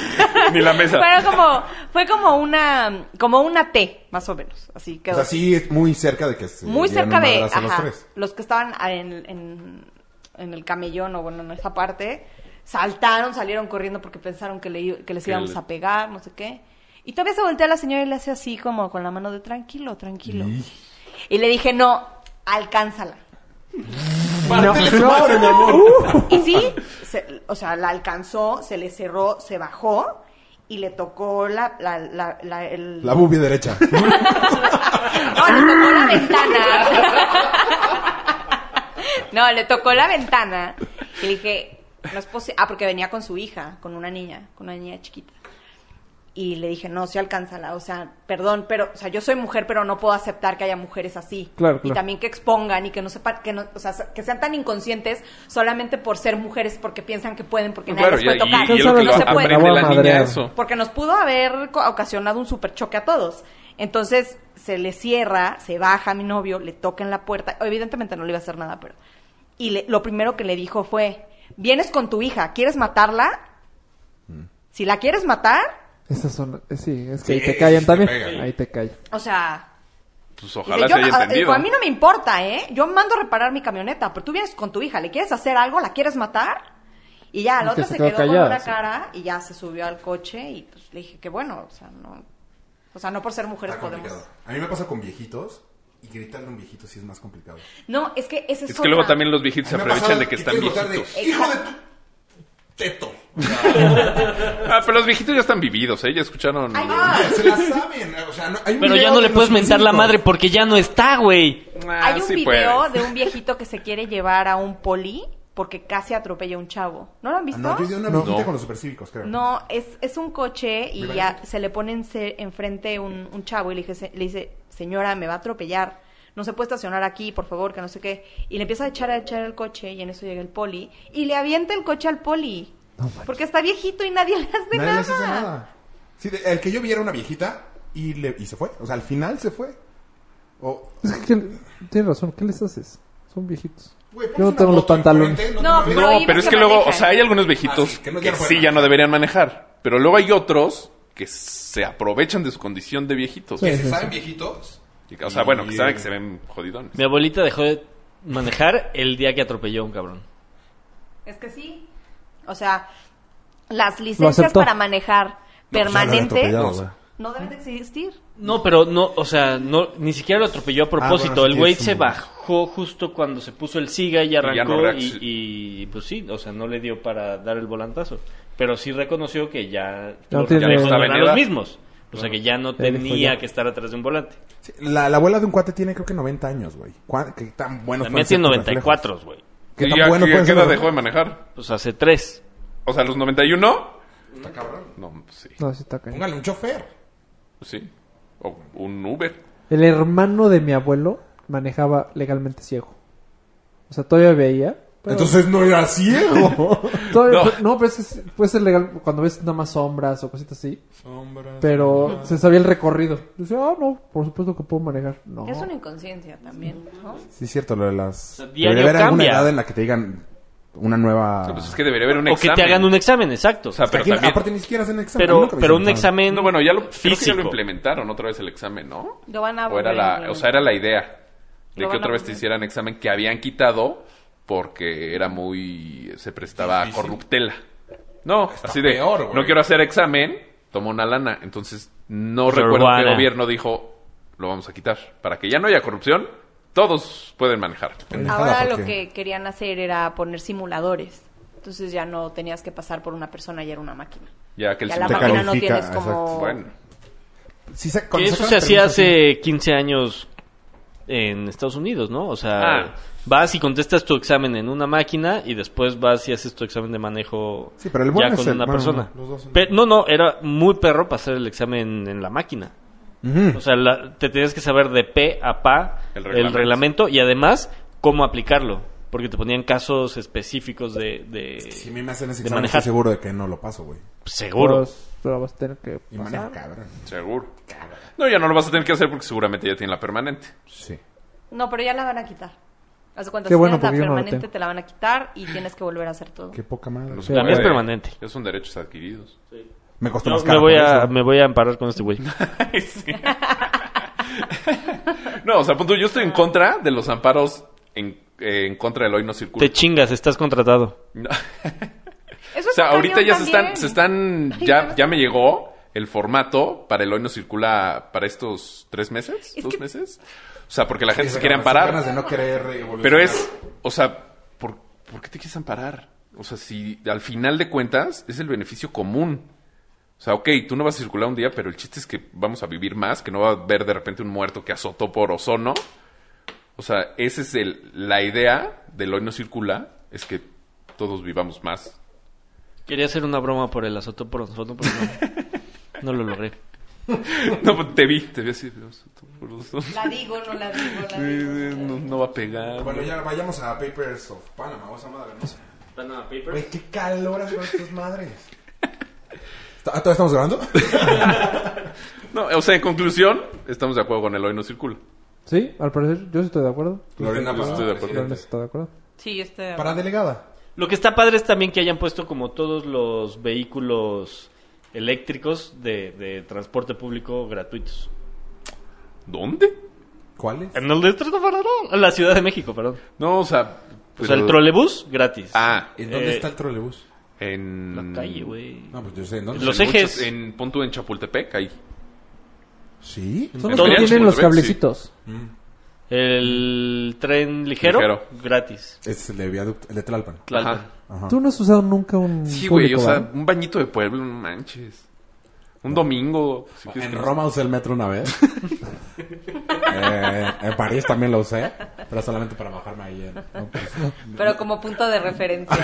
Speaker 3: Ni la mesa.
Speaker 6: Fueron como, fue como una, como una T, más o menos. Así
Speaker 5: O
Speaker 6: quedó.
Speaker 5: sea, sí, es muy cerca de que se
Speaker 6: Muy
Speaker 5: dieran
Speaker 6: cerca
Speaker 5: Este, un
Speaker 6: de
Speaker 5: madrazo
Speaker 6: ajá,
Speaker 5: los tres.
Speaker 6: los que estaban a- en, en- en el camellón o bueno, en esa parte, saltaron, salieron corriendo porque pensaron que, le i- que les
Speaker 3: Que
Speaker 6: íbamos
Speaker 3: le-
Speaker 6: a pegar, no sé qué. Y todavía se voltea la señora y le hace así como con la mano de tranquilo, tranquilo. Y le dije, no, alcánzala. Y sí, se- o sea, la alcanzó, se le cerró, se bajó y le tocó la... la, la, la- el-
Speaker 5: La bubi derecha.
Speaker 6: No, Oh, le tocó la ventana. No, le tocó la ventana. Y le dije, no es posible. Ah, porque venía con su hija, con una niña, con una niña chiquita. Y le dije, no, sí, alcánzala. O sea, perdón, pero, o sea, yo soy mujer, pero no puedo aceptar que haya mujeres así.
Speaker 7: Claro,
Speaker 6: Y
Speaker 7: claro.
Speaker 6: también que expongan y que no sepan, que no, o sea, que sean tan inconscientes solamente por ser mujeres, porque piensan que pueden, porque nadie
Speaker 3: Claro,
Speaker 6: les
Speaker 3: ya,
Speaker 6: puede
Speaker 3: y,
Speaker 6: tocar.
Speaker 3: y es lo que
Speaker 7: No
Speaker 3: lo
Speaker 7: se puede.
Speaker 3: aprende la niña
Speaker 7: Madreado.
Speaker 3: eso.
Speaker 6: Porque nos pudo haber co- ocasionado un super choque a todos. Entonces se le cierra, se baja mi novio, le toca en la puerta. Evidentemente no le iba a hacer nada, pero. Y le- lo primero que le dijo fue: Vienes con tu hija, ¿quieres matarla? Si la quieres matar,
Speaker 7: Esas son... eh, Sí, es que
Speaker 5: Sí,
Speaker 7: ahí te
Speaker 5: sí,
Speaker 7: callan
Speaker 5: sí,
Speaker 7: también.
Speaker 5: te pegan.
Speaker 7: ahí te callan.
Speaker 6: o sea.
Speaker 3: Pues
Speaker 6: dice,
Speaker 3: ojalá
Speaker 6: yo
Speaker 3: se haya
Speaker 6: no- a- dijo,
Speaker 3: entendido.
Speaker 6: a mí no me importa, ¿eh? Yo mando a reparar mi camioneta, pero tú vienes con tu hija, ¿le quieres hacer algo? ¿La quieres matar? Y ya,
Speaker 7: Es
Speaker 6: la
Speaker 7: que
Speaker 6: otra
Speaker 7: se
Speaker 6: se
Speaker 7: quedó
Speaker 6: quedó,
Speaker 7: callada,
Speaker 6: con una
Speaker 7: sí.
Speaker 6: cara y ya se subió al coche y pues le dije que bueno, o sea, no. O sea, no por ser mujeres
Speaker 5: Está
Speaker 6: podemos.
Speaker 5: complicado. A mí me pasa con viejitos y gritarle a un viejito sí es más complicado.
Speaker 6: No, es que ese es
Speaker 3: Es que luego
Speaker 6: otra.
Speaker 3: también los viejitos se
Speaker 5: A mí me ha
Speaker 3: aprovechan
Speaker 5: pasado
Speaker 3: de que están
Speaker 5: quiero gritar de,
Speaker 3: viejitos.
Speaker 5: Hijo de tu teto.
Speaker 3: Ah, pero los viejitos ya están vividos, ¿eh? Ya escucharon.
Speaker 6: Ay,
Speaker 5: Ah, se la saben. O sea, no- hay un
Speaker 2: Pero
Speaker 5: video
Speaker 2: ya no
Speaker 5: de
Speaker 2: le puedes
Speaker 5: los
Speaker 2: mentar la
Speaker 5: viejitos.
Speaker 2: madre porque ya no está, güey.
Speaker 3: Ah,
Speaker 6: Hay un
Speaker 3: sí
Speaker 6: video
Speaker 3: puedes.
Speaker 6: de un viejito que se quiere llevar a un poli porque casi atropella a un chavo. ¿No lo han
Speaker 5: Ah,
Speaker 6: visto?
Speaker 5: No, yo vi una
Speaker 7: No.
Speaker 5: viejita
Speaker 3: No.
Speaker 5: con los supercívicos, creo.
Speaker 6: No, es, es un coche y
Speaker 5: Muy
Speaker 6: ya
Speaker 5: valiente.
Speaker 6: se le pone en se- enfrente un, un chavo y le, dije, se- le dice, señora, me va a atropellar. No se puede estacionar aquí, por favor, que no sé qué. Y le empieza a echar a echar el coche y en eso llega el poli y le avienta el coche al poli. porque está viejito y nadie le hace
Speaker 5: Nadie
Speaker 6: nada.
Speaker 5: les hace nada. Sí, de- el que yo vi era una viejita y, le, y se fue. O sea, al final se fue. O,
Speaker 7: Es que, ¿qué- tienes razón, ¿qué les haces? Son viejitos.
Speaker 5: güey, pones
Speaker 7: Yo no
Speaker 5: una
Speaker 7: tengo los
Speaker 5: moto
Speaker 7: pantalones.
Speaker 5: enfrente,
Speaker 6: No,
Speaker 5: te-
Speaker 3: No,
Speaker 6: Prohíbe
Speaker 3: pero es
Speaker 6: que
Speaker 3: que luego,
Speaker 6: manejen.
Speaker 3: o sea, hay algunos viejitos
Speaker 5: Ah, sí,
Speaker 3: que,
Speaker 5: que no- ya no
Speaker 3: sí
Speaker 5: pueden
Speaker 3: ya no deberían manejar, pero luego hay otros que se aprovechan de su condición de viejitos.
Speaker 7: Sí.
Speaker 5: se saben viejitos.
Speaker 3: Y- O sea, bueno, que saben que se ven jodidones.
Speaker 2: Mi abuelita dejó de manejar el día que atropelló a un cabrón.
Speaker 6: Es que sí. O sea, las licencias
Speaker 7: aceptó.
Speaker 6: para manejar permanentes
Speaker 8: No,
Speaker 6: no,
Speaker 8: güey.
Speaker 6: deben de existir.
Speaker 2: No, pero no, o sea, no, ni siquiera lo atropelló a propósito.
Speaker 8: bueno, sí,
Speaker 2: el güey
Speaker 8: es un-
Speaker 2: se bajó justo cuando se puso el siga y arrancó
Speaker 3: reacc-
Speaker 2: y, y, pues sí, o sea, no le dio para dar el volantazo. Pero sí reconoció que ya,
Speaker 7: Ya
Speaker 2: los
Speaker 7: tiene-
Speaker 2: reflejos
Speaker 3: Ya estaba
Speaker 2: eran
Speaker 3: en
Speaker 2: los
Speaker 3: edad.
Speaker 2: mismos. O sea, que ya no
Speaker 7: Ya dijo
Speaker 2: tenía
Speaker 7: ya.
Speaker 2: que estar atrás de un volante.
Speaker 5: Sí, La, la abuela de un cuate tiene creo que 90 años, güey. ¿Cuá- ¿Qué tan buenos
Speaker 2: La mía
Speaker 5: pueden ser
Speaker 2: tiene
Speaker 5: tus
Speaker 2: 94, güey.
Speaker 5: reflejos? ¿Qué
Speaker 3: ¿Y
Speaker 5: tan
Speaker 3: ya
Speaker 5: buenos
Speaker 3: qué-
Speaker 5: pueden
Speaker 3: qué
Speaker 5: ser
Speaker 3: edad
Speaker 5: los-
Speaker 3: dejó de manejar?
Speaker 2: Pues hace tres.
Speaker 3: O sea, los 91?
Speaker 5: Está cabrón.
Speaker 3: No, pues sí.
Speaker 7: No, sí está cañón.
Speaker 5: Póngale un chofer.
Speaker 3: pues sí. O un Uber.
Speaker 7: El hermano de mi abuelo manejaba legalmente ciego. O sea, todavía veía. pero-
Speaker 5: Entonces no era ciego.
Speaker 7: todavía-
Speaker 3: no.
Speaker 7: no. pero es que sí, puede ser legal cuando ves nada más sombras o cositas así.
Speaker 5: Sombras.
Speaker 7: Pero se sabía el recorrido. Dice, ah, no, por supuesto que puedo manejar. No.
Speaker 6: Es una inconsciencia también, ¿no?
Speaker 5: Sí, es cierto, lo de las.
Speaker 2: sea, diario
Speaker 5: Debería haber alguna
Speaker 2: cambia.
Speaker 5: edad en la que te digan una nueva.
Speaker 3: No, pues es que debería haber un
Speaker 2: o
Speaker 3: examen.
Speaker 2: que te hagan un examen, exacto.
Speaker 3: O sea, pero
Speaker 5: Aquí,
Speaker 3: también...
Speaker 5: Aparte ni siquiera hacen examen.
Speaker 2: pero,
Speaker 5: Nunca me
Speaker 2: pero
Speaker 5: hicieron
Speaker 2: un examen
Speaker 3: No, bueno, ya lo, creo que ya
Speaker 2: físico.
Speaker 3: lo implementaron otra vez el examen, ¿no?
Speaker 6: Lo van
Speaker 3: O,
Speaker 6: a
Speaker 3: era
Speaker 6: volver a
Speaker 3: la,
Speaker 6: implementar.
Speaker 3: o sea, era la idea de
Speaker 6: Ah, Lo
Speaker 3: que
Speaker 6: van a
Speaker 3: otra vez te
Speaker 6: volver.
Speaker 3: hicieran examen que habían quitado porque era muy... se prestaba a corruptela. No, así de...
Speaker 5: peor, güey.
Speaker 3: no quiero hacer examen, tomo una lana. Entonces, no
Speaker 2: Pero
Speaker 3: recuerdo que
Speaker 2: guana.
Speaker 3: el gobierno dijo, lo vamos a quitar. Para que ya no haya corrupción, todos pueden manejar.
Speaker 5: pendejada,
Speaker 6: Ahora lo
Speaker 5: porque-
Speaker 6: que querían hacer era poner simuladores. Entonces ya no tenías que pasar por una persona, ya era una máquina.
Speaker 3: Ya que el
Speaker 6: Ya la
Speaker 5: te
Speaker 3: simulador-
Speaker 6: máquina no
Speaker 5: califica,
Speaker 6: tienes como...
Speaker 3: Bueno,
Speaker 5: Sí, se-
Speaker 2: Que
Speaker 5: cuando
Speaker 2: eso
Speaker 5: sacan
Speaker 2: se hacía
Speaker 5: permisos, sí.
Speaker 2: hace 15 años en Estados Unidos, ¿no? O sea,
Speaker 3: Ah.
Speaker 2: vas y contestas tu examen en una máquina y después vas y haces tu examen de manejo
Speaker 5: Sí, pero el bueno
Speaker 2: ya
Speaker 5: es
Speaker 2: con
Speaker 5: el-
Speaker 2: una
Speaker 5: bueno,
Speaker 2: persona.
Speaker 5: no, los dos son-
Speaker 2: Pe- No, no, era muy perro pasar el examen en la máquina. O sea, la- te tenías que saber de pe a pa
Speaker 3: El
Speaker 2: el
Speaker 3: reglamento.
Speaker 2: reglamento. y además cómo aplicarlo, porque te ponían casos específicos de, de-
Speaker 5: Si a mí me hacen ese
Speaker 2: de
Speaker 5: examen,
Speaker 2: manejar.
Speaker 5: estoy seguro de que no lo paso, güey.
Speaker 2: seguro.
Speaker 7: Pues, pero vas a tener que
Speaker 5: Y
Speaker 7: pasar.
Speaker 5: manejo cabrón.
Speaker 3: seguro. No, ya no lo vas a tener que hacer porque seguramente ya tiene la permanente.
Speaker 5: Sí.
Speaker 6: No, pero ya la van a quitar. Haz de cuenta,
Speaker 7: Qué
Speaker 6: si
Speaker 7: bueno,
Speaker 6: tienes
Speaker 7: porque
Speaker 6: la
Speaker 7: yo no la
Speaker 6: permanente,
Speaker 7: tengo.
Speaker 6: te la van a quitar y tienes que volver a hacer todo.
Speaker 5: Qué poca madre.
Speaker 3: No se
Speaker 7: La
Speaker 2: mía
Speaker 3: puede.
Speaker 2: es permanente.
Speaker 3: Ya son derechos adquiridos.
Speaker 5: Me costó
Speaker 2: Yo
Speaker 5: más
Speaker 2: me
Speaker 5: caro.
Speaker 2: voy
Speaker 5: por
Speaker 2: a
Speaker 5: eso.
Speaker 2: me voy a amparar con este güey.
Speaker 3: No, o sea, punto, yo estoy en contra de los amparos en, eh, en contra del hoy no circula.
Speaker 2: Te chingas, estás contratado.
Speaker 3: No.
Speaker 6: Eso
Speaker 3: o sea,
Speaker 6: está
Speaker 3: ahorita
Speaker 6: cañón
Speaker 3: ya se están,
Speaker 6: también.
Speaker 3: se están,
Speaker 6: Ay,
Speaker 3: ya,
Speaker 6: pero-
Speaker 3: ya me llegó el formato para el hoy no circula para estos tres meses,
Speaker 6: Es
Speaker 3: dos
Speaker 6: que-
Speaker 3: meses. O sea, porque la gente se
Speaker 5: Esas
Speaker 3: quiere
Speaker 5: ganas- esas
Speaker 3: amparar.
Speaker 5: ganas de no querer evolucionar.
Speaker 3: Pero es, o sea, ¿por, por qué te quieres amparar? O sea, si al final de cuentas es el beneficio común. O sea, ok, tú no vas a circular un día, pero el chiste es que vamos a vivir más, que no va a haber de repente un muerto que azotó por ozono. O sea, esa es el, la idea del hoy no circula, es que todos vivamos más.
Speaker 2: Quería hacer una broma por el azoto por azoto, pero no, no lo logré.
Speaker 3: No, pues, te vi, te vi así. de azotó por ozono.
Speaker 6: La digo, no la digo, la digo.
Speaker 3: No, no va a pegar.
Speaker 5: Bueno, ya vayamos a Papers of Panama. O esa madre, no sé. Güey, qué calor hacen estas madres. ¿Ah, ¿Todavía estamos grabando?
Speaker 3: No, o sea, en conclusión, estamos de acuerdo con el hoy no circula.
Speaker 7: Sí, al parecer yo sí estoy de acuerdo.
Speaker 5: Lorena
Speaker 3: Yo pues, estoy de acuerdo.
Speaker 7: Pero no
Speaker 5: presidente.
Speaker 7: está de acuerdo.
Speaker 6: Sí, este...
Speaker 5: Para delegada.
Speaker 2: Lo que está padre es también que hayan puesto como todos los vehículos eléctricos de, de transporte público gratuitos.
Speaker 3: ¿Dónde?
Speaker 5: ¿Cuáles?
Speaker 2: En el Distrito Federal, en la Ciudad de México, perdón.
Speaker 3: No, o sea...
Speaker 2: O sea, el
Speaker 3: pero-
Speaker 2: trolebús gratis.
Speaker 3: Ah,
Speaker 5: ¿En dónde
Speaker 2: Eh,
Speaker 5: está el trolebús?
Speaker 3: en...
Speaker 2: La calle, güey.
Speaker 5: No, pues yo sé, ¿en dónde?
Speaker 2: Los
Speaker 3: en
Speaker 2: ejes.
Speaker 3: muchos- en punto en Chapultepec, ahí.
Speaker 5: ¿Sí?
Speaker 3: En
Speaker 7: Son los que
Speaker 3: teoría,
Speaker 7: tienen
Speaker 3: Chapultepec,
Speaker 7: los
Speaker 3: sí.
Speaker 7: cablecitos.
Speaker 2: El tren ligero,
Speaker 3: Ligero.
Speaker 2: gratis.
Speaker 5: Este es el de viaducto, el de Tlalpan.
Speaker 3: Ajá.
Speaker 5: Ajá.
Speaker 7: Tú no has usado nunca un.
Speaker 3: Sí, güey,
Speaker 7: público,
Speaker 3: o sea,
Speaker 7: ¿verdad?
Speaker 3: un bañito de pueblo, no manches. Un domingo. si quieres
Speaker 5: En
Speaker 3: que-
Speaker 5: Roma usé el metro una vez. Eh, en París también lo usé, pero solamente para bajarme ahí. en- no, pues,
Speaker 6: Pero como punto de referencia.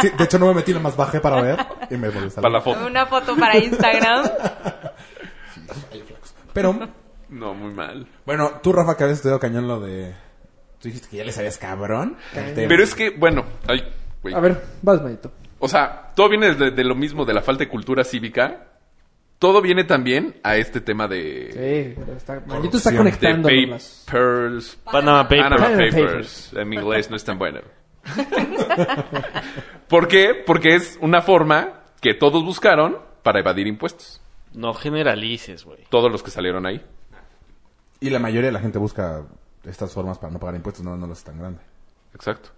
Speaker 5: sí, de hecho, no me metí, nomás bajé para ver y me volví a
Speaker 3: Para la
Speaker 5: salir.
Speaker 3: foto.
Speaker 6: Una foto para Instagram.
Speaker 5: Pero,
Speaker 3: No, muy mal.
Speaker 5: bueno, tú, Rafa, que habías estudiado cañón lo de... Tú dijiste que ya le sabías cabrón. al tema.
Speaker 3: Pero es que, bueno, ay, güey.
Speaker 7: A ver, vas, Mayito.
Speaker 3: O sea, todo viene de, de lo mismo, de la falta de cultura cívica. todo viene también a este tema de,
Speaker 7: Sí, pero está, Mayito
Speaker 5: Corrupción
Speaker 7: está
Speaker 3: de
Speaker 7: conectando. Douglas.
Speaker 3: Papers.
Speaker 2: Panama Papers.
Speaker 3: Panama
Speaker 7: Panama
Speaker 3: Papers.
Speaker 7: Papers.
Speaker 3: En mi inglés no es tan bueno. ¿Por qué? Porque es una forma que todos buscaron para evadir impuestos.
Speaker 2: No generalices, güey.
Speaker 3: Todos los que salieron ahí.
Speaker 5: Y la mayoría de la gente busca estas formas para no pagar impuestos, no, no los es tan grande.
Speaker 3: Exacto.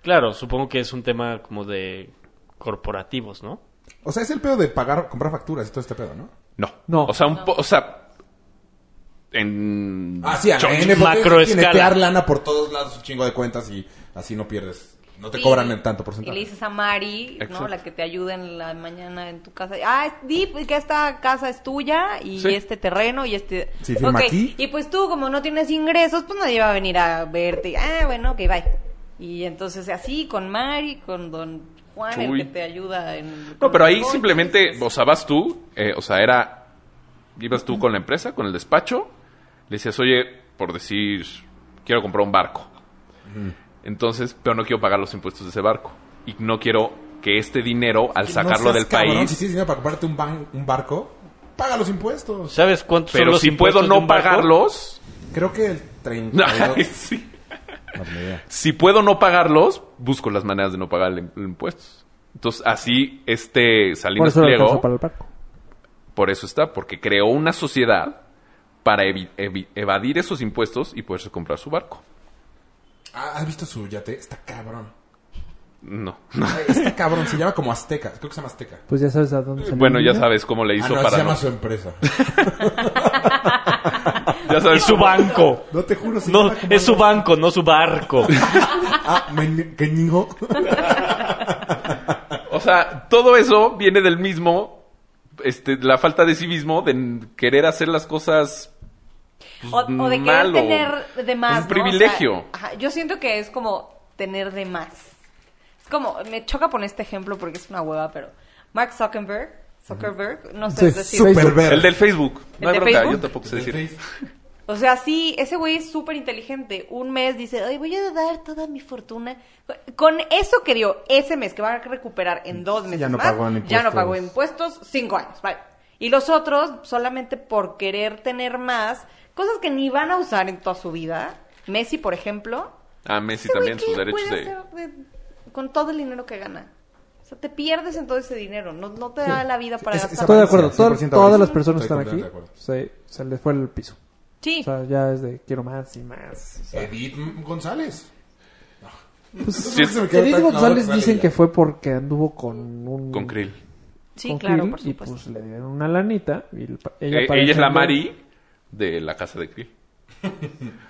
Speaker 2: Claro, supongo que es un tema como de corporativos, ¿no?
Speaker 5: O sea, es el pedo de pagar, comprar facturas y todo este pedo, ¿no?
Speaker 3: No.
Speaker 7: No.
Speaker 3: O sea, un po- o sea en
Speaker 5: Ah, sí, a
Speaker 2: Chon-
Speaker 5: la NFP
Speaker 2: macroescala.
Speaker 5: tiene que dar lana por todos lados, un chingo de cuentas y así no pierdes, no te cobran en tanto
Speaker 6: Y le
Speaker 5: porcentaje.
Speaker 6: dices a Mari,
Speaker 3: Exacto.
Speaker 6: ¿no? La que te ayuda en la mañana en tu casa. Ah, es- di pues, que esta casa es tuya y
Speaker 3: Sí.
Speaker 6: este terreno y este...
Speaker 5: Sí, firma
Speaker 6: Ok,
Speaker 5: aquí.
Speaker 6: Y pues tú, como no tienes ingresos, pues nadie va a venir a verte. Ah, bueno, ok, bye. Y entonces así, con Mari, con Don Juan,
Speaker 3: Chuy.
Speaker 6: el que te ayuda en...
Speaker 3: No, pero ahí
Speaker 6: con-
Speaker 3: simplemente, o sea, vas tú, eh, o sea, era, ibas tú con la empresa, con el despacho, le decías, oye, por decir, quiero comprar un barco. Entonces, pero no quiero pagar los impuestos de ese barco. Y no quiero que este dinero, al sacarlo
Speaker 5: No seas
Speaker 3: del
Speaker 5: cabrón,
Speaker 3: país,
Speaker 5: Si tienes dinero para comprarte un, ban- un barco, paga los impuestos.
Speaker 2: ¿Sabes cuántos son
Speaker 3: pero
Speaker 2: los
Speaker 3: si puedo
Speaker 2: impuestos de
Speaker 3: no
Speaker 2: un barco?
Speaker 3: pagarlos,
Speaker 5: Creo que el
Speaker 3: Ay,
Speaker 5: 32...
Speaker 3: sí.
Speaker 5: no, ni idea.
Speaker 3: si puedo no pagarlos, busco las maneras de no pagar el, el impuestos. Entonces, así, este
Speaker 7: Por
Speaker 3: Salinas
Speaker 7: eso le alcanza
Speaker 3: Pliego...
Speaker 7: para el barco.
Speaker 3: Por eso está, porque creó una sociedad para evi- evi- evadir esos impuestos y poderse comprar su barco.
Speaker 5: Ah, ¿Has visto su yate? Está cabrón.
Speaker 3: No.
Speaker 5: Está cabrón, se llama como Azteca. Creo que se llama Azteca.
Speaker 7: Pues ya sabes a dónde salió.
Speaker 3: Eh, Bueno,
Speaker 7: el
Speaker 3: ya
Speaker 7: niño.
Speaker 3: sabes cómo le hizo
Speaker 5: ah, no,
Speaker 3: para
Speaker 5: se llama
Speaker 3: no-
Speaker 5: su empresa.
Speaker 3: Ya sabes
Speaker 2: Su banco.
Speaker 5: No te juro, se
Speaker 2: No,
Speaker 5: llama como
Speaker 2: es su
Speaker 5: algo-
Speaker 2: banco, no su barco.
Speaker 5: Ah, men- ¿qué ñingo?
Speaker 3: O sea, todo eso viene del mismo este la falta de civismo de n- querer hacer las cosas
Speaker 6: O, o de
Speaker 3: Pues,
Speaker 6: querer
Speaker 3: malo.
Speaker 6: tener
Speaker 3: Es
Speaker 6: de más.
Speaker 3: un
Speaker 6: ¿no? O sea,
Speaker 3: privilegio.
Speaker 6: ajá, yo siento que es como tener de más. Es como, me choca poner este ejemplo porque es una hueva, pero Mark Zuckerberg, Zuckerberg, no sé
Speaker 7: Sí,
Speaker 6: decir.
Speaker 7: Facebook.
Speaker 5: Superver.
Speaker 3: el del Facebook. No hay
Speaker 6: ¿El de
Speaker 3: bronca,
Speaker 6: Facebook?
Speaker 3: yo tampoco sé decir.
Speaker 6: O sea, sí, ese güey es súper inteligente. Un mes dice, ay, voy a dar toda mi fortuna. Con eso que dio ese mes, que va a recuperar en dos meses
Speaker 5: no
Speaker 6: más,
Speaker 5: pagó en
Speaker 6: ya no
Speaker 5: impuestos.
Speaker 6: pagó impuestos, cinco años, vale. Y los otros, solamente por querer tener más, cosas que ni van a usar en toda su vida. Messi, por ejemplo.
Speaker 3: Ah, Messi
Speaker 6: ese güey,
Speaker 3: también
Speaker 6: ¿qué
Speaker 3: sus derechos
Speaker 6: puede
Speaker 3: de
Speaker 6: hacer de- con todo el dinero que gana. O sea, te pierdes en todo ese dinero. No, no te da la vida para
Speaker 5: Es- es-
Speaker 6: gastar.
Speaker 7: Estoy de acuerdo.
Speaker 5: Sí,
Speaker 7: todo-
Speaker 5: 100%
Speaker 7: todas las
Speaker 5: estoy
Speaker 7: personas que están aquí.
Speaker 5: completamente de
Speaker 7: Se, se les fue el piso.
Speaker 6: Sí.
Speaker 7: O sea, ya es de quiero más y más.
Speaker 5: Edith González.
Speaker 7: Pues,
Speaker 5: Sí, es-
Speaker 7: Edith González
Speaker 5: No,
Speaker 7: dicen
Speaker 5: ya.
Speaker 7: que fue porque anduvo con un.
Speaker 3: con Krill.
Speaker 6: Sí,
Speaker 7: con
Speaker 6: claro,
Speaker 7: Krill,
Speaker 6: por
Speaker 7: Y
Speaker 6: supuesto.
Speaker 7: pues le dieron una lanita. Y el pa-
Speaker 3: Eh, Ella,
Speaker 7: para
Speaker 3: es la
Speaker 7: defender-
Speaker 3: Mari de la casa de Krill.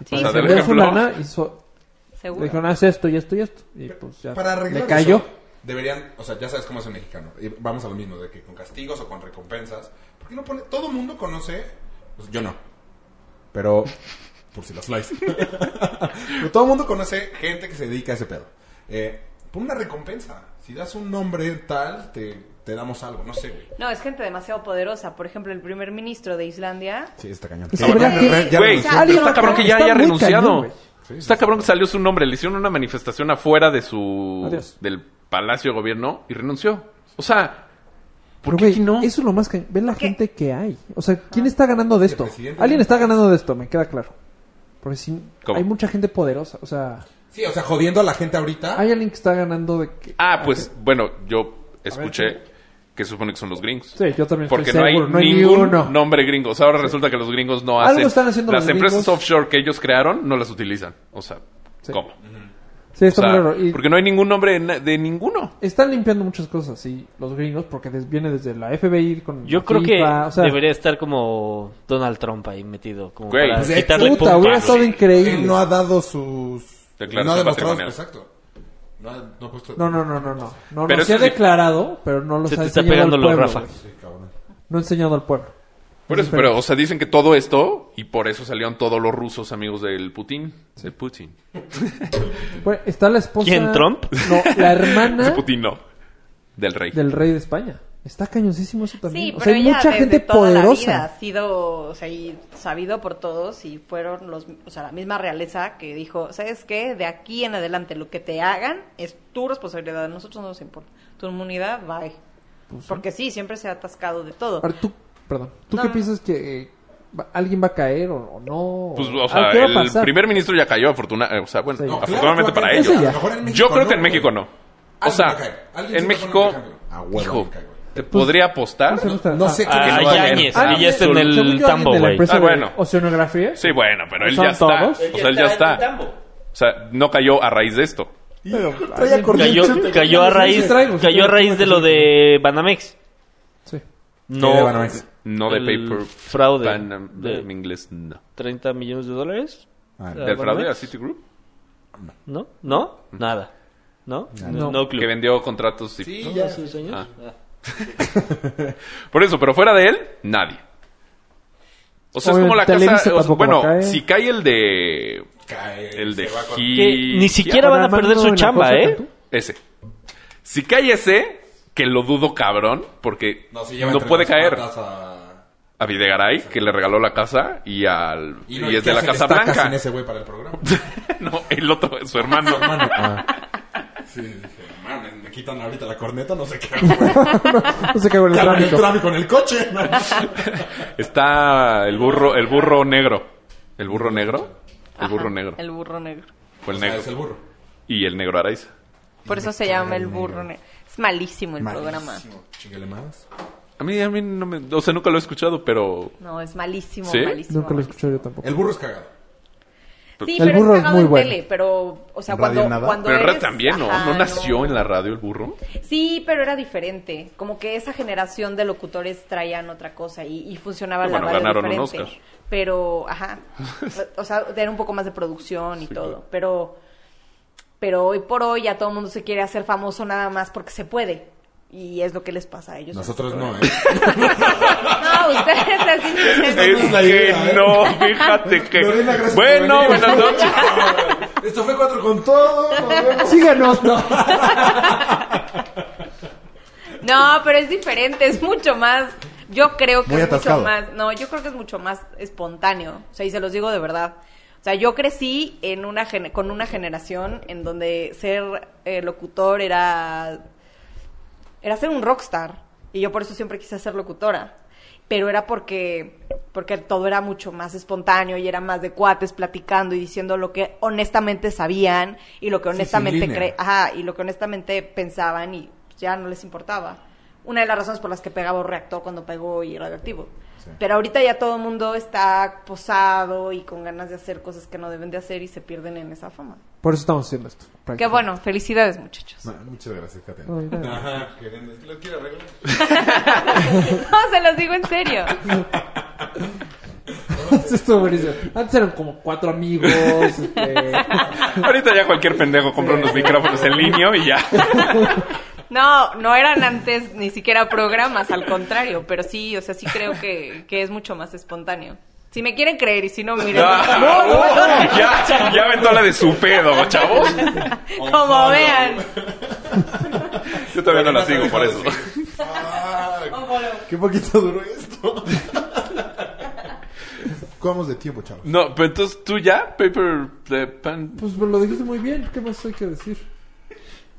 Speaker 6: Sí,
Speaker 3: o sea,
Speaker 7: para
Speaker 3: de-
Speaker 7: defender su
Speaker 3: ejemplo.
Speaker 7: lana hizo- le
Speaker 6: seguro.
Speaker 7: dijeron, haz esto y esto y esto. Y pues ya.
Speaker 5: Para arreglar
Speaker 7: le cayó.
Speaker 5: eso, deberían, o sea, ya sabes cómo es el mexicano. Y vamos a lo mismo, de que con castigos o con recompensas. ¿Por qué no pone? Todo mundo conoce. pues, yo no. Pero. Por si las flies. Pero todo el mundo conoce gente que se dedica a ese pedo. Eh, pon una recompensa. Si das un nombre tal, te, te damos algo. No sé, güey.
Speaker 6: No, es gente demasiado poderosa. Por ejemplo, el primer ministro de Islandia.
Speaker 5: Sí, está cañón.
Speaker 7: Es que verdad que-
Speaker 3: Güey,
Speaker 5: ya renunció.
Speaker 6: renunció.
Speaker 3: pero está
Speaker 6: Alguien
Speaker 3: cabrón que ya
Speaker 7: está
Speaker 3: haya
Speaker 7: muy
Speaker 3: renunciado.
Speaker 7: cañón, güey.
Speaker 3: está cabrón que salió su nombre. Le hicieron una manifestación afuera de su...
Speaker 7: Adiós.
Speaker 3: del Palacio de Gobierno y renunció. O sea, ¿por
Speaker 7: Pero,
Speaker 3: qué
Speaker 7: güey,
Speaker 3: aquí no?
Speaker 7: Eso es lo más que. Ve la
Speaker 6: ¿Qué?
Speaker 7: gente que hay. O sea,
Speaker 6: Ah.
Speaker 7: ¿quién está ganando de esto?
Speaker 5: presidente.
Speaker 7: Alguien está ganando de esto, me queda claro. Porque si
Speaker 3: ¿Cómo?
Speaker 7: hay mucha gente poderosa. O sea,
Speaker 5: Sí, o sea, jodiendo a la gente ahorita.
Speaker 7: hay alguien que está ganando de que.
Speaker 3: Ah, pues bueno, yo escuché que supone que son los gringos.
Speaker 7: Sí, yo también estoy
Speaker 3: Porque no hay
Speaker 7: seguro, no hay ni
Speaker 3: ningún
Speaker 7: uno.
Speaker 3: nombre gringo. O sea, ahora resulta que los gringos no
Speaker 7: Algo
Speaker 3: hacen...
Speaker 7: están haciendo
Speaker 3: las
Speaker 7: los
Speaker 3: empresas
Speaker 7: gringos.
Speaker 3: offshore que ellos crearon no las utilizan. O sea,
Speaker 7: Sí.
Speaker 3: ¿cómo?
Speaker 7: Sí,
Speaker 3: O
Speaker 7: está
Speaker 3: sea,
Speaker 7: muy raro. Y
Speaker 3: porque no hay ningún nombre de na- de ninguno.
Speaker 7: Están limpiando muchas cosas, sí, los gringos, porque des- viene desde la FBI con.
Speaker 2: Yo
Speaker 7: la
Speaker 2: creo que
Speaker 7: FIFA, o sea,
Speaker 2: debería estar como Donald Trump ahí metido, como
Speaker 3: Güey,
Speaker 2: para
Speaker 3: pues,
Speaker 5: eh,
Speaker 2: quitarle
Speaker 7: Puta,
Speaker 2: punta,
Speaker 7: hubiera
Speaker 2: güey.
Speaker 7: estado increíble.
Speaker 5: Él no ha dado sus.
Speaker 3: Declaración
Speaker 5: no ha demostrado.
Speaker 3: patrimonial.
Speaker 5: Exacto. No ha, no ha puesto.
Speaker 7: No, no, no, no, no. No,
Speaker 3: Pero
Speaker 7: no se ha
Speaker 3: eso sí-
Speaker 7: declarado, pero no los
Speaker 2: Se
Speaker 7: ha
Speaker 2: te está
Speaker 7: enseñado
Speaker 2: pegando
Speaker 7: al
Speaker 2: lo
Speaker 7: pueblo.
Speaker 2: Rafa.
Speaker 7: güey.
Speaker 5: Sí, cabrón.
Speaker 7: No ha enseñado al pueblo.
Speaker 3: Por eso, pero, o sea, dicen que todo esto, y por eso salieron todos los rusos amigos del Putin. De Putin.
Speaker 7: Bueno, está la esposa.
Speaker 2: ¿Quién, Trump?
Speaker 7: No, la
Speaker 3: De
Speaker 7: hermana
Speaker 3: Putin no. Del rey.
Speaker 7: del rey de España. Está cañoncísimo eso también.
Speaker 6: Sí,
Speaker 7: o
Speaker 6: pero
Speaker 7: sea, hay
Speaker 6: ella
Speaker 7: mucha
Speaker 6: desde
Speaker 7: gente
Speaker 6: toda
Speaker 7: poderosa.
Speaker 6: La vida ha sido, o sea, y sabido por todos y fueron los, o sea, la misma realeza que dijo, ¿sabes qué? De aquí en adelante lo que te hagan es tu responsabilidad, a nosotros no nos importa. Tu inmunidad, bye.
Speaker 7: Pues
Speaker 6: Porque sí, siempre se ha atascado de todo.
Speaker 7: Ahora, tú, perdón, ¿tú
Speaker 6: No,
Speaker 7: qué
Speaker 6: no, no.
Speaker 7: piensas que eh, va- alguien va a caer o, o no?
Speaker 3: Pues,
Speaker 7: ¿Ah,
Speaker 3: o sea,
Speaker 7: ¿qué va a
Speaker 3: el
Speaker 7: pasar?
Speaker 3: primer ministro ya cayó, afortuna- eh, o sea, bueno,
Speaker 7: Sí. No, claro,
Speaker 3: afortunadamente para
Speaker 7: eso
Speaker 3: ellos.
Speaker 7: ya.
Speaker 3: Yo creo que en México no. O
Speaker 5: Alguien va a
Speaker 3: sea,
Speaker 5: caer. Alguien
Speaker 3: en
Speaker 5: sí va a
Speaker 3: México,
Speaker 5: poner un ejemplo. A huevo,
Speaker 3: hijo,
Speaker 5: alguien cae, güey.
Speaker 3: te podría apostar.
Speaker 7: ¿Cómo se llama
Speaker 5: No
Speaker 7: esta?
Speaker 5: sé
Speaker 7: Ah,
Speaker 5: qué
Speaker 2: Ah,
Speaker 5: no
Speaker 3: va a
Speaker 2: ya
Speaker 3: valer.
Speaker 2: Áñez,
Speaker 3: Ah,
Speaker 2: y ya está en
Speaker 7: según yo,
Speaker 2: el
Speaker 7: alguien
Speaker 2: tambo,
Speaker 7: de la
Speaker 2: güey.
Speaker 7: empresa
Speaker 3: Ah,
Speaker 7: de
Speaker 3: bueno.
Speaker 7: Oceanografía.
Speaker 3: Sí, bueno, pero él
Speaker 7: ¿Son
Speaker 3: ya está. O
Speaker 7: todos?
Speaker 3: sea, él ya está. O sea, no cayó a raíz de esto.
Speaker 8: Pero traía
Speaker 2: Cayó,
Speaker 8: corriente.
Speaker 2: cayó a
Speaker 7: sí,
Speaker 2: raíz,
Speaker 7: traigo, sí,
Speaker 2: cayó a
Speaker 7: traigo.
Speaker 2: raíz de lo de Banamex.
Speaker 7: Sí.
Speaker 5: Sí, de
Speaker 2: No,
Speaker 5: Banamex.
Speaker 3: No de
Speaker 2: El
Speaker 3: paper.
Speaker 2: fraude.
Speaker 3: Panam-
Speaker 2: De-
Speaker 3: En inglés, no.
Speaker 2: 30 millones de dólares. Ah,
Speaker 5: Ah,
Speaker 3: ¿Del fraude a
Speaker 2: Banamex.
Speaker 3: Citigroup?
Speaker 2: ¿No? ¿No? Nada. ¿No? No, club.
Speaker 3: Que vendió contratos. y-
Speaker 5: Sí, ya.
Speaker 2: ¿Sus sueños? Ah.
Speaker 3: Por eso, pero fuera de él, nadie. O sea, es
Speaker 7: O
Speaker 3: como
Speaker 7: el
Speaker 3: la casa.
Speaker 7: Televisa
Speaker 3: o sea,
Speaker 7: tampoco
Speaker 3: bueno,
Speaker 7: va a caer.
Speaker 3: si cae el de.
Speaker 5: Cae,
Speaker 3: El
Speaker 5: se
Speaker 3: de
Speaker 5: va con-
Speaker 3: Gil-
Speaker 2: Que ni siquiera
Speaker 7: Con
Speaker 2: van a
Speaker 7: Armando
Speaker 2: perder
Speaker 7: en
Speaker 2: su
Speaker 7: la
Speaker 2: chamba,
Speaker 7: cosa,
Speaker 2: ¿eh?
Speaker 7: ¿tú?
Speaker 3: Ese. Si cae ese, que lo dudo cabrón, porque no,
Speaker 5: No, se lleva entre
Speaker 3: puede
Speaker 5: las
Speaker 3: caer
Speaker 5: patas a-
Speaker 3: a Videgaray, que le regaló la casa, y al y,
Speaker 5: no
Speaker 3: es de la
Speaker 5: hace
Speaker 3: Casa
Speaker 5: estacas
Speaker 3: Blanca.
Speaker 5: sin ese güey para el programa.
Speaker 3: no, el otro, su hermano.
Speaker 5: Hermano.
Speaker 7: Ah.
Speaker 5: Sí, dije, mames, me quitan ahorita la corneta, no sé qué. hago.
Speaker 7: No sé qué hago en el
Speaker 5: Cabrón, el
Speaker 7: tráfico.
Speaker 5: tráfico en el coche. ¿no?
Speaker 3: Está el burro, el burro negro. ¿El burro negro? El burro
Speaker 6: Ajá,
Speaker 3: negro.
Speaker 6: El burro negro.
Speaker 3: Fue el
Speaker 5: O sea,
Speaker 3: negro.
Speaker 5: es el burro.
Speaker 3: Y el negro Araiza.
Speaker 6: Por eso se llama el burro negro. Es malísimo el programa.
Speaker 5: Malísimo. Chíngale más.
Speaker 3: A mí, a mí no me... O sea, nunca lo he escuchado, pero...
Speaker 6: No, es malísimo,
Speaker 3: ¿Sí?
Speaker 6: malísimo.
Speaker 7: Nunca lo escuché yo tampoco.
Speaker 5: El burro es cagado.
Speaker 6: Sí,
Speaker 7: El
Speaker 6: pero
Speaker 7: burro
Speaker 6: es
Speaker 7: es
Speaker 6: cagado
Speaker 7: muy
Speaker 6: en
Speaker 7: bueno.
Speaker 6: tele, pero, o sea,
Speaker 8: En
Speaker 6: cuando,
Speaker 8: Radio Nada.
Speaker 6: cuando
Speaker 3: Pero era
Speaker 6: eres-
Speaker 3: también, ¿no?
Speaker 6: ajá,
Speaker 3: ¿No nació en la radio el burro?
Speaker 6: Sí, pero era diferente. Como que esa generación de locutores traían otra cosa y, y funcionaba
Speaker 3: Bueno,
Speaker 6: la radio
Speaker 3: ganaron un
Speaker 6: diferente.
Speaker 3: Oscar.
Speaker 6: Pero, ajá. O sea, era un poco más de producción y todo. Pero, pero hoy por hoy ya todo el mundo se quiere hacer famoso nada más porque se puede. Y es lo que les pasa a ellos.
Speaker 5: Nosotros no, ¿eh?
Speaker 6: No, ustedes así.
Speaker 3: Es
Speaker 5: es la idea,
Speaker 3: que
Speaker 5: ¿eh?
Speaker 3: no, fíjate que...
Speaker 5: Lorena, gracias por
Speaker 3: bueno,
Speaker 5: venir.
Speaker 3: buenas noches.
Speaker 5: Esto fue cuatro con todo. nos vemos.
Speaker 7: Síganos.
Speaker 6: No, pero es diferente, es mucho más. Yo creo que
Speaker 8: Muy
Speaker 6: es mucho
Speaker 8: atascado.
Speaker 6: más. No, yo creo que es mucho más espontáneo. O sea, y se los digo de verdad. O sea, yo crecí en una gene- con una generación en donde ser eh, locutor era era ser un rockstar y yo por eso siempre quise ser locutora pero era porque porque todo era mucho más espontáneo y era más de cuates platicando y diciendo lo que honestamente sabían y lo que
Speaker 5: sin
Speaker 6: honestamente
Speaker 5: línea.
Speaker 6: cre- ajá, y lo que honestamente pensaban y ya no les importaba una de las razones por las que pegaba reactor cuando pegó y radioactivo pero ahorita ya todo el mundo está posado y con ganas de hacer cosas que no deben de hacer y se pierden en esa fama
Speaker 7: Por eso estamos haciendo esto.
Speaker 6: qué bueno felicidades muchachos
Speaker 5: No, muchas gracias, Katia.
Speaker 7: Ay, gracias.
Speaker 5: Ajá, queriendo. Es que lo quiero arreglar.
Speaker 6: no se los digo en serio
Speaker 7: Eso estuvo buenísimo. Antes eran como cuatro amigos. este,
Speaker 3: Ahorita ya cualquier pendejo compra unos micrófonos en línea y ya.
Speaker 6: No, no eran antes ni siquiera programas, al contrario, pero sí, o sea, sí creo que, que es mucho más espontáneo. Si me quieren creer y si no, miren.
Speaker 3: Ah, ya, ya aventó la de su pedo, chavos.
Speaker 6: Como vean.
Speaker 3: Yo todavía no la sigo por eso.
Speaker 8: Qué poquito duró esto.
Speaker 5: ¿Cómo vamos de tiempo, chavos?
Speaker 3: No, pero entonces tú ya, Paper the Pan.
Speaker 7: Pues me lo dijiste muy bien. ¿Qué más hay que decir?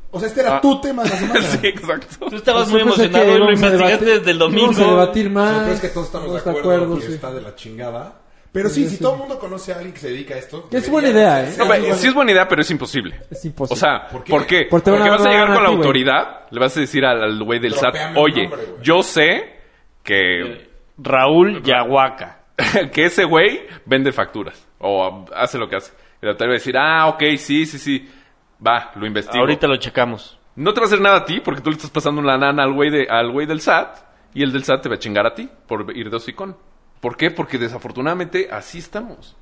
Speaker 5: O sea, este era
Speaker 3: Ah.
Speaker 5: tu tema de la semana.
Speaker 3: Sí, exacto.
Speaker 2: Tú estabas
Speaker 7: Pues
Speaker 2: muy
Speaker 7: yo pensé
Speaker 2: emocionado
Speaker 7: que
Speaker 2: y lo
Speaker 7: íbamos a
Speaker 2: investigaste
Speaker 7: debatir-
Speaker 2: desde el
Speaker 7: Vamos a
Speaker 2: domingo.
Speaker 7: debatir
Speaker 5: O
Speaker 7: más.
Speaker 5: sea, pero es que todos estamos de acuerdo, que
Speaker 7: sí.
Speaker 5: está de la chingada. Pero sí,
Speaker 7: Sí,
Speaker 5: si
Speaker 7: sí.
Speaker 5: todo el mundo conoce a alguien que se dedica a esto.
Speaker 7: Es
Speaker 5: debería-
Speaker 7: buena idea, ¿eh?
Speaker 3: No, pero sí es buena idea, pero es imposible.
Speaker 7: Es
Speaker 3: O
Speaker 7: imposible.
Speaker 3: sea, ¿por
Speaker 5: ¿Por
Speaker 3: qué?
Speaker 5: qué?
Speaker 7: Porque
Speaker 3: Porque
Speaker 7: te van a
Speaker 3: vas a
Speaker 7: dar
Speaker 3: llegar
Speaker 7: una
Speaker 3: con la
Speaker 7: a ti, güey.
Speaker 3: autoridad, le vas a decir al al güey del SAT,
Speaker 5: Dropeame el
Speaker 3: oye,
Speaker 5: nombre, güey".
Speaker 3: yo sé que,
Speaker 2: Raúl Yahuaca.
Speaker 3: que ese güey vende facturas o um, hace lo que hace. Y la autoridad va a decir, ah, ok, sí, sí, sí, va, lo investigo.
Speaker 2: Ahorita lo checamos.
Speaker 3: No te va a hacer nada a ti porque tú le estás pasando la lana al güey, de, al güey del SAT y el del SAT te va a chingar a ti por ir de hocicón. ¿Por qué? Porque desafortunadamente así estamos.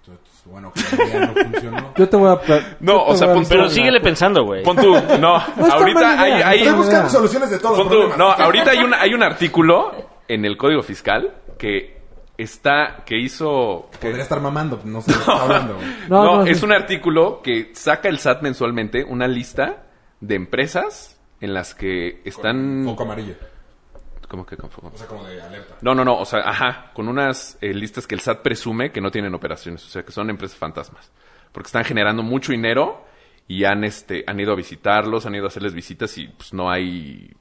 Speaker 5: Entonces, Bueno, que ya no funcionó.
Speaker 7: Yo te voy a. pla-
Speaker 3: No,
Speaker 7: yo
Speaker 3: o
Speaker 7: te
Speaker 3: sea,
Speaker 7: voy a
Speaker 3: pon-
Speaker 2: Pero
Speaker 7: avisar.
Speaker 2: síguele pensando, güey.
Speaker 3: Pon tú, no,
Speaker 7: está
Speaker 3: ahorita
Speaker 7: mala
Speaker 3: hay...
Speaker 7: idea,
Speaker 3: hay-
Speaker 5: Estoy
Speaker 7: Estamos
Speaker 5: buscando soluciones de todos los
Speaker 3: pon tú,
Speaker 5: problemas.
Speaker 3: no, ahorita hay, un- hay un artículo en el Código Fiscal que está, que hizo...
Speaker 5: Podría estar mamando, no sé de qué está hablando. güey.
Speaker 7: No,
Speaker 3: No,
Speaker 7: no,
Speaker 3: es
Speaker 7: sí.
Speaker 3: un artículo que saca el SAT mensualmente una lista de empresas en las que están...
Speaker 5: Foco amarillo.
Speaker 3: ¿Cómo que con foco?
Speaker 5: O sea, como de alerta.
Speaker 3: No, no, no, o sea, ajá, con unas eh, listas que el SAT presume que no tienen operaciones, o sea, que son empresas fantasmas, porque están generando mucho dinero y han, este, han ido a visitarlos, han ido a hacerles visitas y pues no hay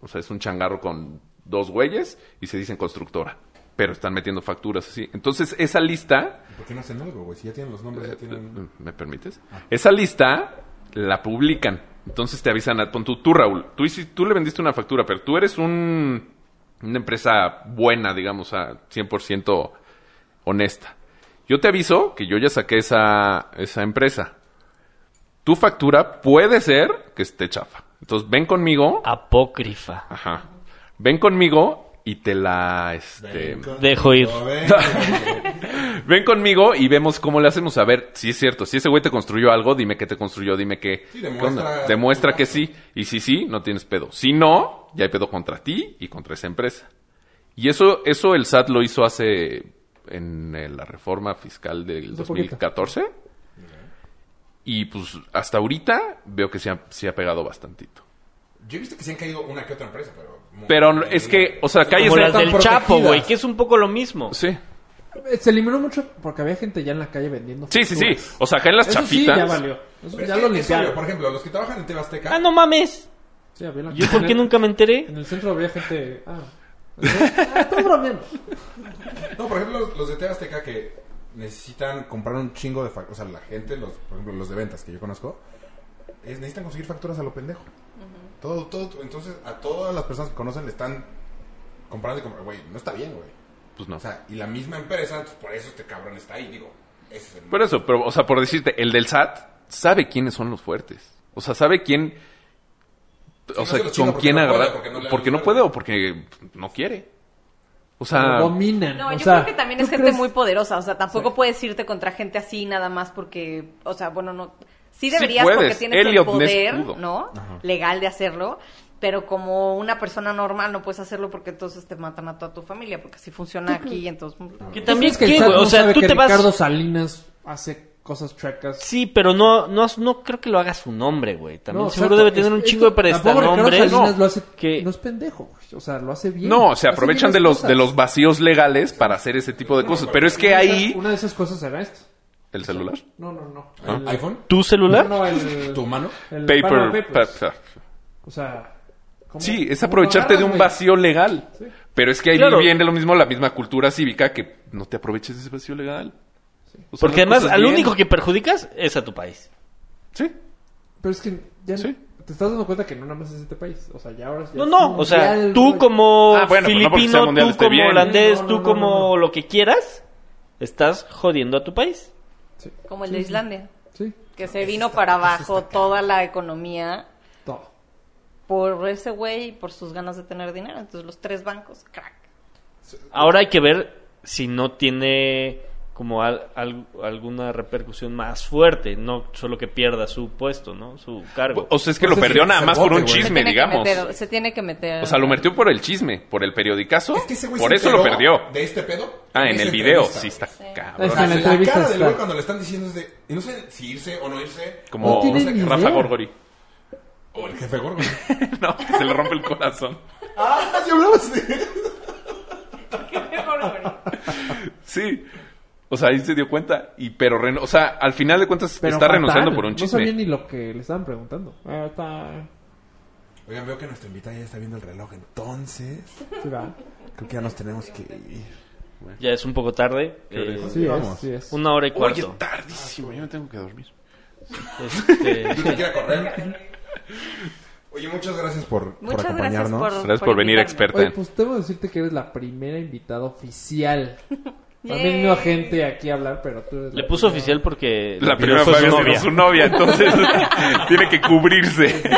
Speaker 3: O sea, es un changarro con dos güeyes y se dicen constructora. Pero están metiendo facturas así. Entonces, esa lista,
Speaker 5: ¿Por qué no hacen algo, güey? Si ya tienen los nombres,
Speaker 3: Eh,
Speaker 5: ya tienen...
Speaker 3: ¿me permites? Esa lista la publican. Entonces te avisan, a, pon tú, tú, Raúl, tú, hici- tú le vendiste una factura, pero tú eres un, una empresa buena, digamos, a 100% honesta. Yo te aviso que yo ya saqué esa, esa empresa. Tu factura puede ser que esté chafa. Entonces ven conmigo.
Speaker 2: Ah. Apócrifa.
Speaker 3: Ajá. Ven conmigo y te la... Este,
Speaker 2: Dejo ir.
Speaker 5: A ver, güey.
Speaker 3: Ven conmigo y vemos cómo le hacemos. A ver, si es cierto. Si ese güey te construyó algo, dime que te construyó, dime que...
Speaker 5: Sí,
Speaker 3: ¿qué
Speaker 5: demuestra-
Speaker 3: onda? Demuestra que sí. Y si sí, no tienes pedo. Si no, ya hay pedo contra ti y contra esa empresa. Y eso, eso el SAT lo hizo hace... En eh, la reforma fiscal del
Speaker 7: Hace poquito.
Speaker 3: 2014. Y pues hasta ahorita veo que se ha, se ha pegado bastantito.
Speaker 5: Yo he visto que se han caído una que otra empresa, pero... muy-
Speaker 3: Pero es que, o sea, calles...
Speaker 2: Como
Speaker 7: están
Speaker 2: las del
Speaker 7: protegidas.
Speaker 2: Chapo, güey, que es un poco lo mismo.
Speaker 3: Sí.
Speaker 7: Eh, Se eliminó mucho porque había gente ya en la calle vendiendo.
Speaker 3: Sí, sí, sí.
Speaker 7: facturas.
Speaker 3: O sea, acá en las
Speaker 7: Eso sí,
Speaker 3: chapitas...
Speaker 7: ya valió. Eso
Speaker 5: Pero es que
Speaker 7: ya lo
Speaker 5: es obvio,
Speaker 7: limpiaron.
Speaker 5: Por ejemplo, los que trabajan en TV Azteca,
Speaker 2: Ah, no mames.
Speaker 7: Sí, había la-
Speaker 2: ¿Yo por qué nunca me enteré?
Speaker 7: En el centro había gente. Ah, Ah, estás bromeando.
Speaker 5: No, por ejemplo, los, los de TV Azteca que necesitan comprar un chingo de facturas. O sea, la gente, los, por ejemplo, los de ventas que yo conozco, es, necesitan conseguir facturas a lo pendejo. Todo, todo. Entonces, a todas las personas que conocen le están comprando y comprando. Güey, no está bien, güey.
Speaker 3: Pues no.
Speaker 5: O sea, y la misma empresa, pues, por eso este cabrón está ahí, digo. Ese es el
Speaker 3: Por eso, pero, o sea, por decirte, el del SAT sabe quiénes son los fuertes. O sea, sabe quién. O
Speaker 5: no
Speaker 3: sea,
Speaker 5: se los chinga
Speaker 3: con
Speaker 5: porque
Speaker 3: quién
Speaker 5: no puede,
Speaker 3: agarrar.
Speaker 5: porque no le da
Speaker 3: Porque
Speaker 5: la
Speaker 3: no puede o porque no quiere. O sea,
Speaker 7: Lo dominan.
Speaker 6: No,
Speaker 7: o
Speaker 6: yo
Speaker 7: sea,
Speaker 6: creo que también
Speaker 7: ¿tú
Speaker 6: es gente
Speaker 7: crees?
Speaker 6: muy poderosa, o sea, tampoco puedes irte contra gente así nada más porque, o sea, bueno, no,
Speaker 3: Sí
Speaker 6: sí deberías
Speaker 3: puedes,
Speaker 6: porque tienes
Speaker 3: Elliot
Speaker 6: el poder,
Speaker 3: Ness pudo.
Speaker 6: ¿no? Legal de hacerlo, pero como una persona normal no puedes hacerlo porque entonces te matan a toda tu familia, porque así funciona aquí, entonces... mm,
Speaker 2: Que
Speaker 7: ¿Tú
Speaker 2: también,
Speaker 7: crees que el
Speaker 2: ¿qué,
Speaker 7: SAT
Speaker 2: güey?
Speaker 7: no
Speaker 2: O sea,
Speaker 7: sabe
Speaker 2: tú
Speaker 7: que
Speaker 2: te vas...
Speaker 7: Ricardo Salinas hace cosas chuecas.
Speaker 2: Sí, pero no, no, has- no creo que lo haga su nombre, güey. También
Speaker 7: No,
Speaker 2: seguro
Speaker 7: exacto.
Speaker 2: debe tener un
Speaker 7: Es-
Speaker 2: chingo de
Speaker 7: esto- tampoco Ricardo
Speaker 2: prestanombres.
Speaker 7: Salinas
Speaker 2: No,
Speaker 7: lo hace-
Speaker 2: que-
Speaker 7: No es pendejo, güey. O sea, lo hace bien.
Speaker 3: no, se
Speaker 7: Hace
Speaker 3: aprovechan
Speaker 7: bien
Speaker 3: de
Speaker 7: las
Speaker 3: los, de
Speaker 7: cosas.
Speaker 3: los vacíos legales para hacer ese tipo de cosas. Pero es que
Speaker 7: Una de
Speaker 3: ahí.
Speaker 7: esas- Una de esas cosas era esto.
Speaker 3: El celular.
Speaker 7: No, no, no.
Speaker 5: ¿El iPhone?
Speaker 2: ¿Tu
Speaker 7: No,
Speaker 2: celular?
Speaker 7: no, el.
Speaker 5: ¿Tu mano?
Speaker 7: el Panama
Speaker 3: Ah. Paper.
Speaker 7: Papers.
Speaker 3: pa- pa-
Speaker 7: O sea. ¿cómo-
Speaker 3: Sí, es
Speaker 7: cómo
Speaker 3: aprovecharte
Speaker 7: lo
Speaker 3: de un
Speaker 7: agarras,
Speaker 3: vacío legal. Pero es que ahí
Speaker 2: Claro.
Speaker 3: viene lo mismo la misma cultura cívica que no te aproveches de ese vacío legal. O sea,
Speaker 2: Porque
Speaker 3: las
Speaker 2: además,
Speaker 7: pues
Speaker 3: cosas
Speaker 2: al
Speaker 3: bien.
Speaker 2: único que perjudicas es a tu país.
Speaker 3: Sí.
Speaker 7: güey? Pero es que ya no-
Speaker 3: Sí.
Speaker 7: te estás dando cuenta que no nada más es este país. O sea, ya ahora es- ya
Speaker 2: No,
Speaker 7: es
Speaker 2: no, o sea,
Speaker 7: mundial,
Speaker 2: tú
Speaker 7: güey.
Speaker 2: como
Speaker 3: Ah, bueno, pero no porque sea
Speaker 2: filipino,
Speaker 3: mundial
Speaker 2: tú
Speaker 3: esté
Speaker 2: como
Speaker 3: bien.
Speaker 2: holandés,
Speaker 7: No, no,
Speaker 2: tú
Speaker 7: no,
Speaker 2: como
Speaker 7: no, no.
Speaker 2: lo que quieras, estás jodiendo a tu país.
Speaker 7: Sí.
Speaker 6: Como el
Speaker 7: Sí,
Speaker 6: de
Speaker 7: sí,
Speaker 6: Islandia,
Speaker 7: Sí,
Speaker 6: que se vino para abajo toda la economía
Speaker 7: todo.
Speaker 6: por ese güey y por sus ganas de tener dinero, entonces los tres bancos, crack.
Speaker 2: Ahora hay que ver si no tiene como al- al- alguna repercusión más fuerte, no solo que pierda su puesto, ¿no? Su cargo.
Speaker 3: O sea, es que
Speaker 5: No
Speaker 3: lo
Speaker 5: sé
Speaker 3: perdió
Speaker 5: si
Speaker 3: nada
Speaker 5: se
Speaker 3: más
Speaker 5: vote,
Speaker 3: por un
Speaker 5: güey.
Speaker 3: chisme,
Speaker 6: tiene
Speaker 3: digamos.
Speaker 6: Que meter, se tiene que meter...
Speaker 3: O sea, lo metió por el chisme, por el periodicazo.
Speaker 5: Es que ese güey
Speaker 3: por
Speaker 5: se
Speaker 3: eso lo
Speaker 5: enteró
Speaker 3: perdió.
Speaker 5: De este pedo.
Speaker 3: Ah, en
Speaker 5: esa
Speaker 3: el video.
Speaker 5: entrevista,
Speaker 3: Sí, está
Speaker 5: güey.
Speaker 3: cabrón.
Speaker 7: Ahí está en la
Speaker 5: O sea,
Speaker 7: entrevista
Speaker 5: cara del güey
Speaker 7: está.
Speaker 5: cuando le están diciendo es de... Y no sé si irse o no irse.
Speaker 3: Como
Speaker 7: No tiene ni
Speaker 3: Rafa
Speaker 7: idea.
Speaker 3: Gorgori.
Speaker 5: O el jefe Gorgon.
Speaker 3: No, que se le rompe el corazón.
Speaker 5: ah, sí hablabas de...
Speaker 3: Sí. O sea, ahí se dio cuenta. Y pero, ren- o sea, al final de cuentas
Speaker 7: Pero
Speaker 3: está
Speaker 7: fatal.
Speaker 3: renunciando por un
Speaker 7: No sabía
Speaker 3: chisme.
Speaker 7: ni lo que le estaban preguntando. Ah, está.
Speaker 5: Oigan, veo que nuestra invitada ya está viendo el reloj, entonces
Speaker 7: Sí, va.
Speaker 5: creo que ya nos tenemos que ir.
Speaker 2: Ya es un poco tarde. eh,
Speaker 7: Sí,
Speaker 5: Vamos.
Speaker 7: es, sí es.
Speaker 2: una hora y
Speaker 3: Oye,
Speaker 2: cuarto.
Speaker 3: tardísimo. Yo me tengo que dormir.
Speaker 2: Este,
Speaker 5: ¿Tú te quieres correr? Oye, muchas gracias por, por
Speaker 6: Muchas gracias
Speaker 5: acompañarnos.
Speaker 6: por,
Speaker 3: Gracias por venir,
Speaker 6: invitarme.
Speaker 3: experta.
Speaker 7: Oye, pues debo decirte que eres la primera invitada oficial. A mí vino gente aquí a hablar, pero tú eres la
Speaker 2: le puso
Speaker 7: primera.
Speaker 2: oficial porque
Speaker 3: La
Speaker 2: le pidió
Speaker 3: primera
Speaker 2: fue
Speaker 3: fue su novia. su novia, entonces tiene que cubrirse.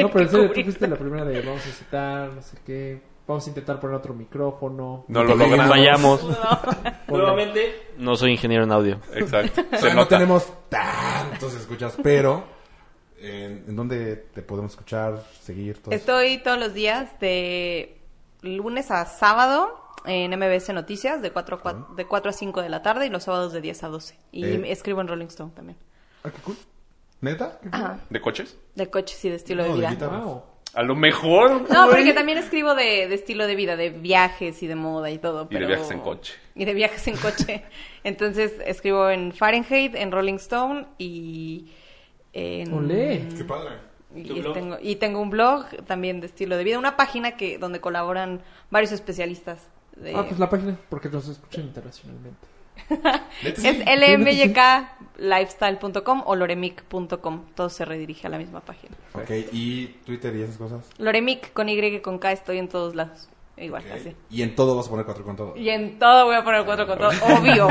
Speaker 7: No, pero en serio, tú fuiste la primera de vamos a citar, no sé qué. Vamos a intentar poner otro micrófono.
Speaker 3: No lo logramos.
Speaker 2: Vayamos.
Speaker 7: Ponlo.
Speaker 2: No soy ingeniero en audio.
Speaker 3: Exacto.
Speaker 5: O sea,
Speaker 3: Se
Speaker 5: no
Speaker 3: nota.
Speaker 5: tenemos tantos escuchas, pero eh, ¿en dónde te podemos escuchar, seguir? Todo eso?
Speaker 6: Estoy todos los días de lunes a sábado en MBS Noticias de 4 a, cua- de 4 a 5 de la tarde y los sábados de 10 a 12. Y
Speaker 5: Ah. Eh.
Speaker 6: escribo en Rolling Stone también.
Speaker 5: Ah, qué cool. ¿Neta?
Speaker 6: Ajá.
Speaker 3: ¿De coches?
Speaker 6: De coches y de estilo
Speaker 5: No,
Speaker 6: de
Speaker 5: de
Speaker 6: vida.
Speaker 5: guitarra.
Speaker 7: Wow.
Speaker 3: A lo mejor.
Speaker 6: no,
Speaker 3: güey.
Speaker 6: porque también escribo de, de estilo de vida, de viajes y de moda y todo.
Speaker 3: Y de
Speaker 6: pero-
Speaker 3: viajes en coche.
Speaker 6: Y de viajes en coche. Entonces escribo en Fahrenheit, en Rolling Stone y en...
Speaker 7: Olé.
Speaker 5: Qué padre.
Speaker 2: ¿Tu
Speaker 6: Y
Speaker 2: blog?
Speaker 6: tengo, y tengo un blog también de estilo de vida, una página que donde colaboran varios especialistas. de-
Speaker 7: Ah, pues la página, porque nos escuchan internacionalmente.
Speaker 6: Es lmyklifestyle.com o loremic.com. Todo se redirige a la misma página.
Speaker 5: Ok, y Twitter y esas cosas.
Speaker 6: Loremic con Y con K estoy en todos lados. Igual, así.
Speaker 5: Y en todo vas a poner cuatro con todo.
Speaker 6: Y en todo voy a poner cuatro con todo, obvio.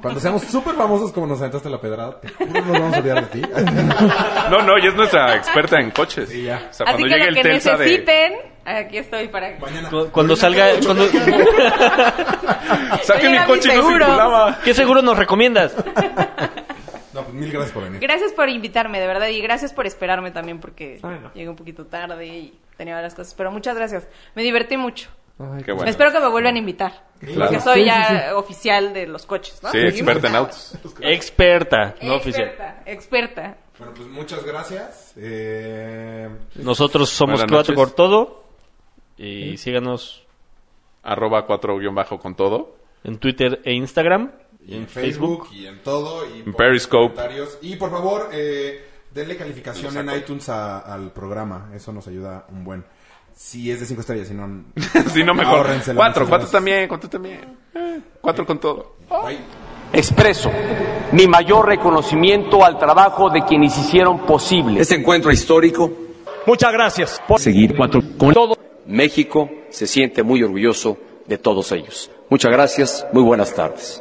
Speaker 5: Cuando seamos súper famosos como nos aventaste la pedrada, te juro no nos vamos a olvidar de ti.
Speaker 3: No, no, ella es nuestra experta en coches.
Speaker 5: Sí, ya.
Speaker 3: O sea,
Speaker 6: Así
Speaker 3: cuando
Speaker 6: que
Speaker 3: llegue
Speaker 6: lo
Speaker 3: el
Speaker 6: que
Speaker 3: Telsa de...
Speaker 6: necesiten, aquí estoy para
Speaker 5: Mañana.
Speaker 2: Cu- Cuando salga... Cuando...
Speaker 3: Saque mi
Speaker 6: Llega mi
Speaker 3: coche y no
Speaker 6: seguro.
Speaker 3: circulaba.
Speaker 2: ¿Qué seguro nos recomiendas?
Speaker 5: No, pues mil gracias por venir.
Speaker 6: Gracias por invitarme, de verdad, y gracias por esperarme también, porque
Speaker 7: Ay, no.
Speaker 6: llegué un poquito tarde y tenía varias cosas. Pero muchas gracias, me divertí mucho.
Speaker 7: Ay, pues,
Speaker 3: Qué bueno.
Speaker 6: Espero que me vuelvan a invitar, porque soy
Speaker 7: Sí,
Speaker 6: ya
Speaker 7: sí, sí.
Speaker 6: oficial de los coches, ¿no?
Speaker 3: Sí, experta en autos.
Speaker 2: Experta, no oficial.
Speaker 6: Experta, experta.
Speaker 5: Bueno, pues muchas gracias. Eh,
Speaker 2: Nosotros somos
Speaker 3: Buenas
Speaker 2: Cuatro por
Speaker 3: noches. ¿Eh?
Speaker 2: Todo. Y síganos
Speaker 3: Arroba 4 guión bajo con todo.
Speaker 2: en Twitter e Instagram.
Speaker 5: y en Facebook, y en todo. Y por
Speaker 3: Periscope.
Speaker 5: comentarios. Y por favor, eh, denle calificación
Speaker 3: Lo saco.
Speaker 5: en iTunes a- al programa. Eso nos ayuda un buen. Si es de cinco estrellas, si no...
Speaker 3: si no, mejor.
Speaker 5: Ahórrenselo,
Speaker 3: 4,
Speaker 5: muchas
Speaker 3: 4
Speaker 5: gracias.
Speaker 3: también, 4 también. 4 con todo.
Speaker 5: Bye.
Speaker 9: Expreso mi mayor reconocimiento al trabajo de quienes hicieron posible
Speaker 10: Este encuentro histórico,
Speaker 1: Muchas gracias.
Speaker 10: seguir cuatro con todo. México se siente muy orgulloso de todos ellos. Muchas gracias, muy buenas tardes.